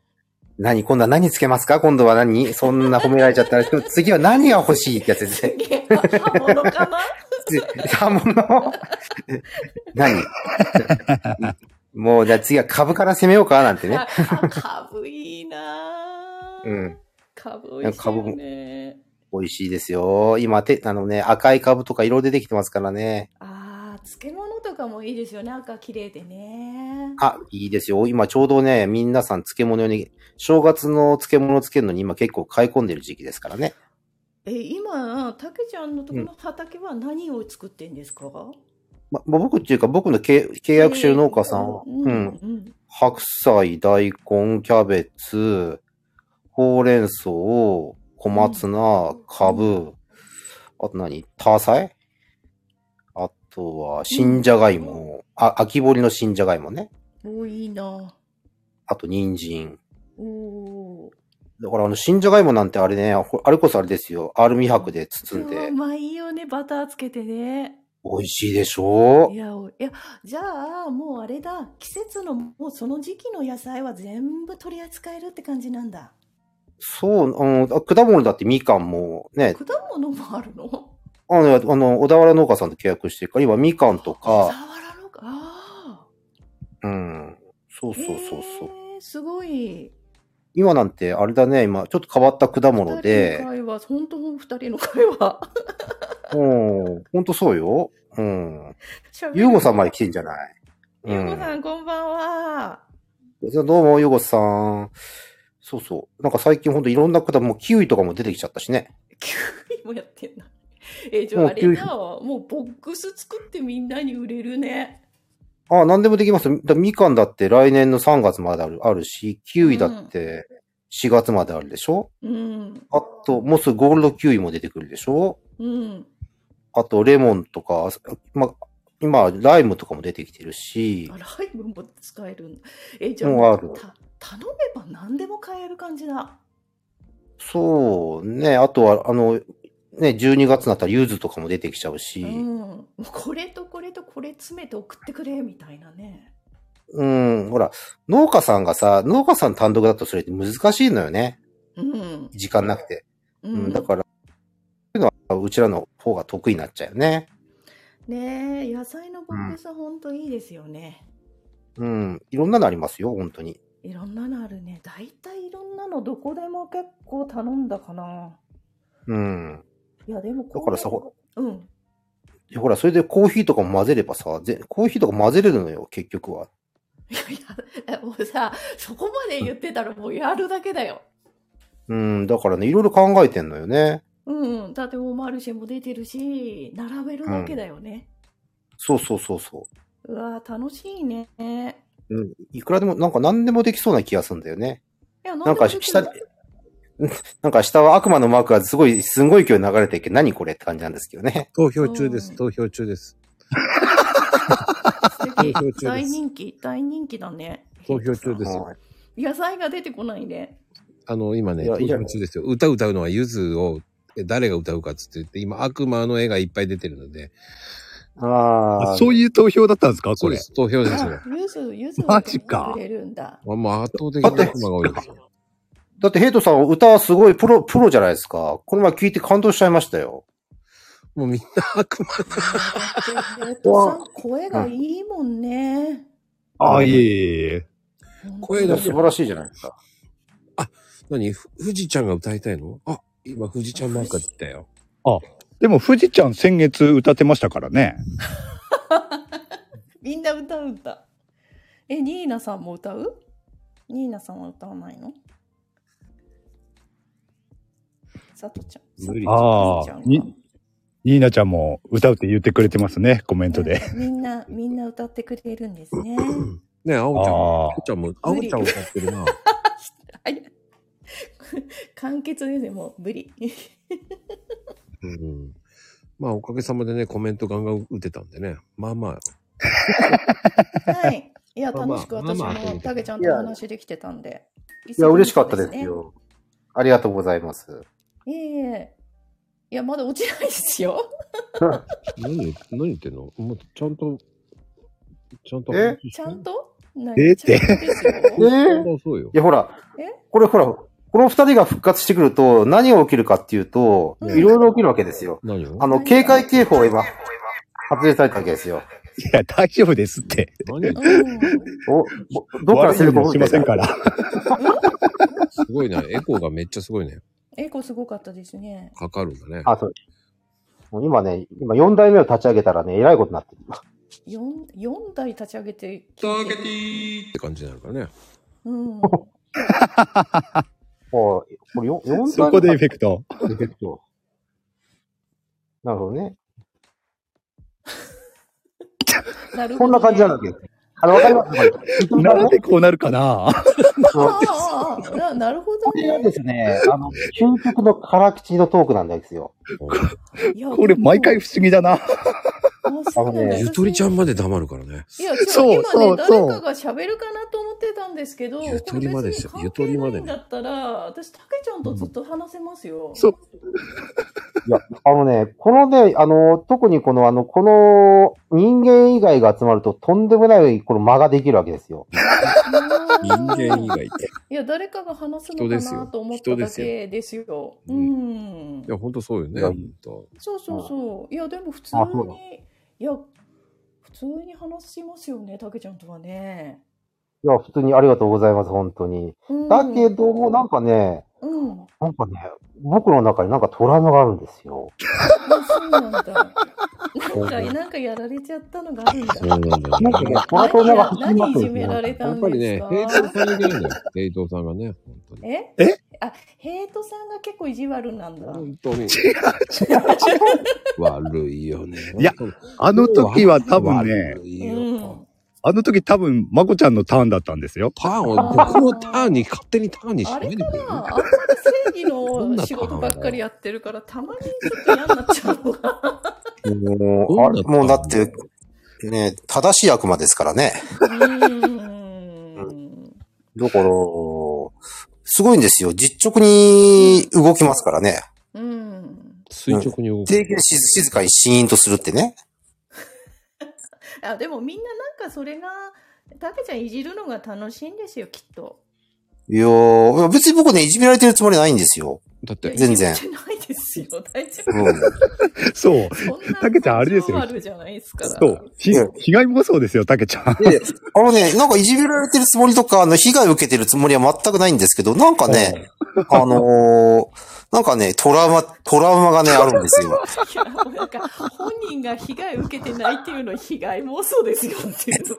何今度は何つけますか今度は何そんな褒められちゃったら、次は何が欲しいってやつですね。
いや刃物かな
刃物 何もう、じゃあ次は株から攻めようかなんてね。
ああ株いいなぁ
うん。
株美味しいよね。
美味しいですよ。今、て、あのね、赤い株とか色々出てきてますからね。
ああ、漬物とかもいいですよね。赤綺麗でね。
あ、いいですよ。今ちょうどね、皆さん漬物用に、正月の漬物を漬けるのに今結構買い込んでる時期ですからね。
え、今、たけちゃんのとこの畑は何を作ってんですか、
ま、まあ僕っていうか僕の契契約してる農家さんは、
えー
う
うんん、うん。
白菜、大根、キャベツ、ほうれん草、小松菜、かぶ、あと何タサイあとは、新じゃがいも、あ、秋掘りの新じゃがいもね。
おいいな。
あと、人参。
おー
だから、あの、新じゃがいもなんてあれね、ほあれこそあれですよ。アルミ箔で包んで
う。まいよね、バターつけてね。
美味しいでしょ
いや、おいや、じゃあ、もうあれだ。季節の、もうその時期の野菜は全部取り扱えるって感じなんだ。
そう、うん、あ果物だってみかんもね、
果物もあるの
あの、あの、小田原農家さんと契約してるから、今みかんと
小
か、
田原のか。あ
うん、そう
あ。
そうそうそう。
へーすごい。
今なんて、あれだね、今、ちょっと変わった果物
二人
で
の、会話、本当二人の会話。
うん、ほんとそうよ。うん。
喋る
ゆうごさんまで来てんじゃない
ゆうご
ん
さん、 こんばんは。
どうも、ヨゴさん。そうそう。なんか最近ほんといろんな方、もうキウイとかも出てきちゃったしね。
キウイもやってんだ。え、じゃ
う
あ
ん
あれだわ。もうボックス作ってみんなに売れるね。
ああ、なんでもできます。だみかんだって来年の3月まであるあるし、キウイだって4月まであるでしょ、
うん。
あと、もうすぐゴールドキウイも出てくるでしょ
うん。
あと、レモンとか、ま、今、ライムとかも出てきてるし
あ、ライブも使えるんだ。え、じゃあ、
もうある
た頼めば何でも買える感じだ。
そうね、あとは、あの、ね、12月になったら柚子とかも出てきちゃう
う
し、
ん。もうこれとこれとこれ詰めて送ってくれ、みたいなね。
うん、ほら、農家さんがさ、農家さん単独だとそれって難しいのよね。
うん。
時間なくて。
う
うん、だから、そういうのはうちらの方が得意になっちゃうよね。
ねえ、野菜のボックス本当いいですよね。
うん、いろんなのありますよ、本当に。
いろんなのあるね。大体いろんなのどこでも結構頼んだかな。
うん。
いや、でも
だからさ、
こ
ほ
ううん。
ら、ほらそれでコーヒーとかも混ぜればさ、ぜコーヒーとか混ぜれるのよ、結局は。
いやいや、え もうさ、そこまで言ってたらもうやるだけだよ。
うん、だからね、いろいろ考えてんのよね。
うん。だってもうマルシェも出てるし、並べるだけだよね。
そうそうそうそう
わー楽しいね。い
うん。うん、いくらでも、なんか何でもできそうな気がするんだよね。
や、
なんか
でも
下、なんか下は 悪魔のマークがすごい、すんごい勢いで流れていけ何これって感じなんですけどね。
投票中で
う
す。
ん
投票中です。投票中
素敵
です
大人気、大人気だね。
投票中です
は
よ
い。
野菜が出てこないね。
あの、今ね、
いや
投
いや
票中ですよ。歌歌うのはゆずを、え誰が歌うかっつって言って、今、悪魔の絵がいっぱい出てるので、
あ
あ
あ、
そういう投票だったんですかこ
そう
れ
で。す。投票ですよ
あ。ゆず、ゆず
マジか
くれるんだ。
まあ、もう圧倒的に悪魔が多いですよ。
だってヘイトさん歌はすごいプロ、プロじゃないですか。この前聞いて感動しちゃいましたよ。
もうみんな悪魔。
えっとさん、声がいいもんね。
あ、いえいえいえ。
声だ
素
け。
晴らしいじゃないですか。
何ふ富士ちゃんが歌いたいのあ、今富士ちゃんマークが出たよ。
でも、富士ちゃん先月歌ってましたからね。
みんな歌うんだ。え、ニーナさんも歌うニーナさんは歌わないのさとちゃん。
無理
ああ
さとちゃん
にニーナちゃんも歌うって言ってくれてますね、コメント で。
みんな、みんな歌ってくれるんですね。
ねえ、青ちゃん。
あー
青ちゃんも、青
無理
ちゃん歌って るな。
はい。完結ですね、もう無理。
うん。まあ、おかげさまでね、コメントガンガン打てたんでね。まあま あ、
はい。いや、
まあまあ
楽しく私
まあまあ後
も
で
たけちゃんとお話できてたんで。
いや、嬉しかったです。よ。ありがとうございます。
いえいえ。いや、まだ落ちないですよ。
何、何言ってんのもう、ちゃんと、ちゃんと。
え
ちゃんとな
え
ち ゃんとですよ
えー
そうそうよ
い。や、ほら
え、
これほら、この二人が復活してくると、何が起きるかっていうと、
うん
いろいろ起きるわけですよ。
何を
あの、警戒警報が今、発令されたわけですよ。
いや、大丈夫ですって。
何言ってんの
う
お、おどっからセリフ
悪いようにはしませんから。
すごいな。エコーがめっちゃすごいね。
ん。エコすごかったですね。
かかるんだね。
あ、そう。もう今ね、今4代目を立ち上げたらね、えらいことになってる。
4, 4台立ち上げて
ターゲティーって感じになるからね。
うん、
これよ4
そこでエフェクト。
エフェクト。なるほどね。
なるほどね
こんな感じなわけですね。あれ、わかりますか
なんでこうなるか な
そう
ああああななるほど
これはです ね、あの、究極の辛口のトークなんですよ。
いや
これ毎回不思議だな。
あそうなんだ
ゆとりちゃんまで黙るからね。
いや、違う
そう
今ね
そう
誰
そう
かが喋るかなと思ってたんですけど、
ゆとりまでし
こ
た
れ別に
ゆとりまで
関係ないんだったら、私、たけちゃんとずっと話せますよ。
そう
いや、あのね、このね、あの、特にこの、あの、この、人間以外が集まると、とんでもない、この間ができるわけ ですよ。
人間以
い
外って。
や、誰かが話すの
人で
か
すよ
なと思った
人
だ
で
けですよ。
う
うん
い。や、ほんとそうよね。
いや
ほんと
そうそうそう。いや、でも普通
あそうだ
に、いや、普通に話しますよね、たけちゃんとはね。
いや、普通にありがとうございます、本当に。
うん
だけども、なんかね、
うん。あ
なんかね、僕の中になんかトラウマがあるんです よ。
そうなんだ。なんか、なんかやられちゃったのがあるんだ。
そうなんだよ
なんか
ね
ね。、トラトラが走り
何
ま
何い
す
じ
よね
められた
やっ
ん
ぱり
です
ね、
か
平等さんがいけないんだよ。平等さんがね、本当に。
え
え
あ、ヘイトさんが結構意地悪なんだ。
本当に
違う違う。
悪いよね。
いやあの時は多分ね、
悪
う
いよ。
ん、
あの時多分、まこちゃんのターンだったんですよ。
ターンを、僕のターンに勝手にターンにし
あ
ない
れ
で
か
くれ
なあん
る。
まり正義の仕事ばっかりやってるから、たまにちょっと嫌になっちゃうのが。
ど
も
ん
う、
な
あれもうだって、ね、正しい悪魔ですからね。
うん。
だから、すごいんですよ。実直に動きますからね。
うん。
垂直に動く。
定期し静かにシーンとするってね。
あ、でもみんななんかそれが、たけちゃんいじるのが楽しいんですよ、きっと。
いやーいや別に僕ね、いじめられてるつもりないんですよ。
だっ
いや
て、
全然
いじめてないですよ、大丈
うん。
そう。
夫。そんな
たけちゃんあれですよ
感情あるじゃないですから。
そう。ひ
うん
被害妄想ですよ、たけちゃん。
で、あのね、なんかいじめられてるつもりとか、あの、被害を受けてるつもりは全くないんですけど、なんかね、あのーなんかね、トラウマ、トラウマがね、あるんですよ。
いや、もうなんか、本人が被害受けてないっていうの被害妄想ですよっていうの。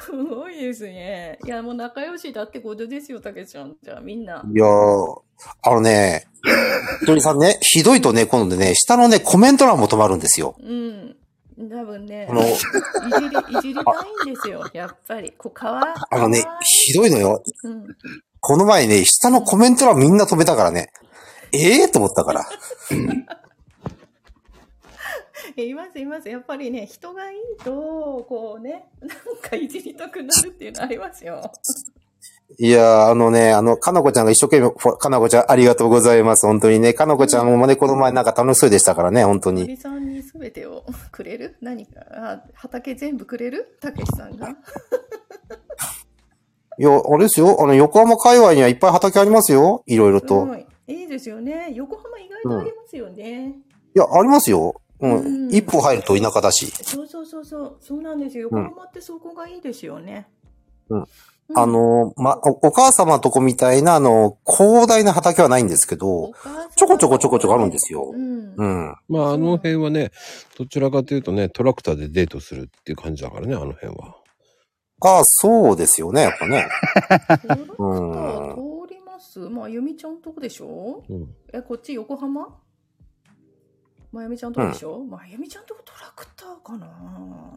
すごいですね。いや、もう仲良しだってことですよ、たけちゃん。じゃあ、みん
い
な。
やー、あのね、ひとりさんね、ひどいとね、今度ね、下のね、コメント欄も止まるんですよ。
うん。多分ね
あ、の、
いじり、いじりたいんですよ、やっぱり。こう、かわ、
あのね
かわ、
ひどいのよ。
いうん。
この前ね、下のコメント欄みんな止めたからね。ええー、と思ったから。
いやいます、います。やっぱりね、人がいいと、こうね、なんかいじりたくなるっていうのありますよ。
いやー、あのね、あの、かなこちゃんが一生懸命フォロー、かなこちゃんありがとうございます。本当にね、かなこちゃんもね、この前なんか楽しそうでしたからね、本当に。
森さんにすべてを くれる何かあ畑全部くれるたけしさん が。
いや、あれですよ、あの、横浜界隈にはいっぱい畑ありますよ。いろいろと。
う
い
んいいですよね。横浜意外とありますよね。
や、ありますよ。うん。
うん
一歩入ると田舎だし。
そうそうそうそう、そうなんですよ。横浜ってそこがいいですよね。
うん
うん
あ、の、ま、おお母様のとこみたいな、あの、広大な畑はないんですけ
お
ど、
母さん
ちょこちょこちょこちょこあるんですよ
う。ん。
うん。
まああの辺はね、どちらかというとね、トラクターでデートするっていう感じだからね、あの辺は。
ああ、そうですよね、やっぱ ね。
トラクター通ります。まあ、ゆみちゃんとこでしょ
うん。
え、こっち横浜まゆみちゃんとこでしょ、まゆみちゃんとこトラクターかな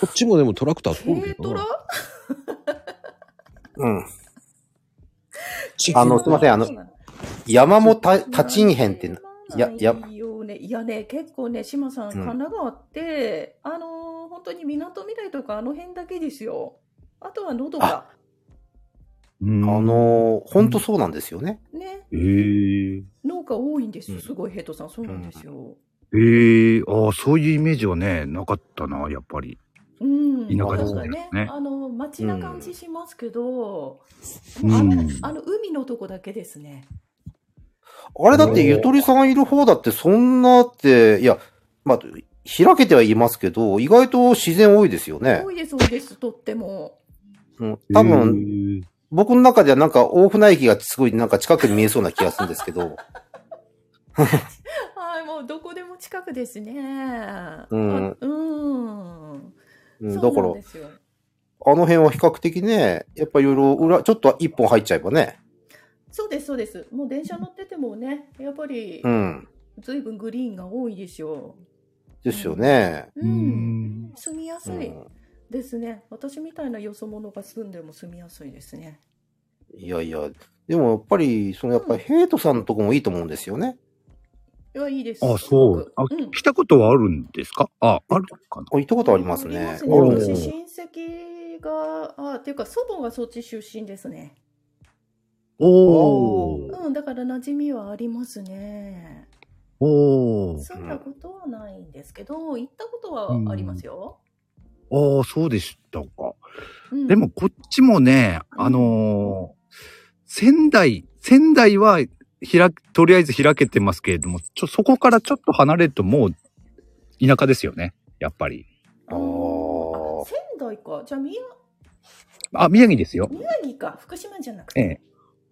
こっちもでもトラクター通るけ
軽
ど
トラ
な。
うん。
地球
あの、すいません、あの、山もた立ち入編ってな、いやいや
いよね、いやね、結構ね、島さん、神奈川って、あのー本当に港未来とかあの辺だけですよ。あとはのどか。
あの、本当そうなんですよね。
ね、
えー、
農家多いんです
う
よ。
ん
すごい、ヘイトさん、そうなんですよ。
えー、ああ、そういうイメージはね、なかったな、やっぱり。
うん、
田舎
です
な
ね
んかね
ね
あの街な感じしますけど、
うん
もうあの
うん
あの海のとこだけですね。
あれだって、ゆとりさんがいる方だって、そんなって、いや、まあ、開けてはいますけど、意外と自然多いですよね
多。いです、多いです、とっても。
うん、多分、
分、
僕の中ではなんか大船駅がすごいなんか近くに見えそうな気がするんですけど、
はい、もよ。どこでも近くですね。
うん
あうん。
うん、だ
そ
か
うな
ら
ん、ですよ。
あの辺は比較的ね、やっぱいろいろ裏、ちょっと一本入っちゃえばね。
そうです、そうです。もう電車乗っててもね、やっぱり
うん。
随分グリーンが多いでしょ
ですよね。
う。
う
うんん。住みやす
うん
いですね。私みたいなよそ者が住んでも住みやすいですね。
いやいや、でもやっぱり、そのやっぱりヘイトさんのとこもいいと思うんですよね。
いや、いいです。
あ、そう。あ
すごくうん、
来たことはあるんですかあ、あるかな
あ行ったことあります
あり
ね。
おー
私、親戚が、あ、っていうか、祖母がそっち出身ですね。
おー。
うん、だから馴染みはありますね。
おー。
住んだことはないんですけど、行ったことはありますよ。
おー、そうでしたか。
うん
でも、こっちもね、あのー仙台、仙台は開く、とりあえず開けてますけれども、ちょ、そこからちょっと離れるともう田舎ですよね。やっぱり。
あ
うんあ
ー
仙台か。じゃあ、宮
あ、宮城ですよ。
宮城か。福島じゃなく
え
て。
え、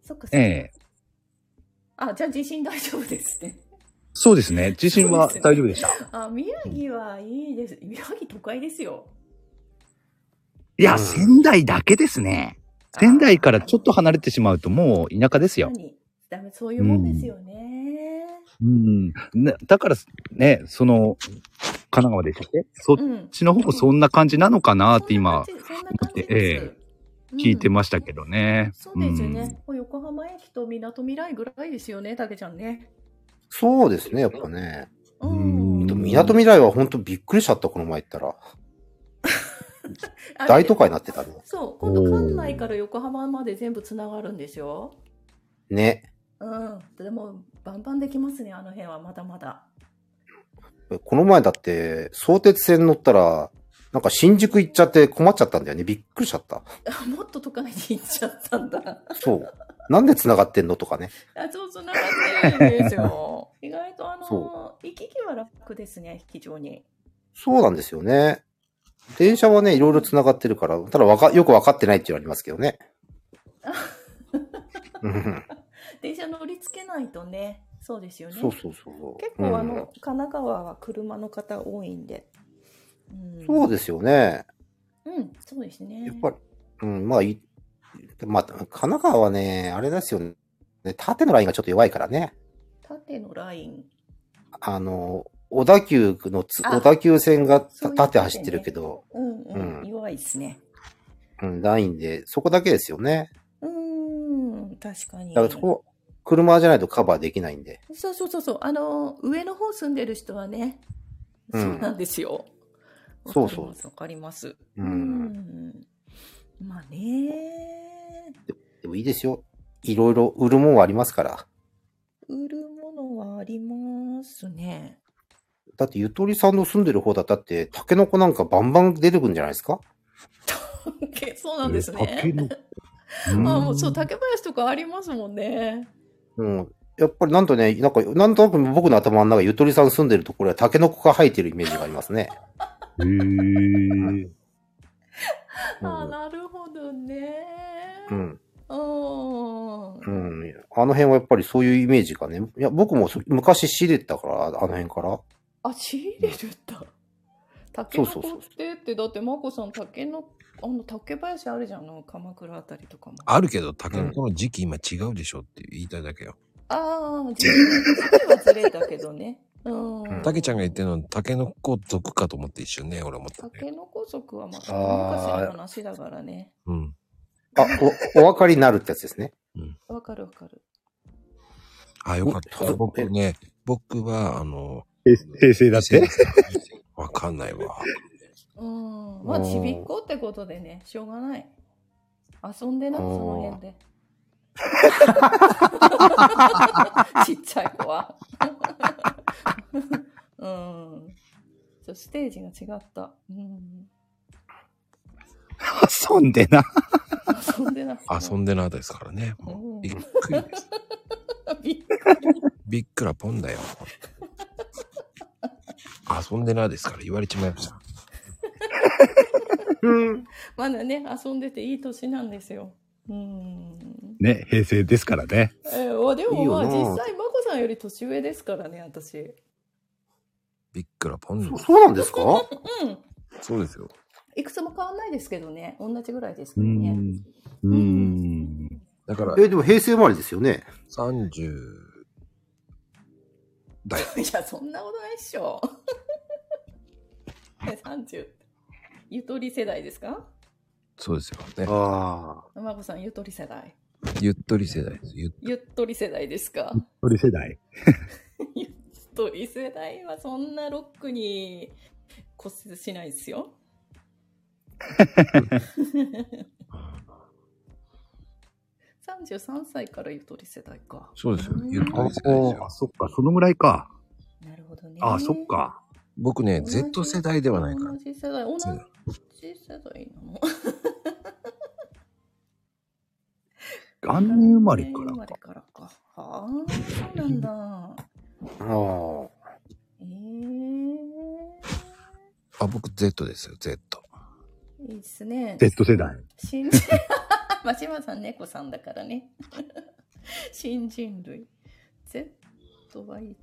そっかそっか。
ええ。
あ、じゃあ、地震大丈夫ですね。
そうですね。地震は大丈夫でした。
あ、宮城はいいです。宮城都会ですよ。
いや、仙台だけですね。仙台からちょっと離れてしまうともう田舎ですよ。
何ダメ、そういうもんですよね。
うん。ね、だから、ね、その、神奈川でしたっけそっ
うん。
ちの方もそんな感じなのかなって今、
そんな感じ、そんな感じ
え
です
聞いてま
し
したけどね。
そうですよね。もう横浜駅とみなとみらいぐらいですよね、たけちゃんね。
そうですね、やっぱね。
う
うん
ん。
でも港未来は本当びっくりしちゃった、この前行ったら。
あ
大都会になってたね。
そう、今度関内から横浜まで全部つながるんですよ。
ね。
うん。でも、バンバンできますね、あの辺は、まだまだ。
この前だって、相鉄線乗ったら、なんか新宿行っちゃって困っちゃったんだよね。びっくりしちゃった。
あもっと都会に行っちゃっ たんだ。
そう。なんで繋がってんのとかね。
あ、そうそう、なんか強いんです よ。意外と、あの
そ、
行き来は楽ですね、非常に。
そうなんですよね。電車はね、いろいろ繋がってるから、ただわか、よくわかってないっていうのありますけどね。うん
電車乗りつけないとね、そうですよね。
そうそうそう。
結構、
う
あの、
ん
神奈川は車の方多いんで。うん、
そうですよね。
うん、そうですね。
やっぱり、うん、まあ、いまあ、神奈川はね、あれですよね。縦のラインがちょっと弱いからね。
縦のライン。
あの、小田急のつ、
あ
小田急線が
そういうことね
縦走ってるけど、
うんうん、
うん
弱いですね。
うん、ラインで、そこだけですよね。
うーん、確かに。
だからそこ、車じゃないとカバーできないんで。
そうそうそうそう。あの、上の方住んでる人はね、
うん
そうなんですよ。
そうそう
わかりますわかります。
うん
うんまあね、
でもいいですよ。いろいろ売るもんはありますから。
売るものはありますね。
だってゆとりさんの住んでる方だったって、タケノコなんかバンバン出てくるんじゃないですか
け そうなんです
え竹
ね。
の
あもうそう、竹林とかありますもんね。
うん。やっぱりなんとね、なんか、なんとなく僕の頭の中、ゆとりさん住んでるところはタケノコが生えてるイメージがありますね。
へー
う
あ
ん。
なるほどね。
うん。
うん。
うんあの辺はやっぱりそういうイメージがね。いや、僕もそ昔仕入れてたから、あの辺から。
あ、仕入れるんだ。タケノコってって、だって、マコさん、タケノあの、竹林あるじゃん、あの、鎌倉あたりとかも。
あるけど、タケノコの時期今違うでしょって言いたいだけよ。
ああ、自分はずれたけど ね。うん。
タケちゃんが言ってるのはタケノコ族かと思って一瞬ね、俺思った
タ
ね。
ケノコ族はまた
あー
昔の話だからね。
うん。
あ、お、 お分かりになるってやつですね。
わかるわかる。
あ、よかった。
うん
僕ね、僕は、あの、
平成だって。
わかんないわ。
うん。まあ、ちびっこってことでね、しょうがない。遊んでな、その辺で。ちっちゃい子は。 うん。そうステージが違った。うん。
遊んでな。
遊んでな。
遊んでなですからね。もうびっくりです。
びっ
びっくらぽんだよ。遊んでなですから言われちまいました。
まだね、遊んでていい年なんですよ。うん。
ね、平成ですからね。
えー、おで
いい
も
よ
まあ
な
実際、まこさんより年上ですからね、私。
ビッくらポンド。
そうなんですか
うん。
そうですよ。
いくつも変わんないですけどね。同じぐらいですけ
う
どね。
ん。うん。
だから、
え、でも平成生まれですよね。
30代。
いや、そんなことないっしょ。 え30。ゆとり世代ですか
そうですよね。
ああ。
まこさん、ゆとり世代。
ゆっとり世代です。ゆっ
ゆっとり世代ですか
鳥世代。
ゆっとり世代はそんなロックに骨折しないで すよ。33歳からゆとり世代か。
そうですよね。ゆっとり世
あ
代ですよ
あ、。そっか、そのぐらいか。
なるほどね。
ああ、そっか。
僕ね、
同じ
Z 世代ではないから
同。じ世代、同じ
そう
世代なの。
元年生まれか
元
ら
年生ま
か
れ。からか。はあ、そうなんだ。
ああ。
ええ
あ、僕 Z ですよ、Z。
いいですね。
Z 世代。
新人、 まあ、島さん猫さんだからね。 新人類。Z はいい、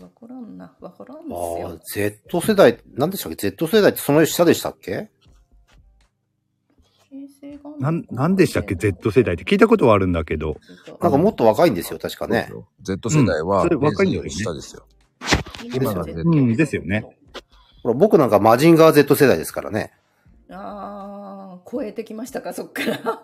わからんな。わからんです
ああ
よ。、
Z 世代、何でしたっけ ?Z 世代ってその下でしたっけ
形成が
なん、なんでしたっけ ?Z 世代って聞いたことはあるんだけど。
なんかもっと若いんですよ、確かね。
Z 世代は、
うんそれ若いんだ
よ
よね
り下ですよ。
今
が Z
うんですよね。
ほら、僕なんかマジンガー Z 世代ですからね。
ああ、超えてきましたか、そっから。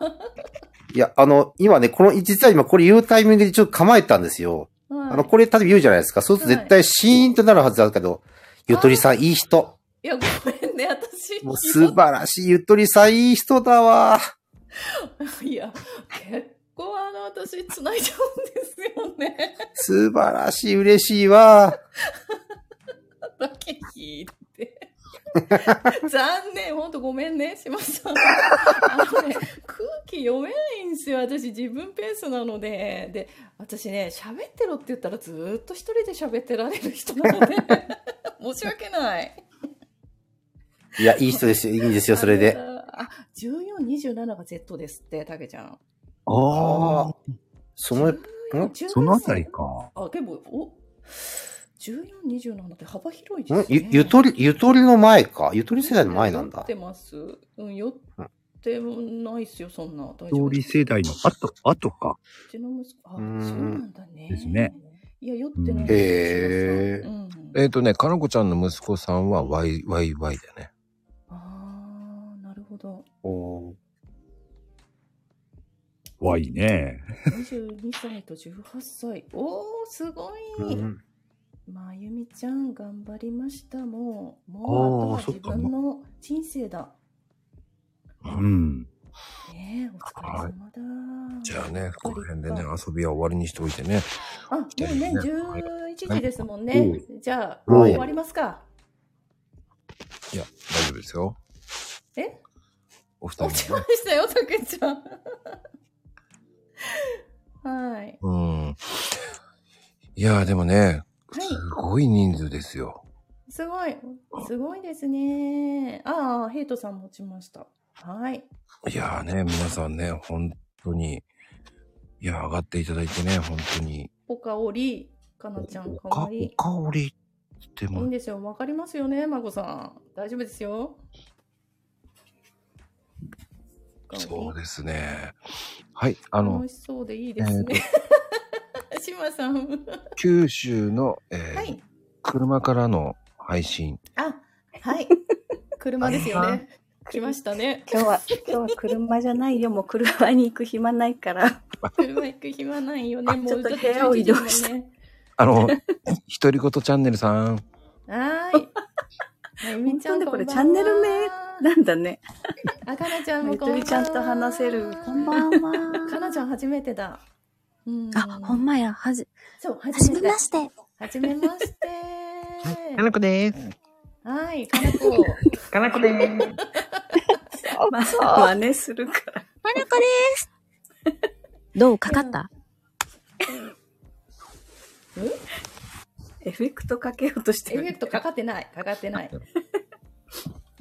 いや、あの、今ね、この、実は今これ言うタイミングでちょっと構えたんですよ。
はい
あの、これ例えば言うじゃないですか。そうすると絶対シーンとなるはずだけど、ゆとりさんいい人。
いや、ごめんね、私。
もう素晴らしい、ゆとりさんいい人だわ。
いや、結構あの、私、繋いじゃうんですよね。
素晴らしい、嬉しい わ。
だけ聞いて。残念、ほんとごめんね、島さん。あのね、空気読めないんですよ、私、自分ペースなので。で、私ね、喋ってろって言ったらずーっと一人で喋ってられる人なの で、申し訳ない。
いや、いい人ですよ、いいんですよ、それで。
あ。14、27が Z ですって、たけちゃん。
ああ、
その、
14
そのあたりか。
あ、でも、お、14、27って幅広いで
ん
す
ゆ
ね。、
ゆとり、ゆとりの前か。ゆとり世代の前なん
酔
だ
っ。てます。うん、酔ってもないっすよ、そんな。大丈夫
鳥世代の 後、後か。
うちの息子、あ、そううんなんだね。
ですね。
いや、酔ってない。
うん
へー
うん。
えっ、とね、かのこちゃんの息子さんは YYY だよね。
あー、なるほど。
おー
わいね。
22歳と18歳。おー、すごい。
うん
まあ、ゆみちゃん、頑張りました。もう、もう、
あ
あ
ー
とは
そっ
自
か
分の人生だ。
うん。
ねえ、お疲れ様だ。
じゃあね、この辺でね、遊びは終わりにしておいてね。
あ、もうね、11時ですもんね。じゃあ、
うん
終わりますか。
いや、大丈夫ですよ。
え
お二
落ち
人
ま
もね。
したよ、たけちゃん。 はい。
うん。いやーでもね、
はい
すごい人数ですよ。
すごい。すごいですね。ああ、ヘイトさん持ちました。はい。
いやーね、皆さんね、本当に、いやー上がっていただいてね、本当に。
おかおり、かなちゃん、
お
か
か
わいい。
お香りって
いい
も
ん、ですよ。わかりますよね、まこさん。大丈夫ですよ。
そうですね。はい、あの
楽、しそうでいいですね。 志麻さん。
九州の、えー
はい。
車からの配信。
あ、はい。 車ですよね。来ましたね。
今日は、今日は車じゃないよ。もう車に行く暇ないから。
車行く暇ないよね。
あ
もう
ちょっと
だ
部屋を移動した
11時だもんね。
あ の、独り言チャンネルさん。
はーい。まゆみちゃん
本当だこれ
こんばんは
チャンネル名なんだね。
あかなちゃんも
ゆ
こ
と
んばんは
りちゃんと話せる。こんばん
か
は。
なちゃん初めてだ。うん
あ、ほんまや、はじ、
そう、
は
初
じ
め
め
て
ま。して。
初めまして。
こです。
はい、かなこ。
かなこです。
ま真似するから。
まなこです。どうかかった
エフェクトかけようとして
エフェ
る
ク。トかかってない。かかってない。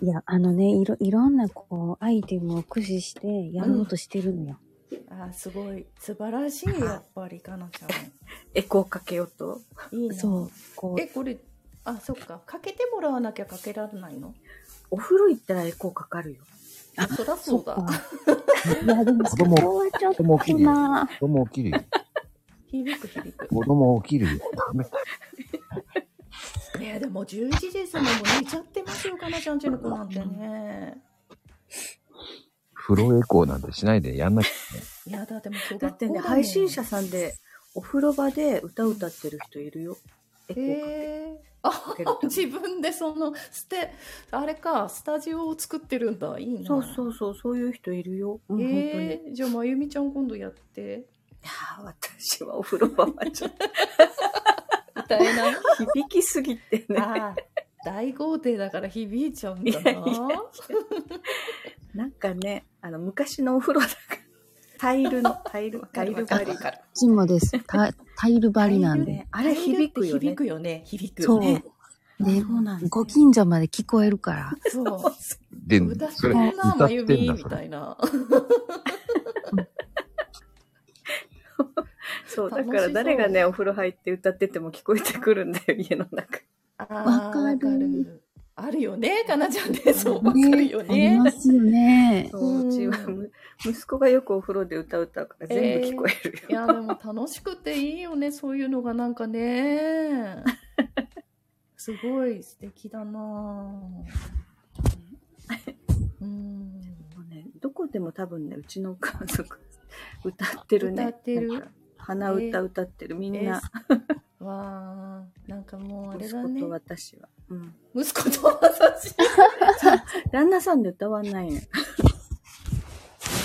いや、あのね、いろ、いろんなこう、アイテムを駆使してやろうとしてるのよ。
あ、すごい。素晴 らしい、やっぱり、かなちゃん。
エコーかけようと。
いいな。
そう。こ
え、これ、あ、そっか。かけてもらわなきゃかけられないの
お風呂行ったらエコーかかるよ。
あ、そらそうだ。
いや、でも、
子供、
ちょっ
子供起きるよ
な。
子供起きるよ。
響く響く。
子供 起きるよ。
ねえ、でも11時様もう寝ちゃってますよ、かなちゃんちの子なんてね。
風呂エコーなんてしないでやんなきゃ。
いや、だってもう今日
だって
学校だ
ね、
もん
配信者さんで、お風呂場で歌歌ってる人いるよ。エコー
へ
か
え。あ、
けると。
自分でその、ステ、あれか、スタジオを作ってるんだ。いいな。
そうそうそう、そういう人いるよ。うん、本当に。い
ええじゃあ、まゆみちゃん今度やって。
やー私はお風呂場はちょっ
歌えない。
と 響きすぎてね。
ああ、大豪邸だから響いちゃうんだな。
なんかね、あの、昔のお風呂だから。タイルの、 タイル、タイル張り。
かる。
ちもです。タタイル張りなんで。
ね、あれ響くよね。
響くよね。響く
そ
よ
う。
ね。
で、
そうなんだよ
ご近所まで聞こえるから。
そう。
で
歌、
そ
そ
れ、
んな、
歌
ま
っ
ゆ
てん
み、
だ、
み
そ
た
れ。
いな。
そう、
楽
だ
しそう
から誰がね、お風呂入って歌ってても聞こえてくる んだよ、家の中。
あ
わかる
ーあるよね、かなちゃんね。そう、わかるよ
あり
ね。
ますよね。
そうう、
ん
うちはむ、息子がよくお風呂で歌う歌うから全部聞こえるよ。
いや、でも楽しくていいよね、そういうのがなんか ね。すごい素敵だなぁうん。
もうね、どこでも多分ね、うちの家族、 歌ってるね。
歌ってる
なんか鼻歌歌ってる、みんな、
わー、なんかもうあれ
息
だ
子
ね
と。私は。うん。
息子と私。
旦那さんで歌わないの。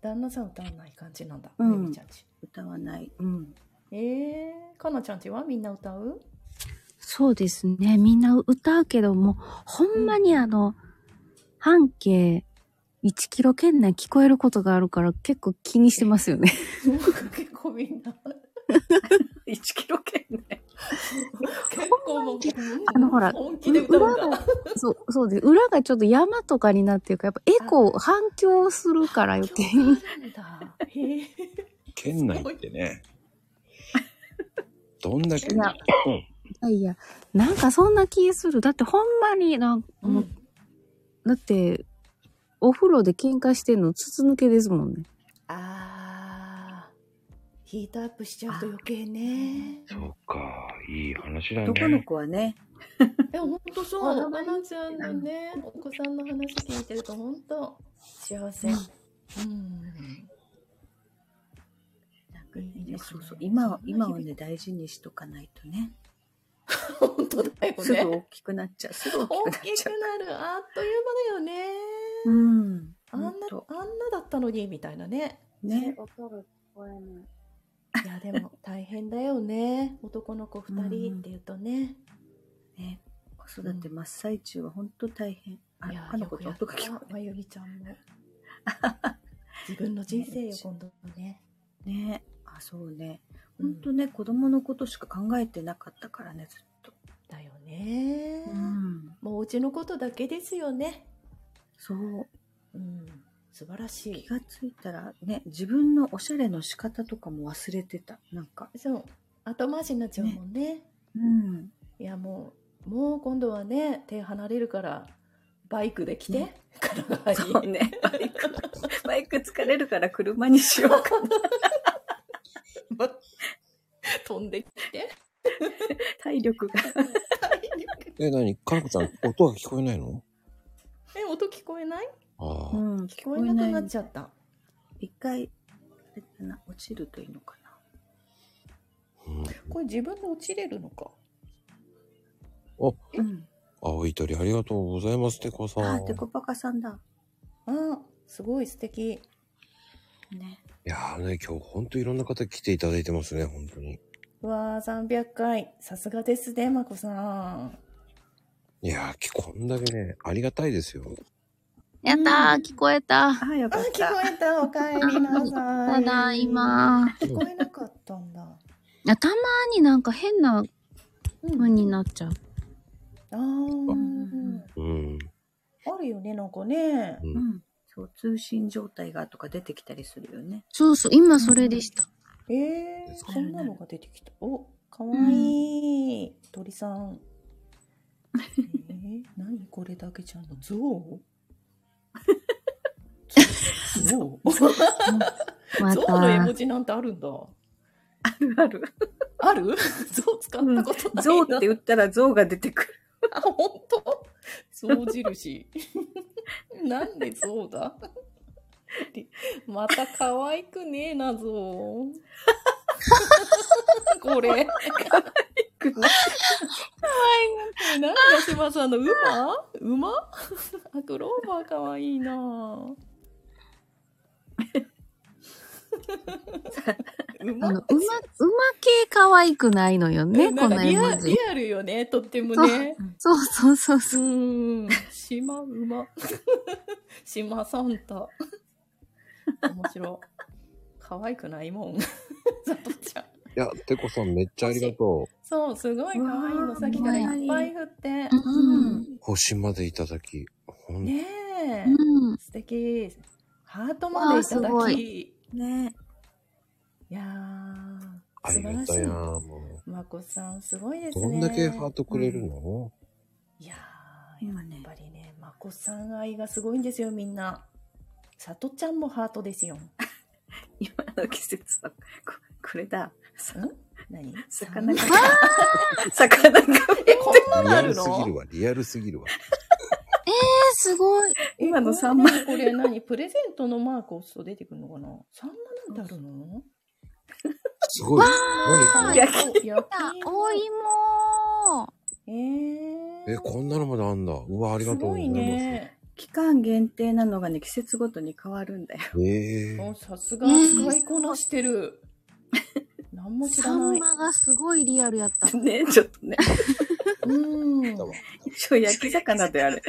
旦那さん歌わない感じなんだ。
うん
まゆみちゃんち。
歌わない。うん。
えー、かなちゃんちはみんな歌う
そうですね。みんな歌うけども、ほんまにあの、半径1キロ圏内聞こえることがあるから結構気にしてますよね。
結構みん な。
1キロ圏内。
結構もう、
あのほら
本気で歌うんだ。
そう、そうです。裏がちょっと山とかになってるから、やっぱエコー反響するから余計に。
だ。へえ。
県内って ね。どんだけ
い。や、いやいや、なんかそんな気する。だってほんまになんか、もうだって、お風呂で喧嘩してんの筒抜けですもんね。
あーヒートアップしちゃうと余計ね。
そうか、 いい話だね。
男の子はね、
え、ほんとそ
あ
う。
ら
かなちゃんのね、お子さんの話聞いてるとほんと幸せ。うん。
なんかね、そうそう。今は、今はね、大事にしとかないと ね。
ほんとだよ
すぐ
ね。
大きくなっちゃう。すぐ
大
大きくなっ
き
ちゃ
く
う。
なる。あっという間だよね。
うん。
あんな、あん
ほと
なだったのに、みたいなね。
ね。
音が聞こえない。
いや、でも大変だよね。男の子二人っていうとね。
ね。子育て真っ最中は本当大変。あ
いや、
かの子と音が聞
よく
こ
やったまゆみちゃ んも。自分の人生よ、今度のね。
える。ね。あ、そうね。本当ね、子供のことしか考えてなかったからね、ずっと。
だよね、
うん。
もうお家のことだけですよね。
そう。
うん。素晴らし
気
い。
がついたらね、自分のおしゃれの仕方とかも忘れてた。なんか。
そう。後回しになっちゃうもんね。
うん。
いや、もう、もう今度はね、手離れるから、バイクで来て、
ね
体に
そうね。バイク、バイク疲れるから車にしようかな。
飛んできて。
体力が。
え、なに、かなこ ちゃん、音が聞こえないの
え、音聞こえない
ああ、
ん、
聞こえなくなっちゃった。
一回、あれかな落ちるといいのかな。
うん。
これ自分で落ちれるのか。
うん。
青い鳥ありがとうございます、てこさ
あ
ん。
ー、デコパカさんだ。
あ、すごい素敵。
ね。
いやーね、今日ほんといろんな方来ていただいてますね、本当に。
うわー、300回。さすがですね、まこさん。
いやー、きこんだけね、ありがたいですよ。
やったー、聞こえた。
あー、よ
あ、
かっ
聞
た。
こえた。おかえりなさ
た
い。
だい。ま。
聞こえなかったんだ。
いやたまになんか変な
う
風になっちゃう。
あー
うん。
あるよね、なんかね。
うん。そう、通信状態がとか出てきたりするよね。
そうそう、今それでした。
ええ
です
ー、そんなのが出てきた。お、かわいい、鳥さん。えー、何これだけちゃんの象象
また
象の絵文字なんてあるんだ。あるあ る。ある象使ったことないな。
象って打ったら象が出てくる。
あ、本当象印。 なんで象だりまた可愛くねえな、象。これ。可愛くない。可愛いなんだ、島さんの馬馬 あ、クローバー可愛いな
あの、馬、馬系可愛くないのよね、
な
こ
ん
の
か
絵
リ
文
ア
字。
リアルよね、とってもね。。
そうそうそうそう
うん。島馬。 島サンタ。面白い。可愛くないもん。
いや、てこさんめっちゃありがとう。
そう、すごい可愛いの。さっきからいっぱい振って。
星までいただき。ほん
ねえ、素敵。ハート
わ
まで
あ
いただ
すご
き
い。
ねいやー、
あり
素
が
晴ら
たや
し
も
い。まこさん、すごいです
ど
ね。
んだけハートくれるの、
いやー、やっぱりね、まこさん愛がすごいんですよ、みんな。さとちゃんもハートです よ。
今の季節は、ここれだ。さ
何
魚が。 魚が。え、こん
リアルすぎるわ、リアルすぎるわ。
えー、すごい。今の3万。これ何プレゼントのマーク押すと出てくるのかな ?3 万なんてあるの
すごい。何これ
焼き芋。お芋。えー、
え、こんなのまであんだ。うわ、ありがとうございます。
期間限定なのがね、季節ごとに変わるんだよ。
え
おさすが使いこなしてる。何も知
サ
らな
ン
い。
マがすごいリアルや った。
ね、ちょっとね。
うん。
一応焼き魚であ る。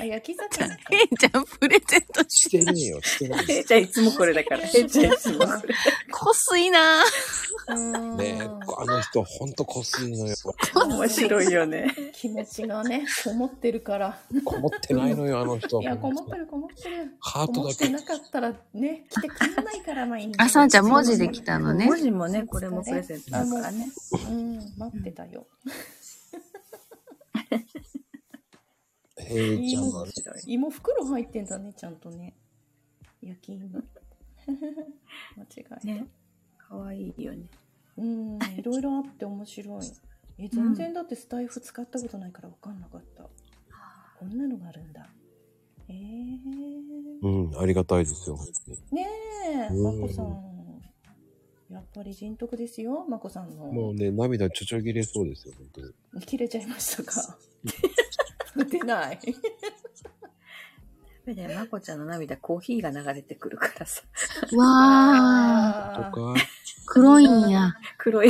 あ、焼き魚。
えいちゃん、プレゼントして
ねえよ、し て
ない。えいちゃん、いつもこれだから。えいちゃん、いつもこれ。
こすい な
ねえ、あの人、ほんとこすいのよ。
面白いよね。
気持ちがね、こもってるから。
こもってないのよ、あの人。
いや、こもってる、こもってる。
ハートだけ
こもってなかったらね、来てくれないから、毎日。
あさんちゃん文字で来たのね
文字もね、これもプレゼントだからね。
うん、待ってたよ。
へいちゃんが、
芋袋入ってんだね、ちゃんとね。焼き芋。 間違えた。
ね。かわいいよね。
うん、いろいろあって面白い。え、全然だってスタイフ使ったことないから分かんなかった。こんなのがあるんだ。えー、
うん、ありがたいですよ、本当に。
ねえ、
う
ま
ん
こさん。やっぱり人徳ですよ、まこさんの。
もうね、涙ちょちょぎれそうですよ、本当に。
切れちゃいましたか 出 ない。
でね、まこちゃんの涙、コーヒーが流れてくるからさ。
わ
ー。
か。
と
黒いんや。
黒い。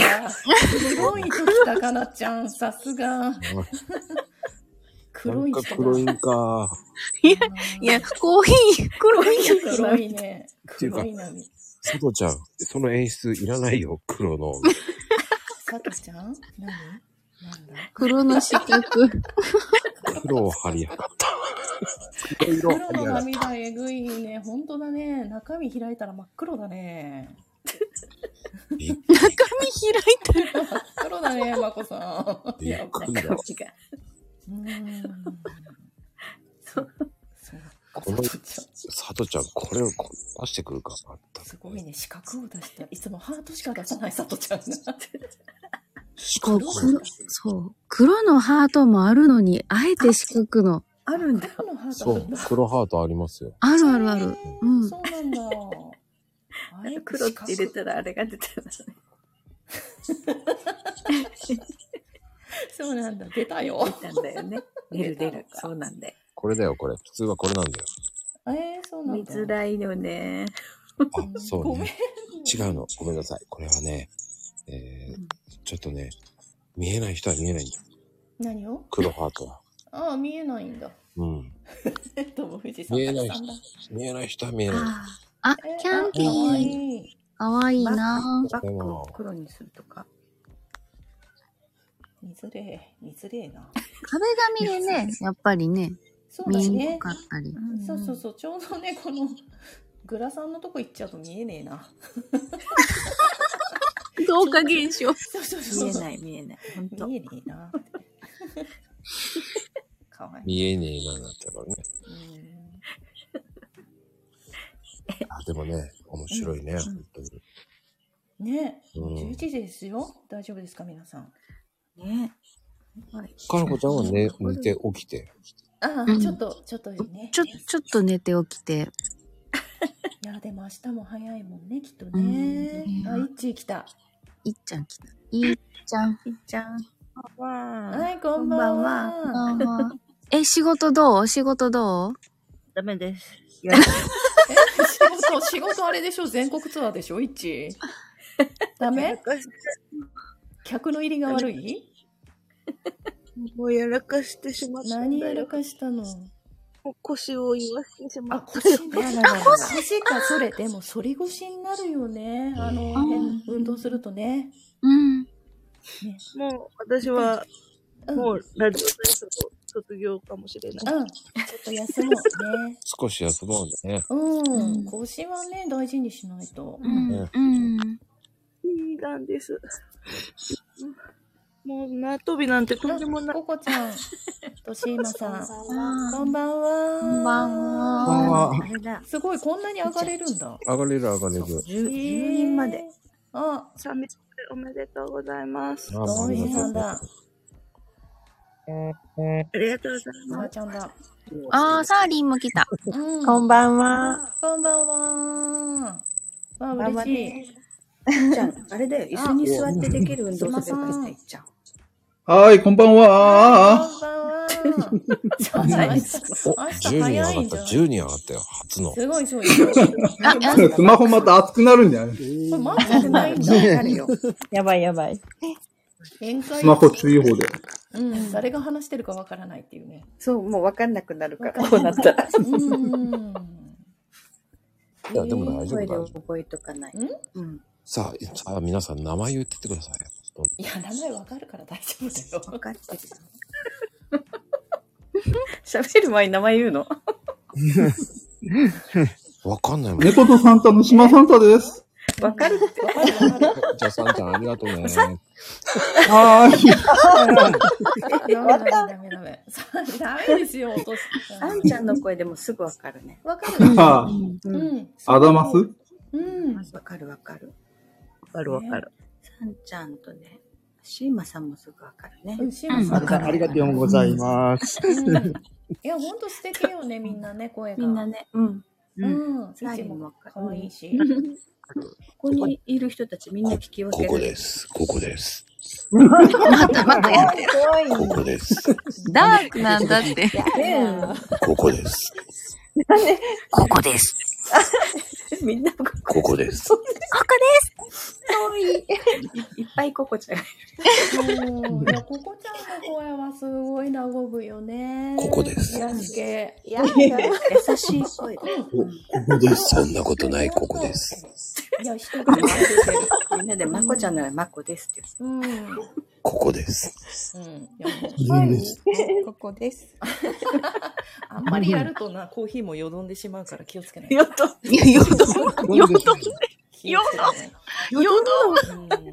黒いときたかなちゃん、さすが。黒い
なんか
人だ
黒いんか。
いや、いや、コーヒー、黒いやつ
黒いね。
っていうか
黒い波。
佐藤ちゃん、その演出いらないよ、黒の。
さとちゃん何
黒の四角。
黒を張り上がった。黒色を
黒
張り
の
上がった。
涙えぐいね。本当だね。中身開いたら真っ黒だね。
中身開い
たら真っ黒だね、まこさん。
びっくりだ
やばい中身が
この、佐藤ちゃん、これをこ出してくるか。
すごいね。四角を出した。いつもハートしか出さないさとちゃんが。
こう黒そう。黒のハートもあるのに、あえて四角の。
あるんだ。
黒のハー
そ
ト
う、黒ハートありますよ。
あるあるある。うん。
そうなん だ。あれ
黒って入れたらあれが出てるね。
そうなんだ。出たよ。
出たんだよね。出る出る。そうなんだよ。
これだよ、これ。普通はこれなんだよ。
えー、そうなん
見づらいよね。
そうね。違うの。ごめんなさい。これはね、えー、ちょっとね、見えない人は見えないんだよ。
何を
黒ハートは。
ああ、見えないんだ。
うん。
どうも、藤さん。
見えない
たくさんだ
人、見えない人は見えない。
あ、キャンディー。かわいいな
バッグを
黒にするとか。
見づれえ、見づれえな。
壁紙でね、やっぱりね、
そうだね
見えにくかったり。
そうそうそう、ちょうどね、この、グラさんのとこ行っちゃうと見えねえな。
どうか現象。
そうそう
見
そう
え
そう。
ない見えない。本当。
見えねえな。かわい
見えねえな、なっちゃうからね。あ、でもね、面白いね、
うん
本当に。
い。ねえ、
うん
11時ですよ。大丈夫ですか、皆さん。
ね
かのこちゃんは寝、寝て起きて。
あ
う
あ、
ん
ちょっと、ちょっとね。
ちょ、ちょっと寝て起きて。
いや、でも明日も早いもんね、きっとね。あ、いっちー来た。
いっちゃん来た。いっちゃん。
え。いっちゃん。こんばんは
はい、こんばんは。
あーえ、仕事どう仕事どう
ダメです。いや
え仕事、仕事あれでしょ全国ツアーでしょいっちー。ダ
やら
メ
かし
客の入りが悪い
もうやらかしてしまったんだよ。
何やらかしたの
もう腰を言わせてしま
あ、
った。
腰ね。あら腰か、それ。でも、反り腰になるよね。あの、
あー
変運動するとね。
うん。
もう私は、
うん。
も
うん。
うラジオ体操卒業かもしれない。
ちょっと休もうね。
少し休もうね。
う
うん
ん。腰はね、大事にしないと。
うん。うん。
いいなんです。 もう縄跳びなんてとんでもない。
ココちゃん、としい まさん、こ
こ
んばんは。
んばん
あ
は。
あ、
れだ。
すごい、こんなに上がれるんだ。
上がれる上がれる。
10
へー。。あ、
3密おめでとうございます。
あ
大事さんだ。
ありがとうござい
母
ま
ちゃんだ。
ああ、サーリンも来た。
うん
こんばんは。
こんばんは。わあ、嬉しい。
じゃあ、あれだよ。椅子に座ってできる運動すればいいんだよ、ちゃん。
はーい、こんばんは。
こんばんは。ちょっと明
お、
日、
10
明日
人上
早
が
いん
っ
じ
た。
ゃ
10
ん。
人上がったよ、初の。
すご い、そういう。
あ、やす
スマホまた熱くなるんじゃない
これ、マジでないんだ。
なるよ。やばいやばい。
宴会
スマホ注意報で。
うん、誰が話してるかわからないっていうね。
そう、もうわかんなくなるから、 こうなったら。
うん。
いや、でも大丈
声
夫
で
だよ。
覚えとかない。
ん
うん。
さあ、さあ、皆さん名前言ってってください。
いや、名前わかるから大丈夫だ
わ
よ。
かってる。 喋る前に名前 言うの
わかんないもん。
猫とサンタの島サンタです。
わかるって。
わかるわか る。
じゃあ、さんちゃんありがとうね。
はー
ダメダメダメダメ。 ダメですよ、落とし。
あんちゃんの声でもすぐわかるね。
わか
い。
る。
は あ、
う。
うんん。
あざます
うん。わ
わかるわかる。
す。わかるわかる。
さんちゃんとね、シーマさんもすぐわかるね。
シーマさんから。
ありが
とう
ございます。
うんいや、ほんと素敵よね、みんなね、声が。
みんなね、うん。
う
うん。こ
ん。サチも可愛いし。
こにいる人たちみんな聞き分
こ
け
こ
る。
です。ここです。
またまたやってる。
怖い
ここです。
ダークなんだって。
ここ です。
ここです。
みんなこ
ここです。
ここです。
こいい。いっぱいここちゃん。
うんいや、ここちゃんの声はすごい和むよね。
ここです
癒し系。
や優しい声で。
ここです。そんなことない、ここです。
いや、人が。
みんなでまこちゃんならまこですって言
うん。うん。い
ここです。
や、もう
ここです。
あんまりやるとな、コーヒーもよどんでしまうから気をつけない。
よっと。
いや、よどん、よどん、
気をつけない。
よどん。
うん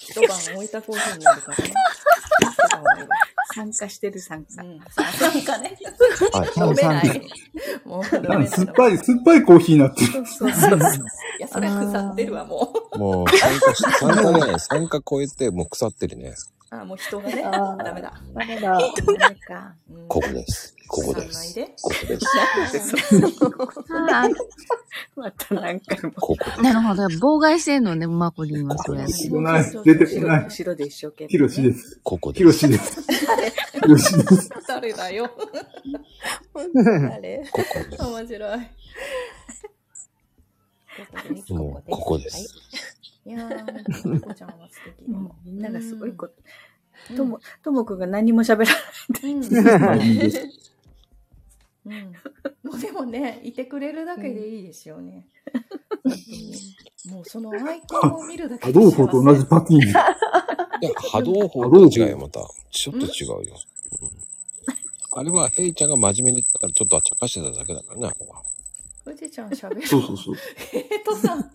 一晩置いたコーヒーになるからね。一晩置いた
参加してる参加。
うん、さすがね。
は
飲めない。もう飲めない。
酸っぱい、酸っぱいコーヒーになってる。
そうそうそう。
いや、それは腐ってるわ、もう。
い。もう、参加し、参加ね、参加超えて、もう腐ってるね。
あ、もう人がね、
あー
ダメだ。
ダメだ。ダメか。
うん
ここです。ここです。ここです。
あ
また何回も。
ここ
ーなるほど。妨害してんのね、マコリンはそれ。
出てこない。出てこない。
後ろで一生懸命。
ヒロシ
で。
です。
ここで
ヒロシです。ヒロシです。
誰 だよ。
誰
ここで
面白い。
す。もう、ここです。
いやー、ここちゃんは素敵だわ。
みんながすごいこと。 とも、ともくんが何も喋らな
う
い。
ん。うん。もうでもね、いてくれるだけでいいですよね。もうその相手を見るだけ
波動砲と同じ パティーン。
いや、波動砲と違うよ、また。ちょっと違うよ。うんあれは、ヘイちゃんが真面目に言ったから、ちょっと茶化してただけだからね、あれは。
富士ちゃん喋る。
そうそうそう。
えっとさん。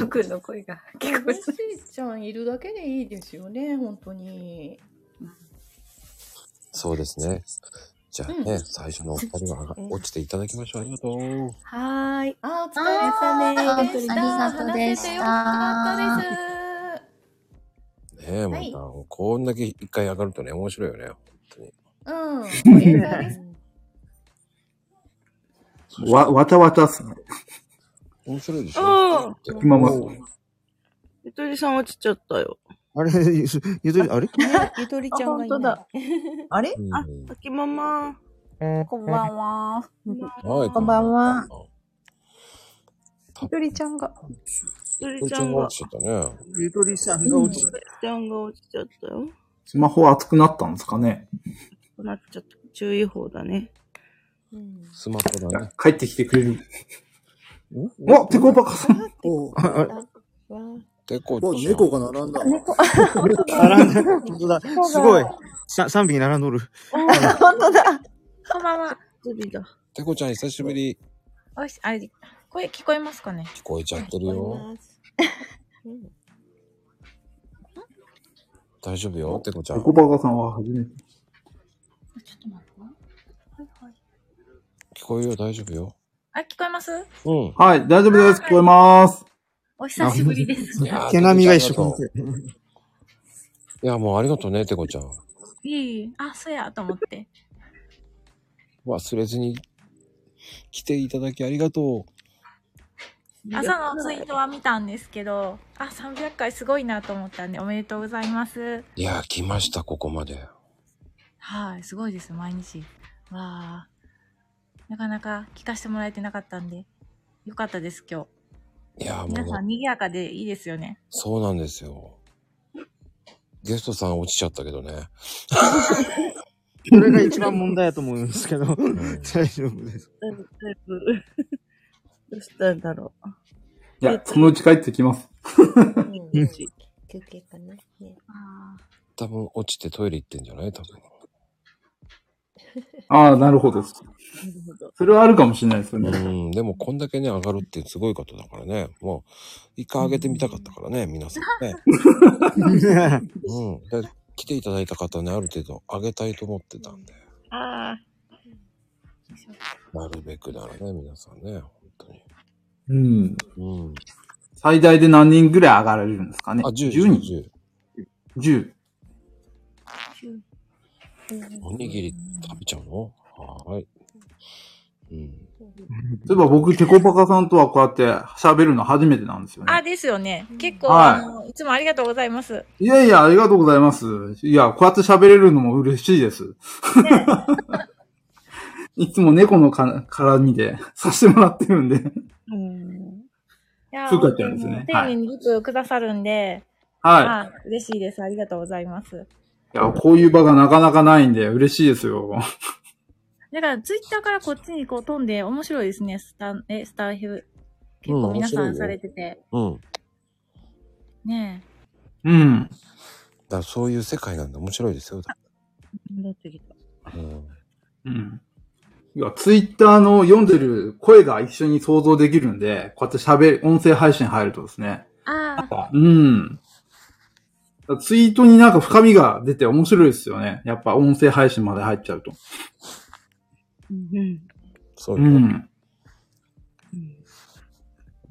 僕の声が
結構しいちゃんいるだけでいいですよね、本当に。
そうですね。じゃあね、
うん
最初のお二人は落ちていただきましょう。ありがとう。
はーい。あ、お疲
あー
れ様でした。
本当にありがとうでした
話せてよかったです。
ねえ、また、こんだけ一回上がるとね、面白いよね。
うん。えー大
わ、わたわたっすね。
面白いでし
ょ
今ま
ゆとりさん落ちちゃったよ。
あれ、ゆゆとり、あれ
ゆとり
ちゃんが
あ、本
いない
当だ。あれ
あ、
さきママ。こんばんは。
はい
こんばんは。
ゆ
とりちゃんが。ゆと
ゆとり
りち
ちゃ
ゃ
ん
ん
が
が
落。ちちゃったね。
ゆとりさんが落ち
ゆとりちゃんが落ちちゃったよ。
スマホ熱くなったんですかね。
こうなっちゃった。注意報だ ね。
スマホだね。
帰ってきてくれる。お、ペコパカさん。ああ
れ猫
お猫が並んだ。
猫。
並んだ。本当だ。
猫が
すごい。さ3匹並んどる。
本当だ。こんばんは。
てこちゃん久しぶり。
おいし、あれ、声聞こえますかね
聞こえちゃってるよ。大丈夫よ、てこちゃ
ペ
ん。
コパカさんは初めて。
聞こえよ、大丈夫よ。
あ、聞こえます
うん。
はい、大丈夫です。聞こえます。
お久しぶりです。
いやー
毛並みが一緒かも
てこちゃんありがと ういや、もうありがとうね、てこちゃん。
いい。あ、そうや、と思って。
忘れずに来ていただきありがとう。
朝のツイートは見たんですけど、あ、300回すごいなと思ったんで、おめでとうございます。
いやー、来ました、ここまで。
はい、すごいです、毎日。わあ。なかなか聞かせてもらえてなかったんで、よかったです、今
いやー、も
日。皆
う
さん、賑やかでいいですよね。
そうなんですよ。ゲストさん落ちちゃったけどね。
それが一番問題だと思うんですけど、大丈夫です。
だいぶ、だいぶどうしたんだろう。
いや、そのうち帰ってきます。
休憩かな。ね、ああ。
多分落ちてトイレ行ってんじゃない多分。
ああ、なるほど。それはあるかもしれないですよね。
うん、でもこんだけね、上がるってすごいことだからね。もう、一回上げてみたかったからね、皆さんね。うん。で来ていただいた方ね、ある程度上げたいと思ってたんで。
ああ。
なるべくならね、皆さんね、本当に。
うん。
うん。
最大で何人ぐらい上がられるんですかねあ、10,
人
?10。
おにぎり食べちゃうのはーい。うん。
例えば僕、テコパカさんとはこうやって喋るの初めてなんですよね。
あ、ですよね。結構、
はい
あの、いつもありがとうございます。
いやいや、ありがとうございます。いや、こうやって喋れるのも嬉し いです。いつも猫のか絡みで させてもらってるんで。
うん。いやー
そうだったんですね
丁寧にリプくださるんで、
はい
い。嬉しいです。ありがとうございます。
いや、こういう場がなかなかないんで嬉しいですよ。
だから、ツイッターからこっちにこう飛んで、面白いですね。スタン、え、スターヘブ。結構皆さんされてて。
うん。
ね
うん。
だからそういう世界なんで面白いですよ。
え。戻ってきた。
うん。
うん。いや、ツイッターの読んでる声が一緒に想像できるんで、こうやって喋る、音声配信入るとですね。
あ
あ。うん。ツイートになんか深みが出て面白いですよね。やっぱ音声配信まで入っちゃうと。
うん。
そう
うん。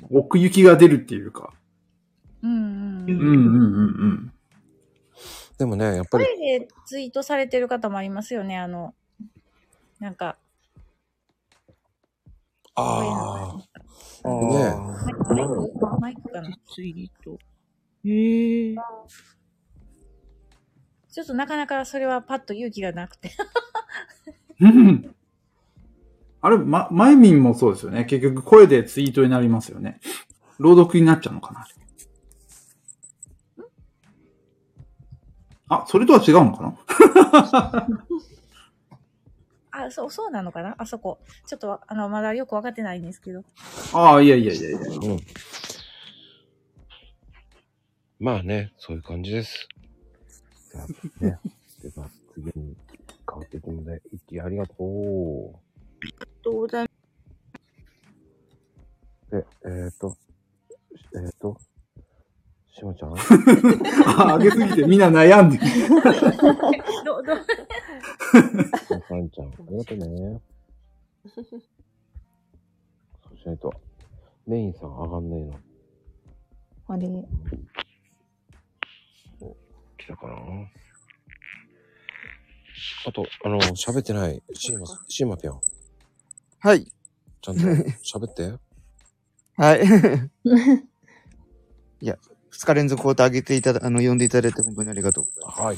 奥行きが出るっていうか。
うん
う
うん
う
ん。
んうん
でもね、やっぱり、
声でツイートされてる方もありますよね。あの、なんか、
あ
あ。
ね
マイクマイクかなツイート。
へえ。
ちょっとなかなかそれはパッと勇気がなくて。
うん。 あれ、ま、まゆみんもそうですよね。結局声でツイートになりますよね。朗読になっちゃうのかなあ、それとは違うのかな
あ、そう、そうなのかなあそこ。ちょっとわ、あの、まだよくわかってないんですけ ど。
ああ、いやいやいやいや。
うん。まあね、そういう感じです。じ ゃあね、では次に変わっていくので、一気ありがとう。
とうございます。
で、えっ、ー、と、えっ、ー、と、し もちゃん
あ上げすぎてみんな悩んでる
ど うどう
さんちゃん、ありがとうね。そうしないと、メインさん上がんねえな。
あれ、
来たかなあと、あの、喋ってない、シーマ、シーマぴょん。
はい。
ちゃんと喋って。
はい。 いや、二日連続こうやってあげていただ、あの、呼んでいただいて本当にありがとうござい
ます。は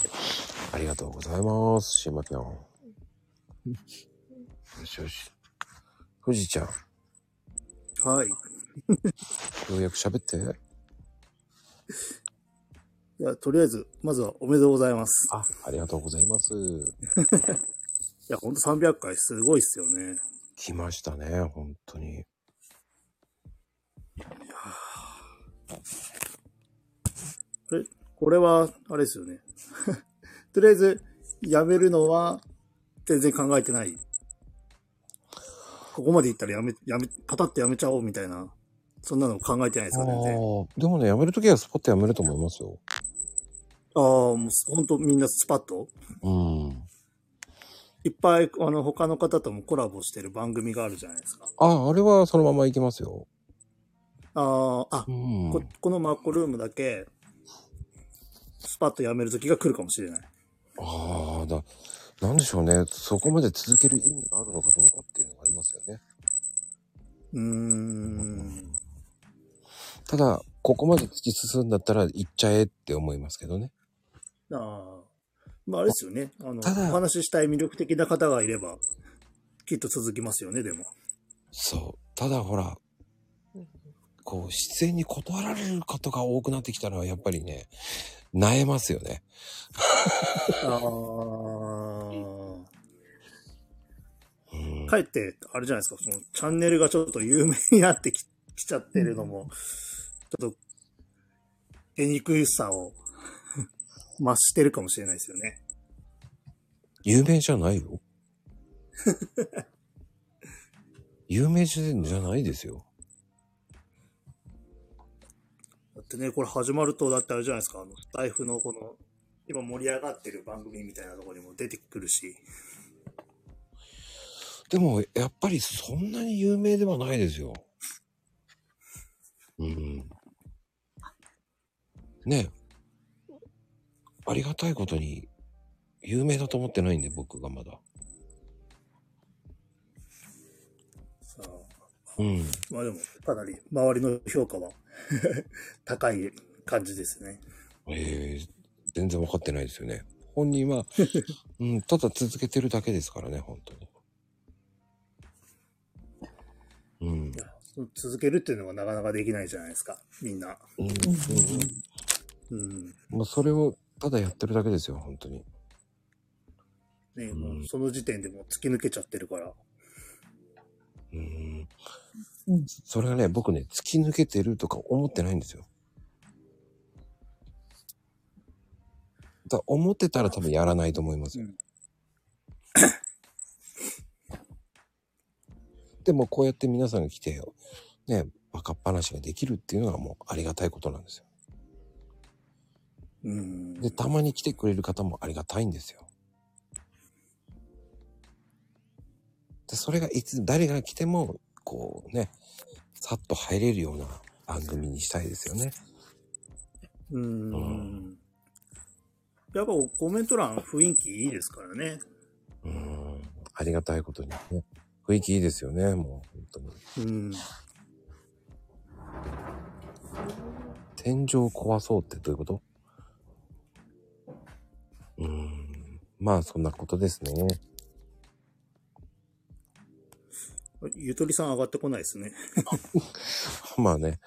い。ありがとうございます、シーマぴょん。よしよし。富士ちゃん、よ
はい。
うやく喋って。
いや、とりあえず、まずはおめでとうございます。
あ、ありがとうござい ます。
いや、ほんと300回すごいっすよね。
来ましたね、本当に。
あれこれは、あれですよね。 とりあえず、やめるのは、全然考えてない。ここまでいったらやめ、やめ、パタってやめちゃおうみたいな、そんなの考えてないですかね。
あーでもね、やめるときはスポッとやめると思いますよ。
ああ、もう、ほんとみんなスパッと
うん。
いっぱい、あの、他の方ともコラボしてる番組があるじゃないですか。
あ、あれはそのままいきますよ。
ああ、あ、こ、このマッコルームだけ、スパッとやめる時が来るかもしれない。
ああ、だ、なんでしょうね。そこまで続ける意味があるのかどうかっていうのがありますよね。
うーん。
ただ、ここまで突き進んだったら行っちゃえって思いますけどね。
ああ。まあ、あれですよね。あの、お話ししたい魅力的な方がいれば、きっと続きますよね、 でも。
そう。ただほら、こう、出演に断られることが多くなってきたら、やっぱりね、萎えますよね。
ああ。かえって、あれじゃないですか、その、チャンネルがちょっと有名になってききちゃってるのも、ちょっと、得にくいさを 増してるかもしれないですよね。
有名じゃないよ。有名人じゃないですよ。
だってね、これ始まると、だってあれじゃないですか、あの、スタイフのこの、今盛り上がってる番組みたいなところにも出てくるし、
でも、やっぱりそんなに有名ではないですよ。うん。ねえありがたいことに、有名だと思ってないんで、僕がまだ。うん。
まあでも、かなり周りの評価は 高い感じですね。
ええ全然分かってないですよね。本人 は、うん、ただ続けてるだけですからね、本当に。うん。
続けるっていうのがなかなかできないじゃないですか、みんな。
うん
うん。
もうそれを、ただやってるだけですよ、本当に。
ね、もうその時点でもう突き抜けちゃってるから。
うん。それがね、僕ね、突き抜けてるとか思ってないんですよ。だ思ってたら多分やらないと思いますよ。 でもこうやって皆さんが来て、ね、バカっ話ができるっていうのはもうありがたいことなんですよ。
うん。
で、たまに来てくれる方もありがたいんですよ。で、それがいつ、誰が来ても、こうね、さっと入れるような番組にしたいですよね。
うん。やっぱコメント欄雰囲気いいですからね。
ありがたいことにね。雰囲気いいですよね、もう本当に。
うん。
天井壊そうってどういうことうーん。まあそんなことですね。
ゆとりさん上がってこないですね。
まあね。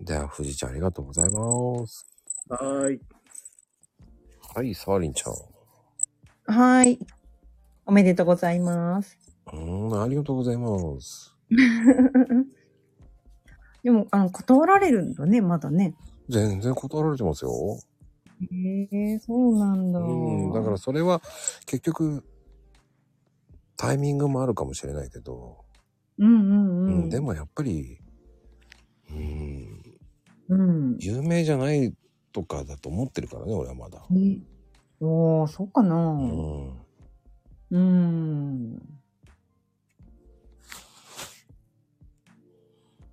では、藤ちゃんありがとうございます。
はーい。
はい、サーリンちゃん。
はーい。おめでとうございます。
うーん、ありがとうございます。
でも、あの、断られるんだね、まだね。
全然断られてますよ。
へえ、そうなんだ。
うん、だからそれは結局、タイミングもあるかもしれないけど、
うんう
うん
うん
ん、。でもやっぱり、うん、
うん。
有名じゃないとかだと思ってるからね、俺は まだ。
ねおー、そうかなうん。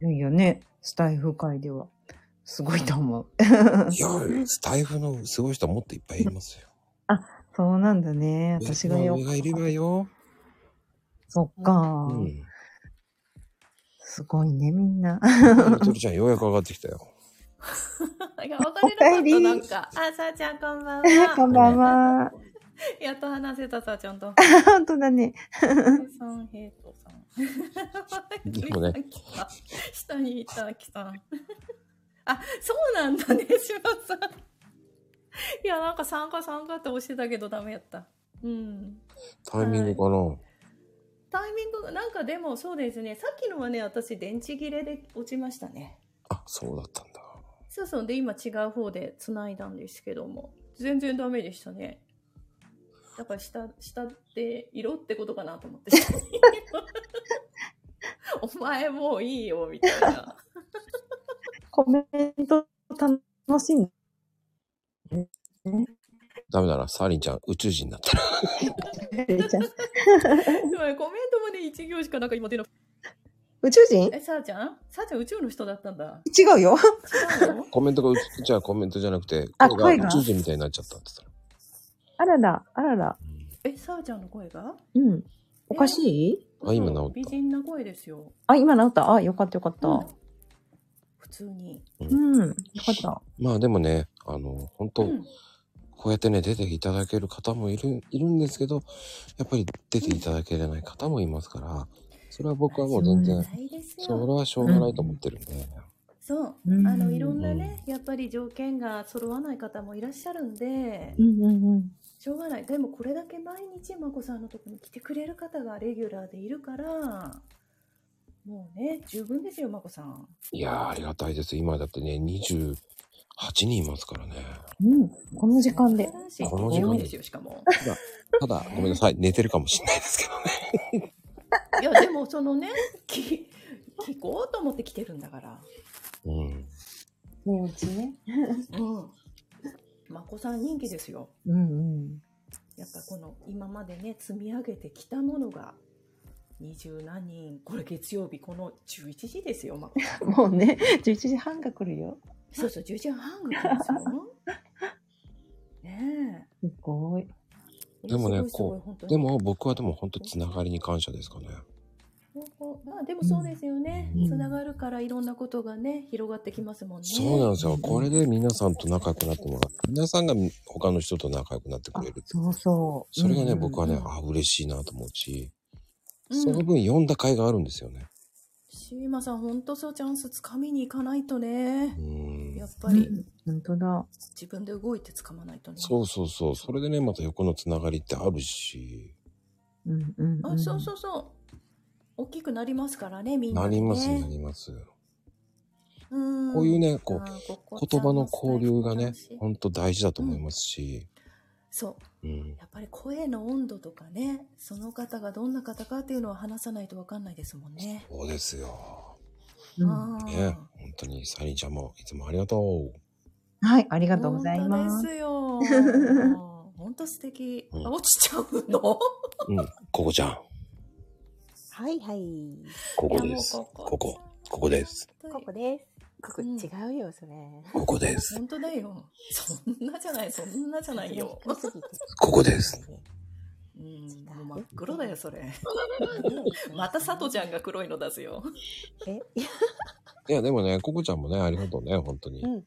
いやいやね、スタイフ界では、すごいと思う。
いや、 スタイフのすごい人はもっといっぱいいますよ。
あ、そうなんだね。私がよ
上。がいればよ。
そっか。
うん。
すごいね、みんな。
とりち ゃん、ようやく上がってきたよ。
いや、別れなかった、なんか。あ、さあちゃん、こんばんは。
こんばん。は。
やっと話せた、さあちゃんと。
本当だね。
さん、ヘイトさん。
でも ね
キさん。下にいた、 きさん。あ、そうなんだね、しまさん。いや、なんか参加参加って押してたけどダメやった。うん。
タイミングかな。
タイミングが、なんかでもそうですね、さっきのはね、私電池切れで落ちましたね。
あ、そうだったんだ。
そうそう、で、今違う方で繋いだんですけども、全然ダメでしたね。だから下、下って色ってことかなと思って。 お前もういいよ、みたいな。
コメント楽しんで。
ダメだな、サーリンちゃん、宇宙人になったら。
でもねコメントもね、一行しかなんか今出なくて。
宇宙人
え、さあちゃんさあちゃん宇宙の人だったんだ。
違うよ。
コメントが、じゃあコメントじゃなくて、
あ
声が宇
声が
宙人みたいになっちゃったって言っ
あらら、あらら。
え、さあちゃんの声が
うん。おかしい
たら。あ、今治った。
美人な声ですよ。
あ、今治った。あ、よかったよかった。
普通に。
うん。よかった。
まあでもね、あの、本当、
うん
こうやってね、出ていただける方もいる、いるんですけど、やっぱり出ていただけれない方もいますから、それは僕はもう全然、
いいですよ。
それはしょうがないと思ってるんで、
そう、
うん
あのいろんなね、やっぱり条件が揃わない方もいらっしゃるんで、
うんうんうん。
しょうがない。でもこれだけ毎日まこさんのとこに来てくれる方がレギュラーでいるから、もうね、十分ですよ、まこさん。
いやーありがたいです。今だってね、28人いますからね。
うん。この時間で。
この時間
ですよ、しかも。
ただ、ただ、ごめんなさい、寝てるかもしれないですけどね。
いや、でもそのね、き聞こうと思って来てるんだから。
うん。
寝落ちね。
うん。まこさん人気ですよ。
うんうん。
やっぱこの今までね積み上げてきたものが二十何人これ月曜日この11時です よ、まこさん
もうね、11時半が来るよ。
そうそう11時半ぐらいです よね
すごい。
え
でもね、
すごいすごい
こ
本当
う、
に
でも僕はでも本当つながりに感謝ですかね。
まあでもそうですよね、つながるからいろんなことがね広がってきますもんね
そうなんですよ。これで皆さんと仲良くなってもらって、皆さんが他の人と仲良くなってくれる。
そうそう。
それがね、
うん
僕はね、あ、嬉しいなと思うし、
うん
その分読んだ甲斐があるんですよね。
シーマさん本当そうチャンスつかみに行かないとねやっぱ
う
り
ん。本当だ。
自分で動いてつかまないとね
そうそうそう。それでね、また横のつながりってあるし、
うんうん、
あそうそうそう大きくなりますからねみんな
な
で
り
ね
ます、なります。
うん
こういうね、こ
あーここ
う、言葉の交流がね
ちゃんのスタイル、
ほんと大事だと思いますし、
そ
う
う、
ん
やっぱり声の温度とかねその方がどんな方かっていうのは話さないとわかんないですもんね
そうですよ。
うん
ね、本当にサリンちゃんもいつもありがとう。
はい、ありがとうござい
本
ま
当
す。
です よもう本当素敵、あ落ちちゃうの
うん、ここちゃん、
はいはい。
ここです。
いや
こ
もう
こ、ここです。
ここです。ここ、違うよ、それ。
ここです。
本当だよそんなじゃないそんなじゃないよ
ここです。
うんもう真っ黒だよ それまた佐藤ちゃんが黒いの出すよ
え
いや、でもね、ここちゃんもね、ありがとうね、本当に。
うん。い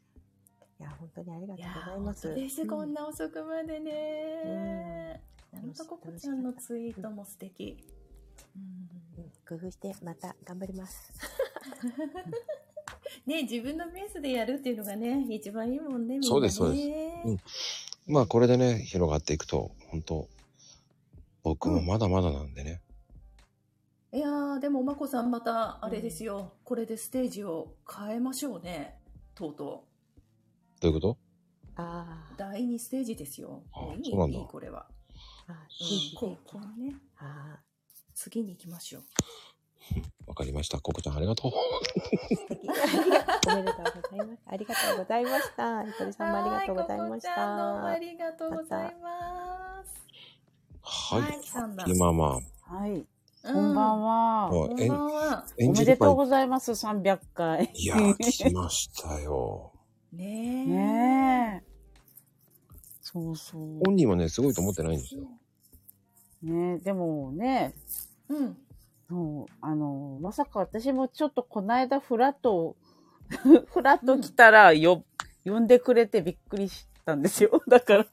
や、本当にありがとうございます。
です、こんな遅くまでね。本当ここちゃんのツイートも素敵。
うん工夫して、また頑張ります。
ね、自分のペースでやるっていうのがね、一番いいもんね。みんなね
そうです、そうです。うん。まあ、これでね、広がっていくと、本当僕もまだまだなんでね。
いやー、でも、まこさん、また、あれですよ、これでステージを変えましょうね。とうと
どういうこと
う。ああ。第2ステージですよ。もういい、
そうなんだ
いい、これは。
あ
うん、ここね。次に行きましょう。
わかりました。ココちゃんありがとう。
おめでとうございます。ありがとうございました。ゆとりさんもありがとうございました。
ありがとうございます。
は
マイキさんだ
い。今ま
はい。こんばんは。
こんばん
は
えん
おめでとうございます、300回。
いやー、来ましたよ。
ね
え。ねえ。そうそう。
本人はね、すごいと思ってないんですよ。
ねえ、でもね、
うん。
そう、あの、まさか私もちょっとこないだフラッと、 フラッと来たらよ、呼んでくれてびっくりしたんですよ。 だから。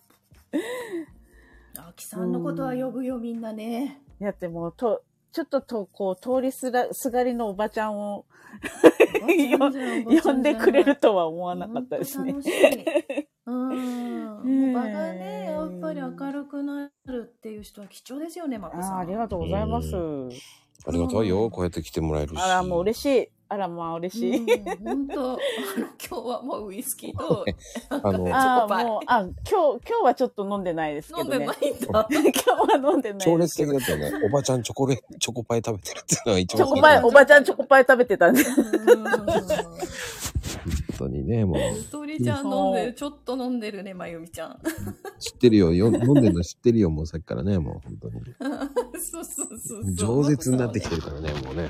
あきさんのことは呼ぶよ、みんなね。
いや、でも、と、ちょっとと、こう、通りすら、すがりのおばちゃんを
ばちゃんじゃん
呼んでくれるとは思わなかったですね。
楽しい。うん。場がね、やっぱり明るくなるっていう人は貴重ですよね、マコさん。
ありがとうございます。
ありがたいよ、こうやって来てもらえるし。
あら、もう嬉しい。あら、まあ嬉しい。
本当、あの、今日はもうウイスキーと、
あ
あ
の、
ーもう、あ、今日、今日はちょっと飲んでないですけどね。
飲んでないん
だ。 今日は飲んでない
超
で
烈
すけ
的
ど。
だったよね。おばちゃんチョコレチョコパイ食べてるっていうのが一
チ
番
ョコパイ、おばちゃんチョコパイ食べてたんで。
本当にね、もう。
ゆとりちゃん飲んでる、ちょっと飲んでるね、まゆみちゃん。
知ってるよよ。飲んでるの知ってるよ、もうさっきからね、もう本当に。
そうそうそう。
饒舌になってきてるからね、もうね。
分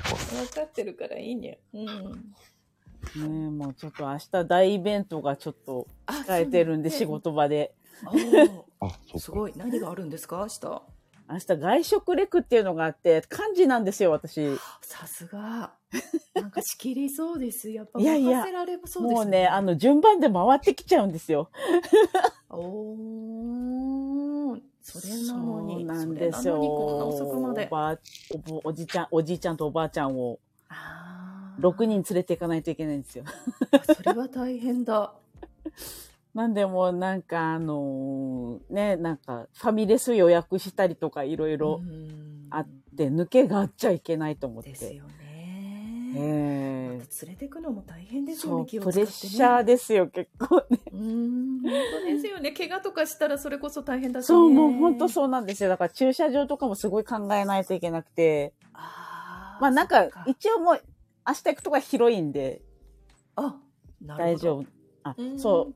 かってるからいいね。うん。
ねえ、もうちょっと明日大イベントがちょっと控えてるんで、
そうね
仕事場で。
すごい。何があるんですか明日。
明日外食レクっていうのがあって、漢字なんですよ、私。
さすが。なんか仕切りそうです。やっぱ
いやいや
任せられそうで
も
す
うね、あの、順番で回ってきちゃうんですよ。
おー。それなのに、
そうなんです
それなの
よ。
にこんな遅くまで
お。ばあおぼおじちゃん、おじいちゃんとおばあちゃんを、6人連れていかないといけないんですよ。
それは大変だ。
なんでもうなんかあのーね、なんかファミレス予約したりとかいろいろあって、抜けがあっちゃいけないと思って。ですよね。え
連れてくのも大変ですよ
そ
ね、
う、
気を使
プ
って、
レ
ね。
ッシャーですよ、結構ね。
本当ですよね。怪我とかしたらそれこそ大変だし、ね。
そう、もう本当そうなんですよ。だから駐車場とかもすごい考えないといけなくて。まあなんか、一応もう、明日行くとこは広いんで。
あ、
大丈夫。あ
う、ん
そう。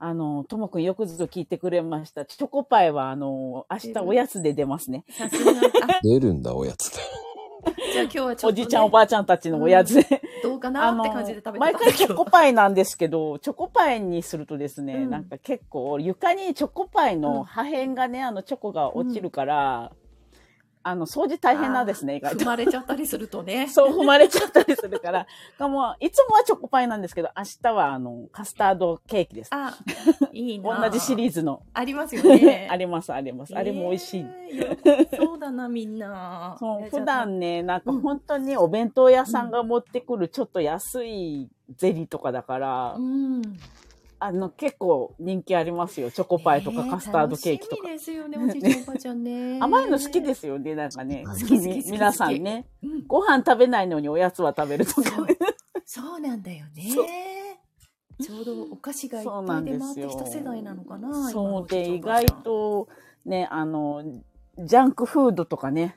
あの、ともくんよくずっと聞いてくれました。チョコパイは、あの、明日おやつで出ますね。
出るんだ、おやつで。
じゃあ今日はちょ
お
っと、ね、
じいちゃん、おばあちゃんたちのおやつで。
どうか
あ
なっ
の
て感じで食べてた
毎回チョコパイなんですけど、チョコパイにするとですね、なんか結構床にチョコパイの破片がね、あのチョコが落ちるから、あの掃除大変なんですね、意外と。
踏まれちゃったりするとね。
そう、踏まれちゃったりする から。かもういつもはチョコパイなんですけど、明日はあの、カスタードケーキです。
あ、いいな
同じシリーズの。
ありますよね
あります、あります。あれも美味しい。
そうだな、みんな。
そう
えじゃあ
普段ね、なんか本当にお弁当屋さんが持ってくるちょっと安いゼリーとかだから、
うん。
あの、結構人気ありますよ。チョコパイとかカスタードケーキとか。
楽しみですよね、おじいちゃん、おばあちゃんね。
甘いの好きですよね、なんかね。
好
好
き
き
好き好
に
き
皆さんね。ご飯食べないのにおやつは食べるとかね。
そうなんだよね。ちょうどお菓子がいっ
そう
ぱ
ないん
で
です
回って
よ
きた世代なのかな。
そうで、意外と、ね、あの、ジャンクフードとかね、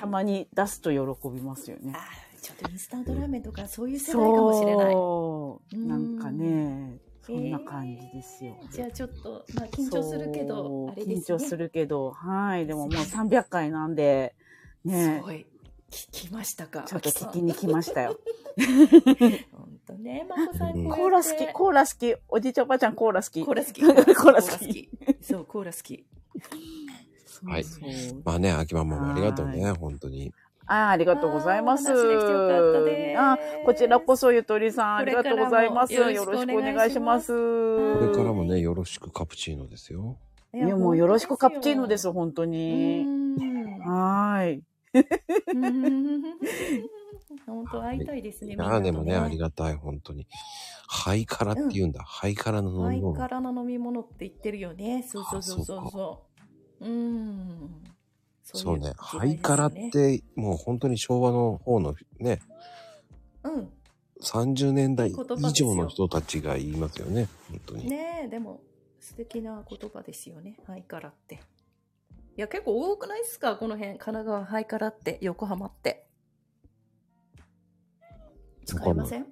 たまに出すと喜びますよね。
ちょっとインスタントラーメンとかそういう世代かもしれない。
そう
うん
なんかね、そんな感じですよ。
じゃあちょっと、まあ緊張するけ
そ
ど、
う
あれですね。
緊張するけど、はい。でももう300回なんで、ね。
すごい。聞きましたか。
ちょっと聞きに来まし たよ。
本当ね、まこさんこうやって
コーラ好き、コーラ好き、おじいちゃんおばあちゃんコーラ好き。コー
ラ好き、
コーラ好
き。そう、コーラ好き。
はい。まあね、秋葉ママありがとうね、本当に。
あーありがとうございます。
あー話できてよかったです
あーこちらこそゆとりさん、あ
こ
り
れか
が
ら
とうご
も
ざいます。
よ
よ
ろ
ろ
し
し
く
く
お
お
願
願
い
い
し
し
ま
ます。
これから
い
もね、よろしくカプチーノですよ。
や、もうよろしくカプチーノです、本当に。はーい。
本当会いたいですね。
い
みん
や
な
あ
と
でもね、ありがたい、本当に。ハイカラって言うんだ。ハイカラの
ハ
飲み
イ
物
カ。ラの飲み物って言ってるよね。そうそうそうそうそう。うん。
そう
い
ね。
時
ハ
代ですね
イカラって、もう本当に昭和の方のね、
うん。
30年代以
言葉ですよ
上の人たちが言いますよね。本当に。
ねえ、でも素敵な言葉ですよね。ハイカラって。いや、結構多くないですかこの辺。神奈川ハイカラって、横浜って。使いません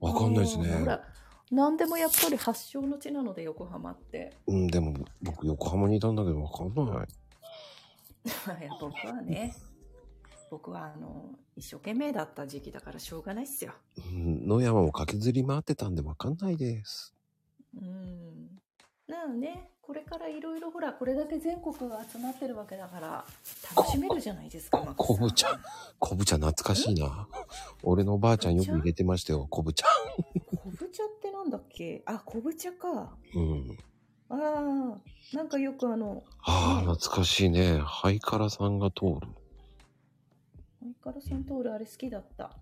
わかんないですね
ほ。ら何でもやっぱり発祥の地なので横浜って
うん、でも僕横浜にいたんだけどわかんない。
いや 僕はね僕はあの一生懸命だった時期だからしょうがないっすよ
うん野山も駆けずり回ってたんでわかんないです。
うんなのねこれからいろいろほらこれだけ全国が集まってるわけだから楽しめるじゃないですか
昆布茶、昆布茶懐かしいな。俺のおばあちゃんよく入れてましたよ、昆布茶。
昆布茶ってなんだっけあ昆布茶か
うん。
あーなんかよくあの
ああ、懐かしいね。ハイカラさんが通
マイカラさん通るあれ好きだった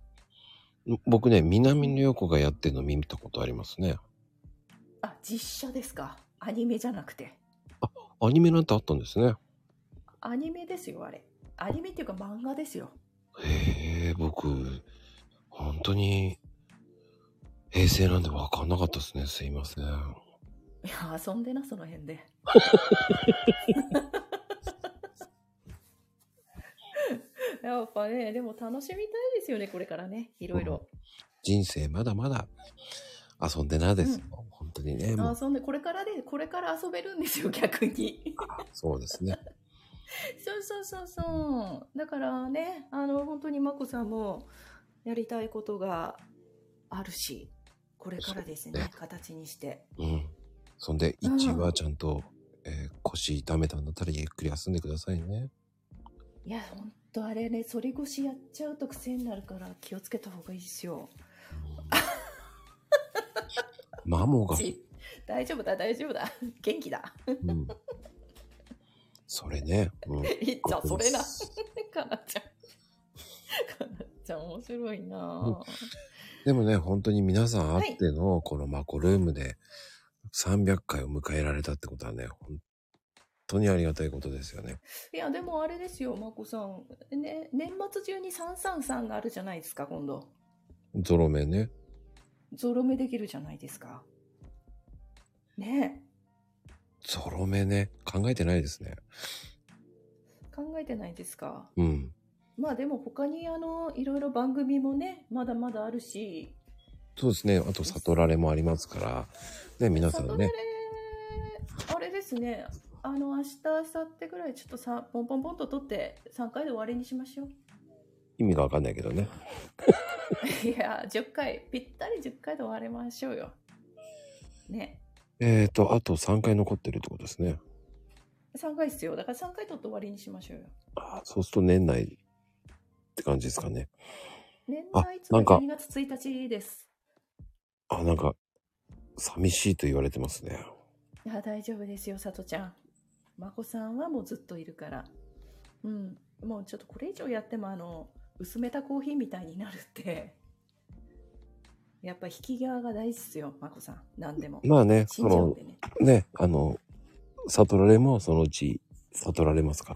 る。僕ね、南の横がやってるの見たことありますね。
あ実写ですかアニメじゃなくて
アニメなんてあったんですね。
アニメですよあれアニメっていうか漫画ですよ
へえ、僕、本当に、平成なんでわかんなかったですね。すいません。
いや遊んでなその辺で やっぱねでも楽しみたいですよねこれからねいろいろ、
人生まだまだ遊んでなですよ。本当にね。もう
遊んでこれからでこれから遊べるんですよ逆に
そうですね。
そうそうそうそうだからねあの本当に眞子さんもやりたいことがあるしこれからですね形にして
うん。そんで、一はちゃんと、えー腰痛めたんだったらゆっくり休んでくださいね。
いや、ほんとあれね、反り腰やっちゃうと癖になるから気をつけた方がいいですよ。
マモが、
ち大丈夫だ、大丈夫だ。元気だ。。
うん。それね。うん
いっちゃん、それな。かなちゃん。かなちゃん、面白いなぁ。
でもね、本当に皆さんあっての、このマコルームで300回を迎えられたってことはね、本当にありがたいことですよね。
いや、でもあれですよ、まこさん。ね、年末中に333があるじゃないですか、今度。
ゾロ目ね。
ゾロ目できるじゃないですか。ね
ゾロ目ね。考えてないですね。
え、考えてないですか。
うん。
まあでも他にあの、いろいろ番組もね、まだまだあるし、
そうですね。あと、悟られもありますから、ね、皆さんね、
あれですね。あの、明日、明後日ぐらい、ちょっとさ、ポンポンポンと取って、3回で終わりにしましょう。
意味がわかんないけどね。
いや、10回、ぴったり10回で終わりましょうよ。ね。
えっ、ー、と、あと3回残ってるってことですね。
3回必要。だから3回取って終わりにしましょうよ。
あそうすると年内って感じですかね。
年
あ
内、つま
なん
り
か
12月1日です。
あ、なんか、寂しいと言われてますね。
いや、大丈夫ですよ、さとちゃん。まこさんはもうずっといるから。うん。もうちょっとこれ以上やっても、あの、薄めたコーヒーみたいになるって。やっぱ引き際が大事ですよ、まこさん。何でも。
まあね、
信
そ
じよう
の、ね、あの、悟られもそのうち悟られますか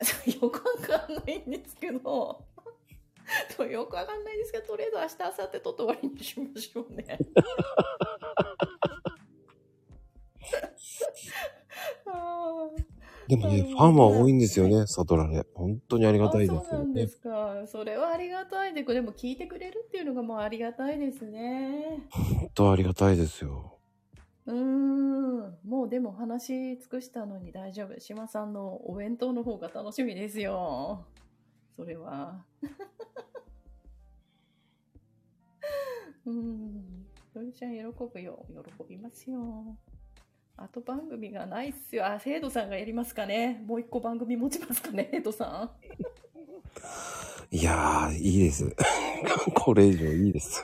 ら。
よくわかんないんですけど。 とよくわかんないですけど、とりあえず明日、明後日とって終わりにしましょうね。あー
でもね、ファンは多いんですよね、悟られ。本当にありがたいです
そうな
よ
んで
ね。
すか。それはありがたいで、でも聞いてくれるっていうのがもうありがたいですね。
本当ありがたいですよ。
うーん。もうでも話し尽くしたのに大丈夫。島さんのお弁当の方が楽しみですよ。それは。 うん。それちゃん喜ぶよ。喜びますよ。あと番組がないっすよ。あ、生徒さんがやりますかね。もう一個番組持ちますかね、生徒さん。
いやー、いいです。 これ以上いいです。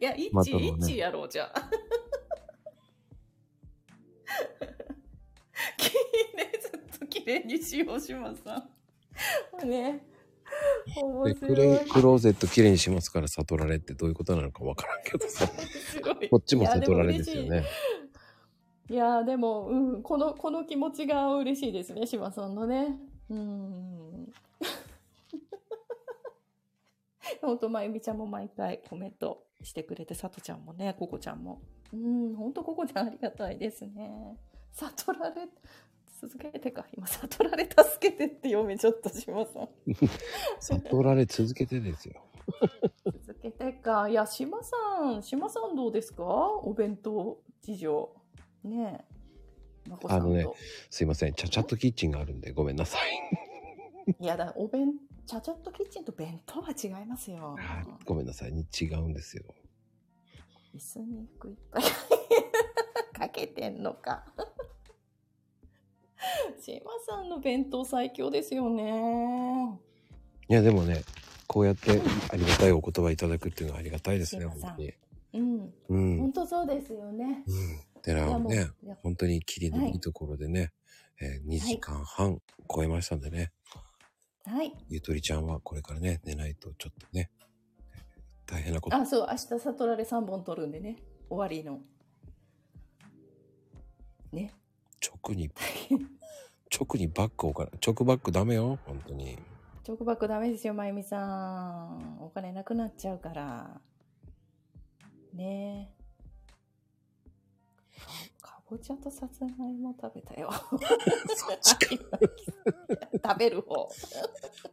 いや、一
また
致、
のね
一致やろう、じゃあ。綺麗、ずっと綺麗にしよう、島さん。もうね。
で
面
ク
白
レ
い。
クローゼットきれいにしますから悟られってどういうことなのかわからんけど さ。こっちも悟られですよね。
いやーでも、うん、この、この気持ちが嬉しいですね、島さんのね。うん。 ほんと、まゆみちゃんも毎回コメントしてくれて、さとちゃんもね、ここちゃんも。うん、ほんとここちゃんありがたいですね。悟られ、続けてか。今、悟られ助けてって読めちゃった、島さん。
悟られ続けてですよ。
続けてか。いや、島さん、島さんどうですかお弁当事情。ねえ。まこさ
あ
んと
のね、すいません。チャチャットキッチンがあるんで、ごめんなさい。
いやだ、お弁、ちゃちゃっとキッチンと弁当は違いますよ。
ごめんなさい。に違うんですよ。
椅子に服いっぱい かけてんのか。島さんの弁当最強ですよね。
いや、でもね、こうやってありがたいお言葉いただくっていうのはありがたいですね、
島さん
本当に。
うん。
うん
本当そうですよね。
寺を
いや
ね
もういや、
本当に切りの
はい
いいところでね、え2時間半超えましたんでね、
はい。
ゆとりちゃんはこれからね、寝ないとちょっとね、大変なこと。
あ、そう、明日悟られ3本取るんでね。終わりの。
直 に、直にバックをから、直バックダメよ、本当に。
チョコバックダメですよ、まゆみさん。お金なくなっちゃうから。ねえ。かかぼちゃとさつまいも食べたよ。食べる方。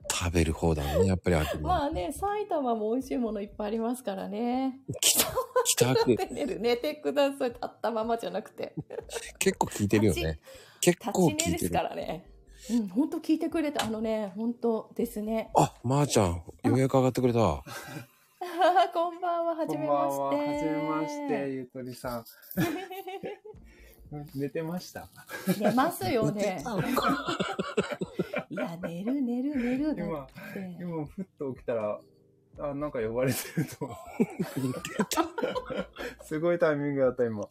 食べる方だね、やっぱり 悪魔。
まあね、埼玉も美味しいものいっぱいありますからね。
北区
立って寝る 寝てください。立ったままじゃなくて。
結構聞いてるよね。結構聞
立ち寝
い
で
て
す
る
か。らね。うん、本当聞いてくれた。あのね、本当ですね。
あ、まー、ちゃん、ようやく上がってくれた。
こんばんは、はじめまして。
こんばんは、はじめまして、ゆとりさん。寝てました。
寝ます よね。
い
や、寝る寝る寝る。
今、今、ふっと起きたら、あ、なんか呼ばれてると 思って。すごいタイミングだった、今。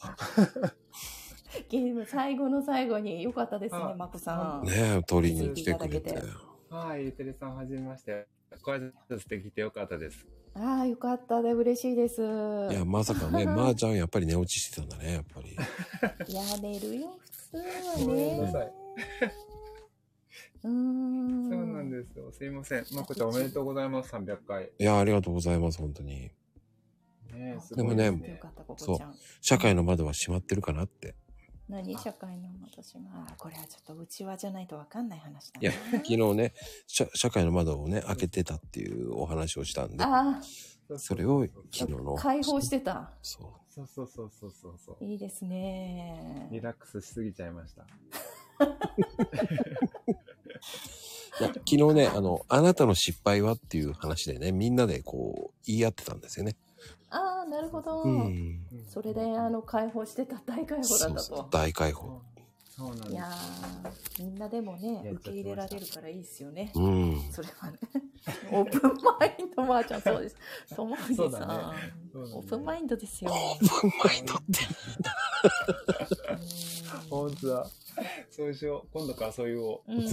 ゲーム最後の最後に良かったですね、まこさん。
ねえ、取りに来てくれ
いた
て
だ。
はい、ゆとりさん、はじめまして。ご挨拶できてよかったです。
ああ、よかったで、嬉しいです。い
いや、まさか ね、まー、ちゃん、やっぱり寝落ちしてたんだね、やっぱり。
いや、寝るよ、普通
ご
は
めんな
ね。
さい。
うーん。
そうなんですよ。すいません。まこちゃん、おめでとうございます、300回。
いや、ありがとうございます、本当に。
ねえす
で
ご
も
い
ね、
す
そう
ちゃん、
社会の窓は閉まってるかなって。
何社会の私も、ああ、これはちょっと内輪じゃないとわかんない話だ
いや、昨日ね、社社会の窓をね、開けてたっていうお話をしたんで、
あ
それを昨日
あ、
の、
解放してた。
そうそうそうそうそうそう。
いいですね。
リラックスしすぎちゃいました。
いや昨日ね、あの、あなたの失敗はっていう話でね、みんなでこう、言い合ってたんですよね。
ああ、なるほど。
うん
それで、あの、解放してた、大解放だったと。
そうそう大解放。
そうなん
いやーみんなでもね、受け入れられるからいいですよね。
うん
それはね、 オープンマインド、まーちゃん、そ うです。ともふ
そう
さ
だ
ん、
ねそうだね
オープンマインドですよ。
オープンマインド本当だ。そうしよう。今度からそういうを。
うん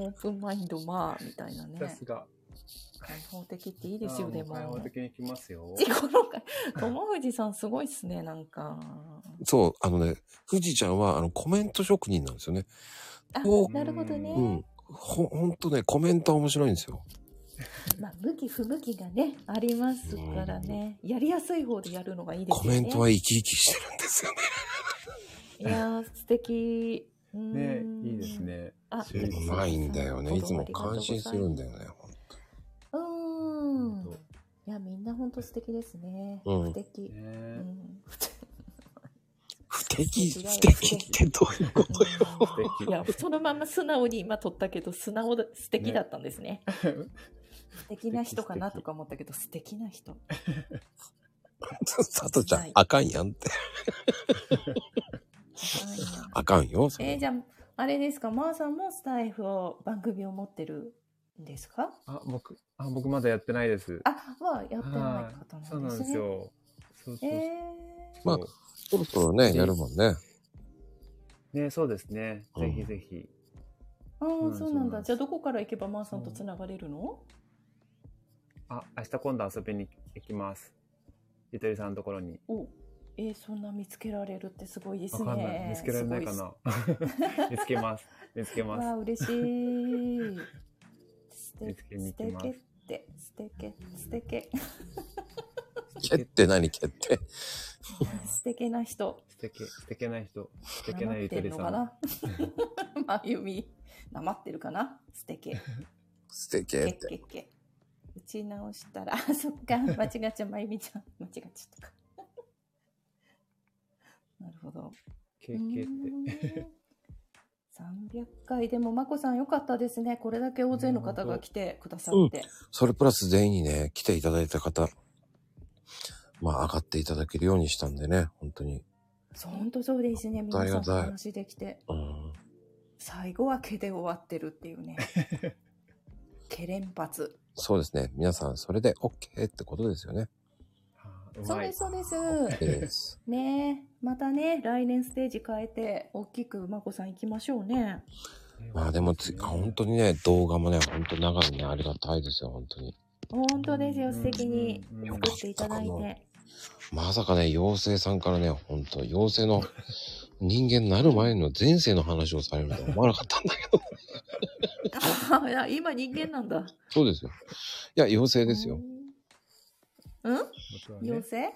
オープンマインド、まあ、みたいなね
さ。すが。
開放的っていいですよ、
あー
で
う開放
も。
的にいきますよ。
ともふじさん、すごいっすね、なんか。
そう、あのね、富士ちゃんは、あの、コメント職人なんですよね。
あ、なるほど
う
ね。
ん。ほ、ほんとね、コメントは面白いんですよ。
まあ、向き不向きがね、ありますからね。やりやすい方でやるのがいいです
コ
よね。
メントは生き生きしてるんですよね。
いやー、素敵。うーん
ねいいですね。
あ
シュリーズ
うまいんだよね。いつも感心するんだよね。
うーん。いや、みんな本当素敵ですね。
うん
素敵。うん
不敵、
違う
不敵ってどういうことよ。
いや、そのまま素直に今撮ったけど、素直だ、素敵だったんですね。素敵な人かなとか思ったけど、素敵な人。
さとちゃん、あかんやんって。あかんよ。それ
えー、じゃあ、あれですか、まーさんもスタイフを、番組を持ってるんですか
あ、僕、あ、僕まだやってないです。
あ、まあ、やってな
はい
方
い、そう
な
なんんで
で
すす
ね。
よ。そうそう
え
まあ、そろそろね、やるもんね。
ね、そうですね。ぜひぜひ。
ー、あ
う
あ、
ん
そうなんだ。じゃあ、どこから行けばまーさんと繋がれるの
あ、明日今度遊びに行きます。ゆとりさんのところに。
おえー、そんな見つけられるってすごいですね。
わかんない。見つけられないかな。見つけます。見つけ
すごいっ。
ます
わあ、
す。
嬉しい。
見つけに
素
行きま
敵っ
す。
て、素敵、素敵。
蹴って何蹴って。
素敵な人。
素敵、素敵な人。素敵
な
な
っ
ゆ
て
と
る
り
の
さ
か
ん
な。 まゆみ、なまってるかな素敵。
素敵
け
っ。
ってけけ。打ち直したら、あ、そっか、間違っちゃう、まゆみちゃん。間違っちゃったか。なるほど。
けけって。
300回でも、まこさんよかったですね。これだけ大勢の方が来てくださって。
それプラス全員にね、来ていただいた方、まあ上がっていただけるようにしたんでね、本当に。
そう、本当そうですね。皆さんお話できて。
うん。
最後は毛で終わってるっ ていうね。毛連発。
そうですね。皆さん、それで OK ってことですよね。
そうです、そうです。
です
ねえ、またね、来年ステージ変えて、大きくまこさん行きましょうね。
まあでもつ、本当にね、動画もね、本当長いね、ありがたいですよ、本当に。
本当ですよ、素敵に作っていただいて。
まさかね、妖精さんからね、本当妖精の人間になる前の前世の話をされるとは思わなかったんだけど。
あいや今人間なんだ。
そうですよ。いや、妖精ですよ。
うん
はね
妖精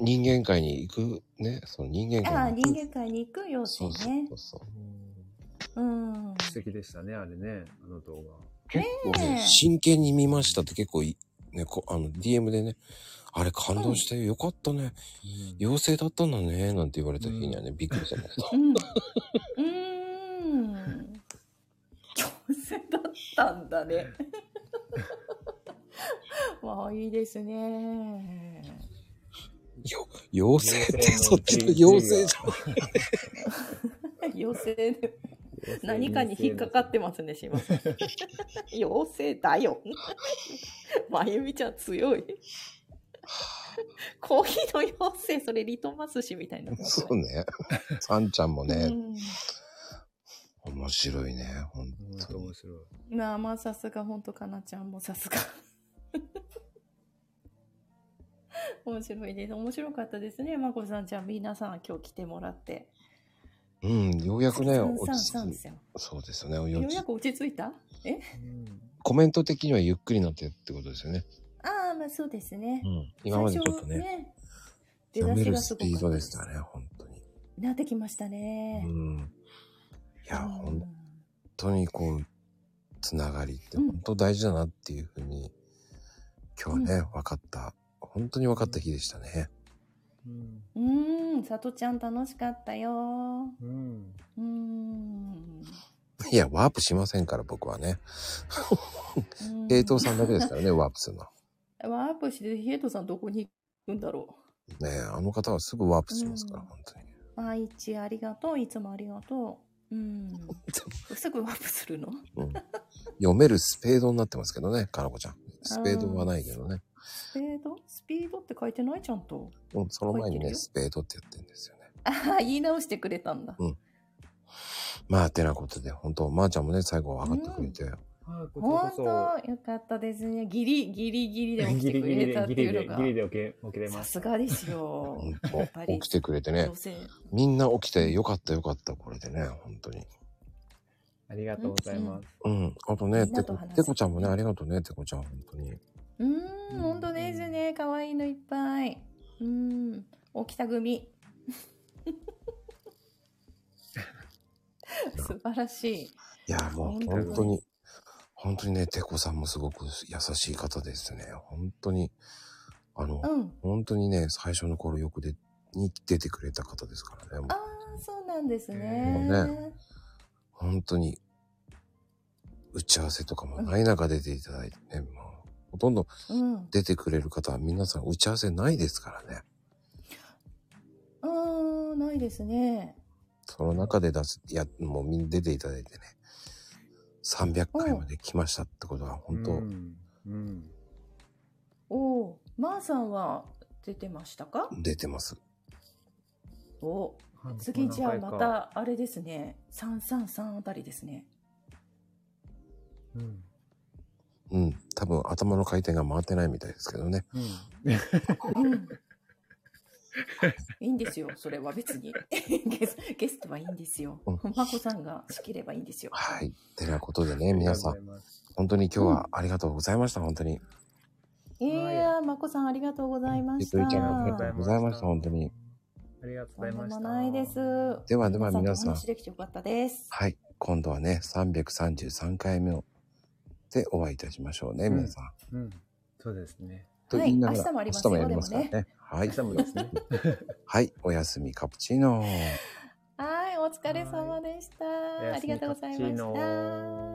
人間界に行く、ね、その人間
ああ、
界に
人間界に行く妖精ね。うん。
素敵でしたね、あれね、あの動
結構ね、真剣に見ましたって結構い、ね、こあの、DM でね、あれ感動してよかったね。妖精だったんだね、なんて言われた日にはね、びっくりしたんだけど。
うん。うーん。妖精だったんだね。 まあ、いいですね。
よ妖精ってそっちの
妖
妖
精
精
の
じゃない。
妖精で何かに引っかかってますね、島さん。 妖精だよ。 まゆみちゃん強い。 コーヒーの妖精、それリトマス紙みたいな。
そう ね。さんちゃんもね、
うん
面白いね、本当に。面
白い。
まあまあ、さすが、ほんと、かなちゃんもさすが。 面白いです。面白かったですね。まこさん、じゃあ、皆さん今日来てもらって。
うん、ようやくね、
さん
落ち着
さん
く
さん。
そうですよね。
よ
よ
うやく落ち着いたえ
コメント的にはゆっくりになってってことですよね。
ああ、まあそうですね。
うん今までちょっとね
最初ね出
読
だ
め
し
る
がす
ス
ごかっ
ピ
た
ードでしたね、本当に。
なってきましたね。
うん。いや、本当にこう、つながりって本当大事だなっていうふうに、今日はね、分かった。本当に分かった日でしたね。
うーん、さとちゃん楽しかったよ。
うん。
うーん。
いや、ワープしませんから、僕はね。 平等さんだけですからね、ワープするの。
ワープして、ヒエトさんどこに行くんだろ
ねえ、あの方はすぐワープ
う。
し
うん
ますから。、
あいちありがとう。いつもありがとう。うん。すぐワープす るの
読めるスペードになってますけどね、かなこちゃん。スペードはないけどね。
スペードスピードって書いてないちゃんと。
うん、その前に
書いてる
ね、
よ
スペードってやってんですよね。
ああ、言い直してくれたんだ。
まあ、てなことで、本当まー、ちゃんもね、最後上がってくれて。
はい、こ
ほんと、よかったですね。ギリ、ギリギリで起きてくれたっていうのが。
ギリギリでギリで起き起きれます
さすがですよ。やっぱり
起きてくれてね
女性。
みんな起きて、よかったよかった、これでね、本当に。
ありがとうございます。
うん。あとね、
みんな
て
と
こ
話、
てこちゃんもね、ありがとうね、てこちゃん、本当に。
うーん、本当ですね。可愛いのいっぱい。うーん、起きた組。素晴らしい。
いや、もう本当に、本当にね、てこさんもすごく優しい方ですね。本当に、あの、
うん
本当にね、最初の頃よくで、に出てくれた方ですからね。
ああ、そうなんです
も
ね。
うね、本当に、打ち合わせとかもない中出ていただいてね、もう、ほとんど
うん。
出てくれる方は皆さん打ち合わせないですからね。
ああ、ないですね。
その中で出す、いや、もうみんな出ていただいてね、300回まで来ましたってことは、本当、
おおー、まー、さんは出てましたか
出てます。
お
うん
次じゃあ
何回
ま
か
た、あれですね。333あたりです ね。
うん、多分頭の回転が回ってないみたいですけどね。
うん。いいんですよ、それは別に。 ゲスゲストはいいんですよ。まこさんが仕切ればいいんですよ。
はい。てなことでね、皆さん、本当に今日はありがとうございました、本当に。
いやー、まこさんありがとうございま
ゆ
し
と
た。
りちゃん、ありがとうございました、本当に。
ありがとう
とんでもないです。
ではでは皆さん
お話できてよかったです。
はい。今度はね、333回目のでお会いいたしましょうね、皆さん。
うん。そうですね。
と言いながら、
はい明日
明日
も
も
あ
や
り
り
ま
ますす
よ
からね。はい。明日もですね。 はい。おやすみ、カプチーノ。
はい、お疲れ様でした。ありがとうございました。